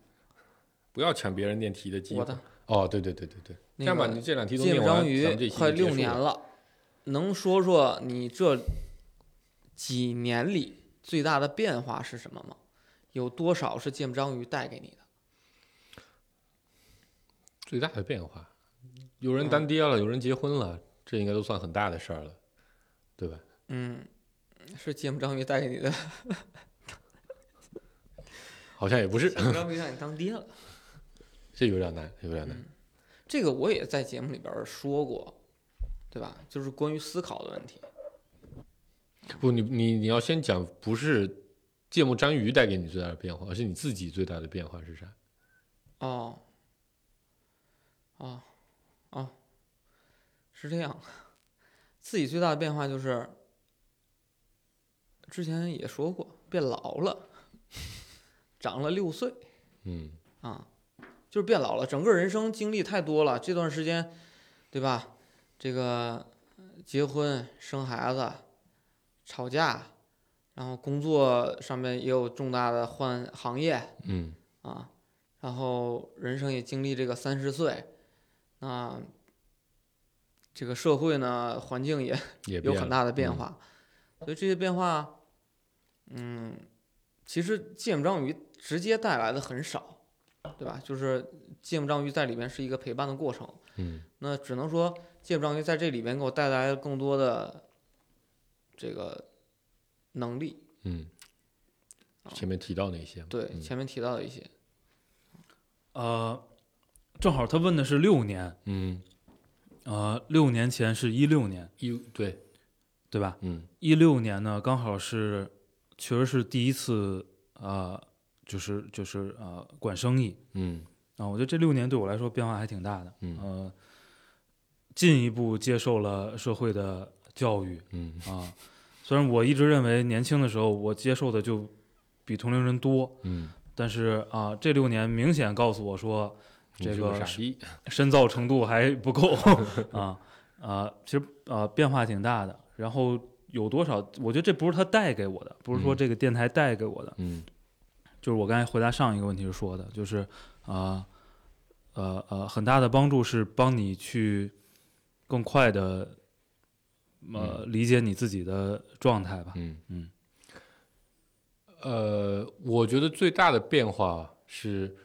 Speaker 5: 不要抢别人念题的机会。
Speaker 3: 我的
Speaker 5: 哦，对对对对对，
Speaker 3: 那
Speaker 5: 这样吧，
Speaker 3: 个
Speaker 5: 你这两题都
Speaker 3: 芥
Speaker 5: 念
Speaker 3: 末
Speaker 5: 完，
Speaker 3: 章
Speaker 5: 咱们这
Speaker 3: 鱼
Speaker 5: 期
Speaker 3: 快
Speaker 5: 就结
Speaker 3: 六
Speaker 5: 束
Speaker 3: 年
Speaker 5: 了，
Speaker 3: 了，能说说你这几年里最大的变化是什么吗？有多少是芥末章鱼带给你的？
Speaker 5: 最大的变化，
Speaker 3: 嗯
Speaker 5: 有人当爹了，有人结婚了，这应该都算很大的事儿了，对吧？
Speaker 3: 嗯，是芥末章鱼带给你的，
Speaker 5: 好像也不是，
Speaker 3: 芥末章鱼让你当爹了。
Speaker 5: 这有点难，有点难。
Speaker 3: 嗯这个我也在节目里边儿说过，对吧？就是关于思考的问题。
Speaker 5: 不，你你你要先讲，不是芥末章鱼带给你最大的变化，而是你自己最大的变化是啥？
Speaker 3: 哦，哦，哦，是这样。自己最大的变化就是，之前也说过，变老了，长了六岁
Speaker 5: 嗯
Speaker 3: 啊，就是变老了。整个人生经历太多了，这段时间，对吧？这个呃结婚、生孩子、吵架，然后工作上面也有重大的换行业，
Speaker 5: 嗯
Speaker 3: 啊，然后人生也经历这个三十岁，那这个社会呢环境也
Speaker 5: 也
Speaker 3: 有
Speaker 5: 变
Speaker 3: 很
Speaker 5: 了
Speaker 3: 大的变
Speaker 5: 嗯
Speaker 3: 化，所以这些变化，嗯，其实芥末章鱼直接带来的很少，对吧？就是芥末章鱼在里面是一个陪伴的过程，
Speaker 5: 嗯
Speaker 3: 那只能说芥末章鱼在这里面给我带来了更多的这个能力，
Speaker 5: 嗯，前面提到那些嘛，
Speaker 3: 哦对
Speaker 5: 嗯
Speaker 3: 前面提到的一些，
Speaker 4: 呃，正好他问的是六年，
Speaker 5: 嗯，
Speaker 4: 呃，六年前是一六年，
Speaker 5: 一对，
Speaker 4: 对吧？
Speaker 5: 嗯
Speaker 4: 一六年呢，刚好是确实是第一次呃，就是就是呃，管生意
Speaker 5: 嗯
Speaker 4: 啊、我觉得这六年对我来说变化还挺大的，
Speaker 5: 嗯
Speaker 4: 呃，进一步接受了社会的教育
Speaker 5: 嗯
Speaker 4: 啊、虽然我一直认为年轻的时候我接受的就比同龄人多，
Speaker 5: 嗯，
Speaker 4: 但是啊、这六年明显告诉我说，
Speaker 5: 你
Speaker 4: 这
Speaker 5: 是个
Speaker 4: 个
Speaker 5: 傻
Speaker 4: 是
Speaker 5: 逼，
Speaker 4: 深造程度还不够啊啊，其实啊变化挺大的。然后有多少？我觉得这不是他带给我的，不是说
Speaker 5: 嗯
Speaker 4: 这个电台带给我的，
Speaker 5: 嗯
Speaker 4: 就是我刚才回答上一个问题时说的，就是啊呃呃很大的帮助是帮你去更快的呃理解你自己的状态吧。
Speaker 5: 嗯
Speaker 4: 嗯，
Speaker 5: 呃，我觉得最大的变化是，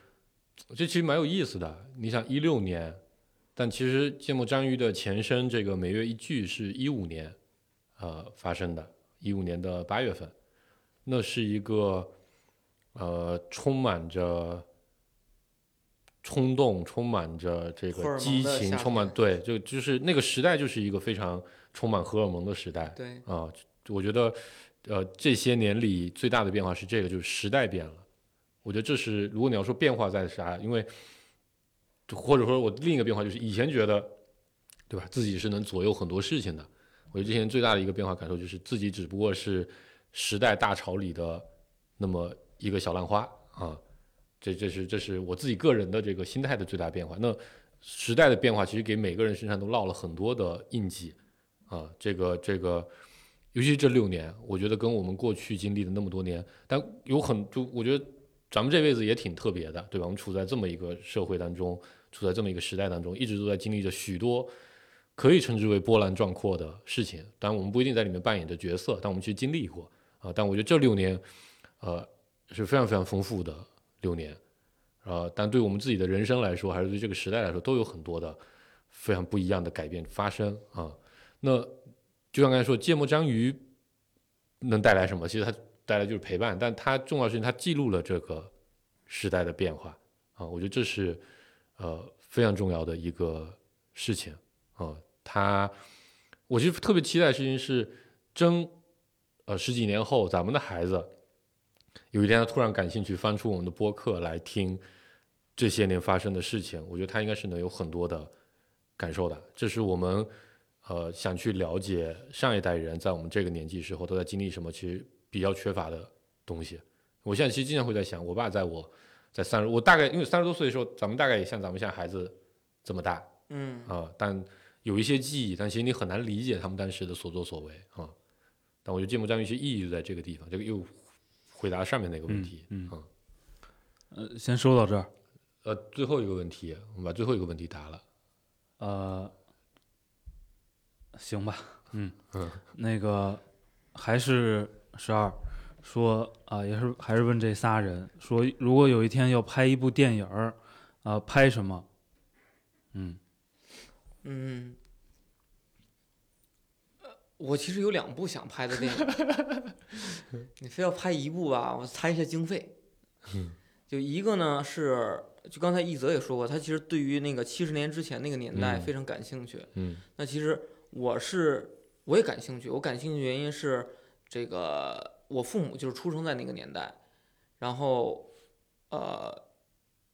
Speaker 5: 这其实蛮有意思的。你想，一六年，但其实《芥末章鱼》的前身这个每月一剧是一五年，呃，发生的，一五年的八月份，那是一个呃充满着冲动、充满着这
Speaker 3: 荷尔
Speaker 5: 个
Speaker 3: 蒙
Speaker 5: 激
Speaker 3: 的
Speaker 5: 情、
Speaker 3: 夏
Speaker 5: 充满
Speaker 3: 天
Speaker 5: 对，就就是那个时代就是一个非常充满荷尔蒙的时代。
Speaker 3: 对，
Speaker 5: 啊、我觉得，呃，这些年里最大的变化是这个，就是时代变了。我觉得这是，如果你要说变化在啥，因为或者说我另一个变化就是以前觉得，对吧，自己是能左右很多事情的。我觉得这些年最大的一个变化感受就是自己只不过是时代大潮里的那么一个小浪花啊。这这是这是我自己个人的这个心态的最大变化。那时代的变化其实给每个人身上都烙了很多的印记啊。这个这个，尤其是这六年，我觉得跟我们过去经历的那么多年，但有很就我觉得咱们这辈子也挺特别的，对吧？我们处在这么一个社会当中，处在这么一个时代当中，一直都在经历着许多可以称之为波澜壮阔的事情。当然，我们不一定在里面扮演着角色，但我们去经历过啊。但我觉得这六年，呃，是非常非常丰富的六年，呃，但对我们自己的人生来说，还是对这个时代来说，都有很多的非常不一样的改变发生啊。那就像刚才说，芥末章鱼能带来什么？其实它带来就是陪伴，但它重要的事情，它记录了这个时代的变化啊。我觉得这是呃非常重要的一个事情啊。它，我其实特别期待的事情是，真呃十几年后，咱们的孩子有一天他突然感兴趣，翻出我们的播客来听这些年发生的事情，我觉得他应该是能有很多的感受的。这是我们呃想去了解上一代人在我们这个年纪时候都在经历什么，其实比较缺乏的东西。我现在其实经常会在想，我爸在我在三十，我大概因为三十多岁的时候，咱们大概也像咱们现在孩子这么大啊、
Speaker 3: 嗯，
Speaker 5: 但有一些记忆，但其实你很难理解他们当时的所作所为啊、但我觉得《芥末章鱼》其实意义就在这个地方，这个又回答上面那个问题，
Speaker 4: 嗯
Speaker 5: 嗯
Speaker 4: 呃，先说到这儿。
Speaker 5: 呃，最后一个问题，我们把最后一个问题答了。
Speaker 4: 呃，行吧，嗯
Speaker 5: 嗯，
Speaker 4: 那个还是十二说啊、也是还是问这仨人说，如果有一天要拍一部电影儿，啊、拍什么？嗯
Speaker 3: 嗯，呃我其实有两部想拍的电影， 你非要拍一部吧，我猜一下经费。就一个呢是，就刚才一泽也说过，他其实对于那个七十年之前那个年代
Speaker 5: 嗯
Speaker 3: 非常感兴趣。
Speaker 5: 嗯
Speaker 3: 那其实我是我也感兴趣，我感兴趣的原因是这个我父母就是出生在那个年代，然后呃，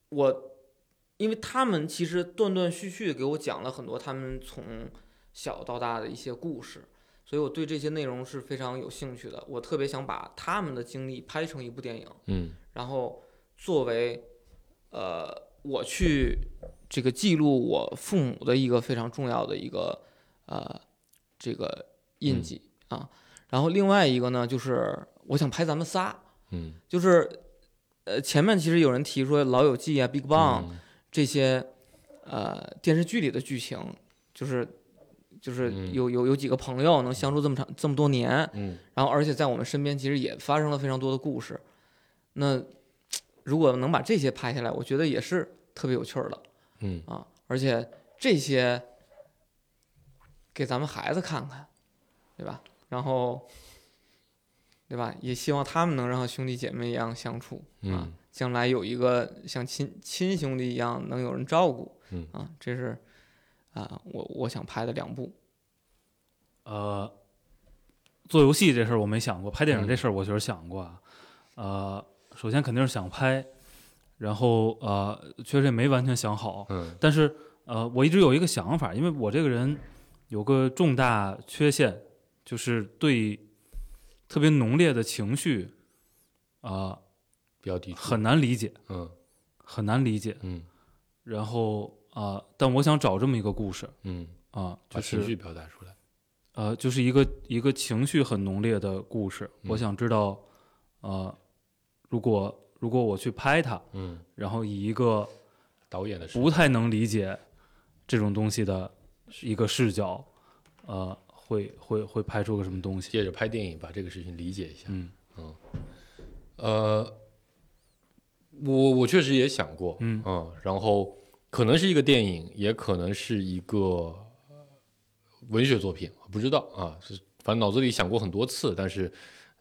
Speaker 3: 我因为他们其实断断续续地给我讲了很多他们从小到大的一些故事，所以我对这些内容是非常有兴趣的。我特别想把他们的经历拍成一部电影，
Speaker 5: 嗯
Speaker 3: 然后作为呃我去这个记录我父母的一个非常重要的一个呃这个印
Speaker 5: 嗯
Speaker 3: 记、啊。然后另外一个呢，就是我想拍咱们仨，
Speaker 5: 嗯，
Speaker 3: 就是呃前面其实有人提说《老友记》啊、《Big
Speaker 5: 嗯
Speaker 3: Bang、这些呃电视剧里的剧情，就是就是
Speaker 5: 嗯
Speaker 3: 有有有几个朋友能相处这么长这么多年，
Speaker 5: 嗯
Speaker 3: 然后而且在我们身边其实也发生了非常多的故事。那如果能把这些拍下来，我觉得也是特别有趣儿的
Speaker 5: 嗯，
Speaker 3: 啊！而且这些给咱们孩子看看，对吧？然后，对吧？也希望他们能让兄弟姐妹一样相处啊，
Speaker 5: 嗯
Speaker 3: 将来有一个像亲亲兄弟一样能有人照顾，
Speaker 5: 嗯
Speaker 3: 啊，这是啊，我我想拍的两部，
Speaker 4: 呃，做游戏这事儿我没想过，拍电影
Speaker 5: 嗯
Speaker 4: 这事儿我确实想过啊。呃，首先肯定是想拍，然后呃，确实也没完全想好，
Speaker 5: 嗯
Speaker 4: 但是呃，我一直有一个想法，因为我这个人有个重大缺陷，就是对特别浓烈的情绪啊、
Speaker 5: 比较抵触，
Speaker 4: 很难理解，
Speaker 5: 嗯
Speaker 4: 很难理解。
Speaker 5: 嗯
Speaker 4: 然后啊、呃但我想找这么一个故事
Speaker 5: 嗯，
Speaker 4: 啊、就
Speaker 5: 把情
Speaker 4: 是
Speaker 5: 绪表达出来，
Speaker 4: 呃，就是一个一个情绪很浓烈的故事。
Speaker 5: 嗯
Speaker 4: 我想知道，呃，如果如果我去拍它，
Speaker 5: 嗯，
Speaker 4: 然后以一个
Speaker 5: 导演的视
Speaker 4: 不太能理解这种东西的一个视角，呃，会会会拍出个什么东西？
Speaker 5: 借着拍电影把这个事情理解一下。
Speaker 4: 嗯
Speaker 5: 呃，我我确实也想过，
Speaker 4: 嗯
Speaker 5: 然后可能是一个电影，也可能是一个呃文学作品，不知道啊，是反正脑子里想过很多次，但是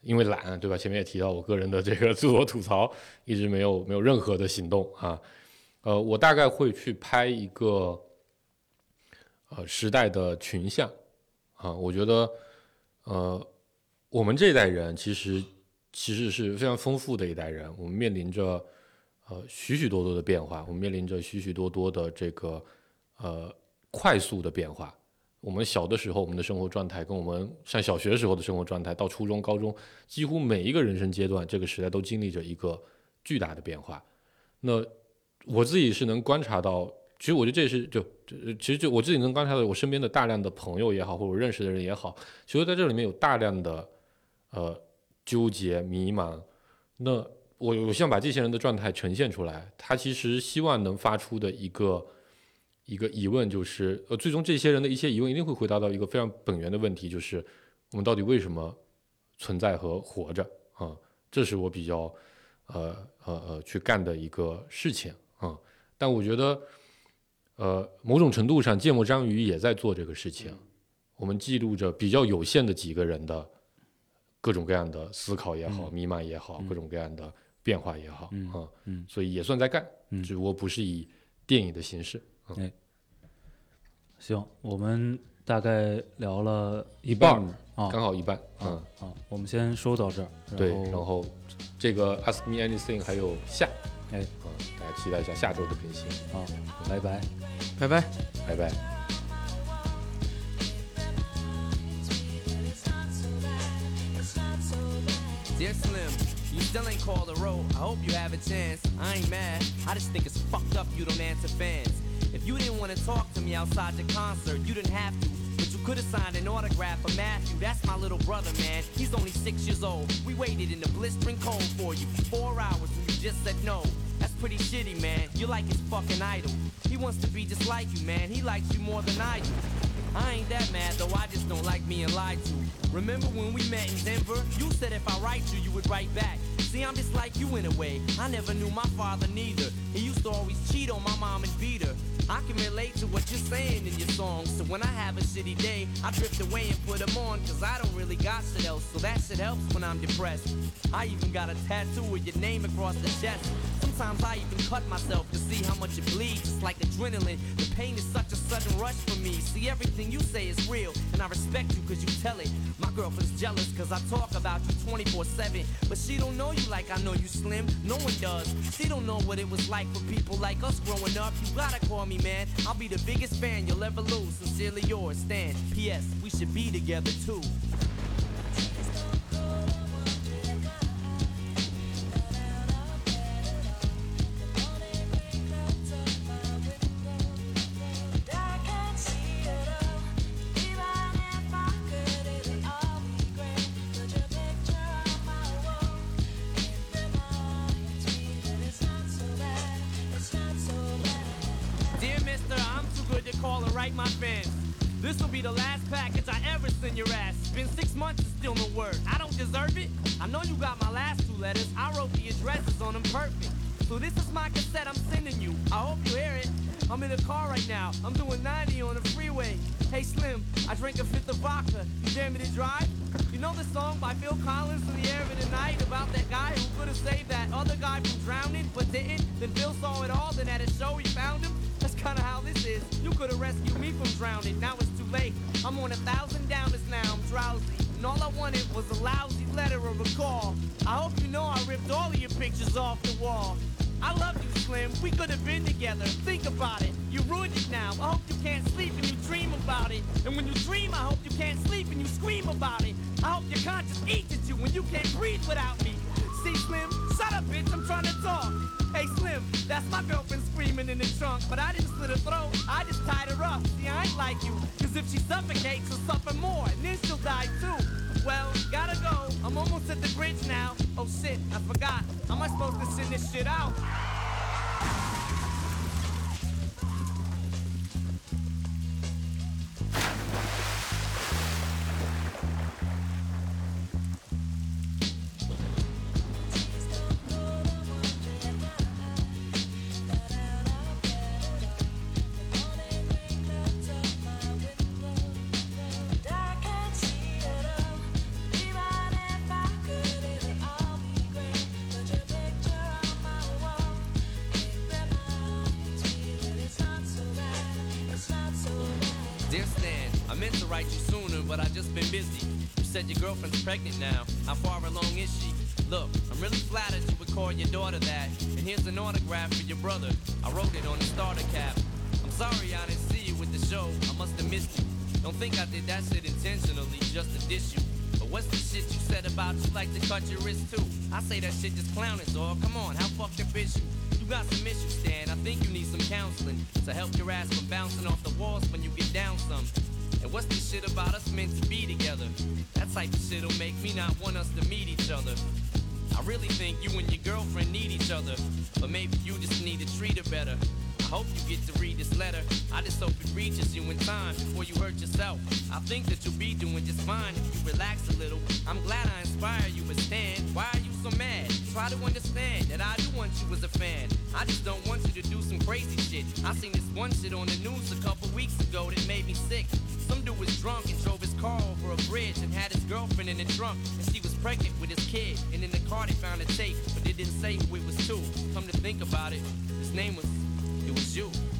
Speaker 5: 因为懒，对吧？前面也提到我个人的这个 自我吐槽，一直没有没有任何的行动啊。呃，我大概会去拍一个呃时代的群像啊，我觉得呃我们这一代人其实其实是非常丰富的一代人，我们面临着呃许许多多的变化，我们面临着许许多多的这个呃快速的变化。我们小的时候，我们的生活状态跟我们上小学时候的生活状态，到初中、高中，几乎每一个人生阶段，这个时代都经历着一个巨大的变化。那我自己是能观察到，其实我觉得这是就这其实就我自己能观察到，我身边的大量的朋友也好，或者我认识的人也好，其实在这里面有大量的呃纠结、迷茫。那我我想把这些人的状态呈现出来，他其实希望能发出的一个一个疑问就是，呃，最终这些人的一些疑问一定会回答到一个非常本源的问题，就是我们到底为什么存在和活着啊、这是我比较呃呃呃去干的一个事情啊、但我觉得，呃，某种程度上，芥末章鱼也在做这个事情。我们记录着比较有限的几个人的各种各样的思考也好、迷茫也好、各种各样的变化也好，
Speaker 4: 嗯
Speaker 5: 啊
Speaker 4: 嗯
Speaker 5: 所以也算在干，
Speaker 4: 嗯
Speaker 5: 只不过不是以电影的形式。
Speaker 4: 行，我们大概聊了一
Speaker 5: 半
Speaker 4: 半
Speaker 5: 儿
Speaker 4: 儿啊
Speaker 5: 刚好一半，嗯，
Speaker 4: 啊，我们先说到这儿。
Speaker 5: 对，然后这个 Ask Me Anything 还有下，
Speaker 4: 哎
Speaker 5: 嗯，大家期待一下下周的更新，
Speaker 4: 啊，拜拜。
Speaker 3: 拜拜。
Speaker 5: 拜拜。
Speaker 2: Dear Slim, you still ain't called a row. I hope you have a chance. I ain't mad. I just think it's fucked up you don't answer fans. If you didn't want to talk to me outside the concert, you didn't have to. But you could have signed an autograph for Matthew. That's my little brother, man. He's only six years old. We waited in the blistering cold for you. Four hours and you just said no. That's pretty shitty, man. You're like his fucking idol. He wants to be just like you, man. He likes you more than I do. I ain't that mad though, I just don't like being lied to. Remember when we met in Denver? You said if I write you, you would write back. See, I'm just like you in a way. I never knew my father neither. He used to always cheat on my mom and beat her. I can relate to what you're saying in your songs. So when I have a shitty day, I drift away and put them on. Cause I don't really got shit else. So that shit helps when I'm depressed. I even got a tattoo with your name across the chest. Sometimes I even cut myself to see how much it bleeds. It's like adrenaline. The pain is such a sudden rush for me. See, everything you say is real, and I respect you because you tell it. My girlfriend's jealous because I talk about you 24 7. But she don't know you like I know you slim. No one does. She don't know what it was like for people like us growing up. You gotta call me, man. I'll be the biggest fan you'll ever lose. Sincerely yours, Stan. P.S. We should be together too.
Speaker 6: I can't see it all. Even if I could, it would all be great. Put your picture on my wall. It reminds me that it's not so bad. It's not so bad.
Speaker 2: Dear mister, I'm too good to call and write my fans. This will be the last package I ever send your ass. It's been six months and still no word. I don't deserve it. I know you got my last two letters. I wrote the addresses on them perfect. So this is my cassette I'm sending you. I hope you hear it. I'm in a car right now. I'm doing 90 on the freeway. Hey Slim, I drank a fifth of vodka. You dare me to drive? You know the song by Phil Collins in the air of the night about that guy who could have saved that other guy from drowning but didn't? Then Phil saw it all, then at a show he found him. That's kinda how this is. You could have rescued me from drowning. Now it's too late. I'm on a thousand downers now. I'm drowsy. And all I wanted was a lousy letter or a call. I hope you know I ripped all of your pictures off the wall. I love you, Slim. We could have been together. Think about it. You ruined it now. I hope you can't sleep and you dream about it. And when you dream, I hope you can't sleep and you scream about it. I hope your conscience eats at you when you can't breathe without me. See, Slim, shut up, bitch. I'm trying to talk. Hey, Slim, that's my girlfriend screaming in the trunk. But I didn't slit her throat. I just tied her up. See, I ain't like you. Cause if she suffocates, she'll suffer more. And then she'll die too. Well, gotta go. I'm almost at the bridge now. Oh shit, I forgot. How am I supposed to send this shit out?
Speaker 6: I can't see it all. Even if I could, it would all be great. Put your picture on my wall. It reminds me that it's not so bad. It's not so bad.
Speaker 2: Dear Stan, I meant to write you sooner, but I've just been busy. You said your girlfriend's pregnant now. How far along is she? Look, I'm really flattered you would call your daughter that. And here's an autograph for your brother. I wrote it on the starter cap. I'm sorry I didn't see you with the show. I must have missed you. Don't think I did that shit intentionally just to diss you. But what's the shit you said about you like to cut your wrist too? I say that shit just clowning, dog. Come on, how fucked up is you? You got some issues, Stan. I think you need some counseling to help your ass from bouncing off the walls when you get down some. And what's this shit about us meant to be together? That type of shit'll make me not want us to meet each other. I really think you and your girlfriend need each other, but maybe you just need to treat her better. I hope you get to read this letter. I just hope it reaches you in time before you hurt yourself. I think that you'll be doing just fine if you relax a little. I'm glad I inspire you, but Stan, why are you so mad? Try to understand that I do want you as a fan. I just don't want you to do some crazy shit. I seen this one shit on the news a couple weeks ago that made me sick. Some dude was drunk and drove his car over a bridge and had his girlfriend in the trunk, and she was pregnant with his kid. And in the car they found a tape, but they didn't say who it was to. Come to think about it, his name was it was you.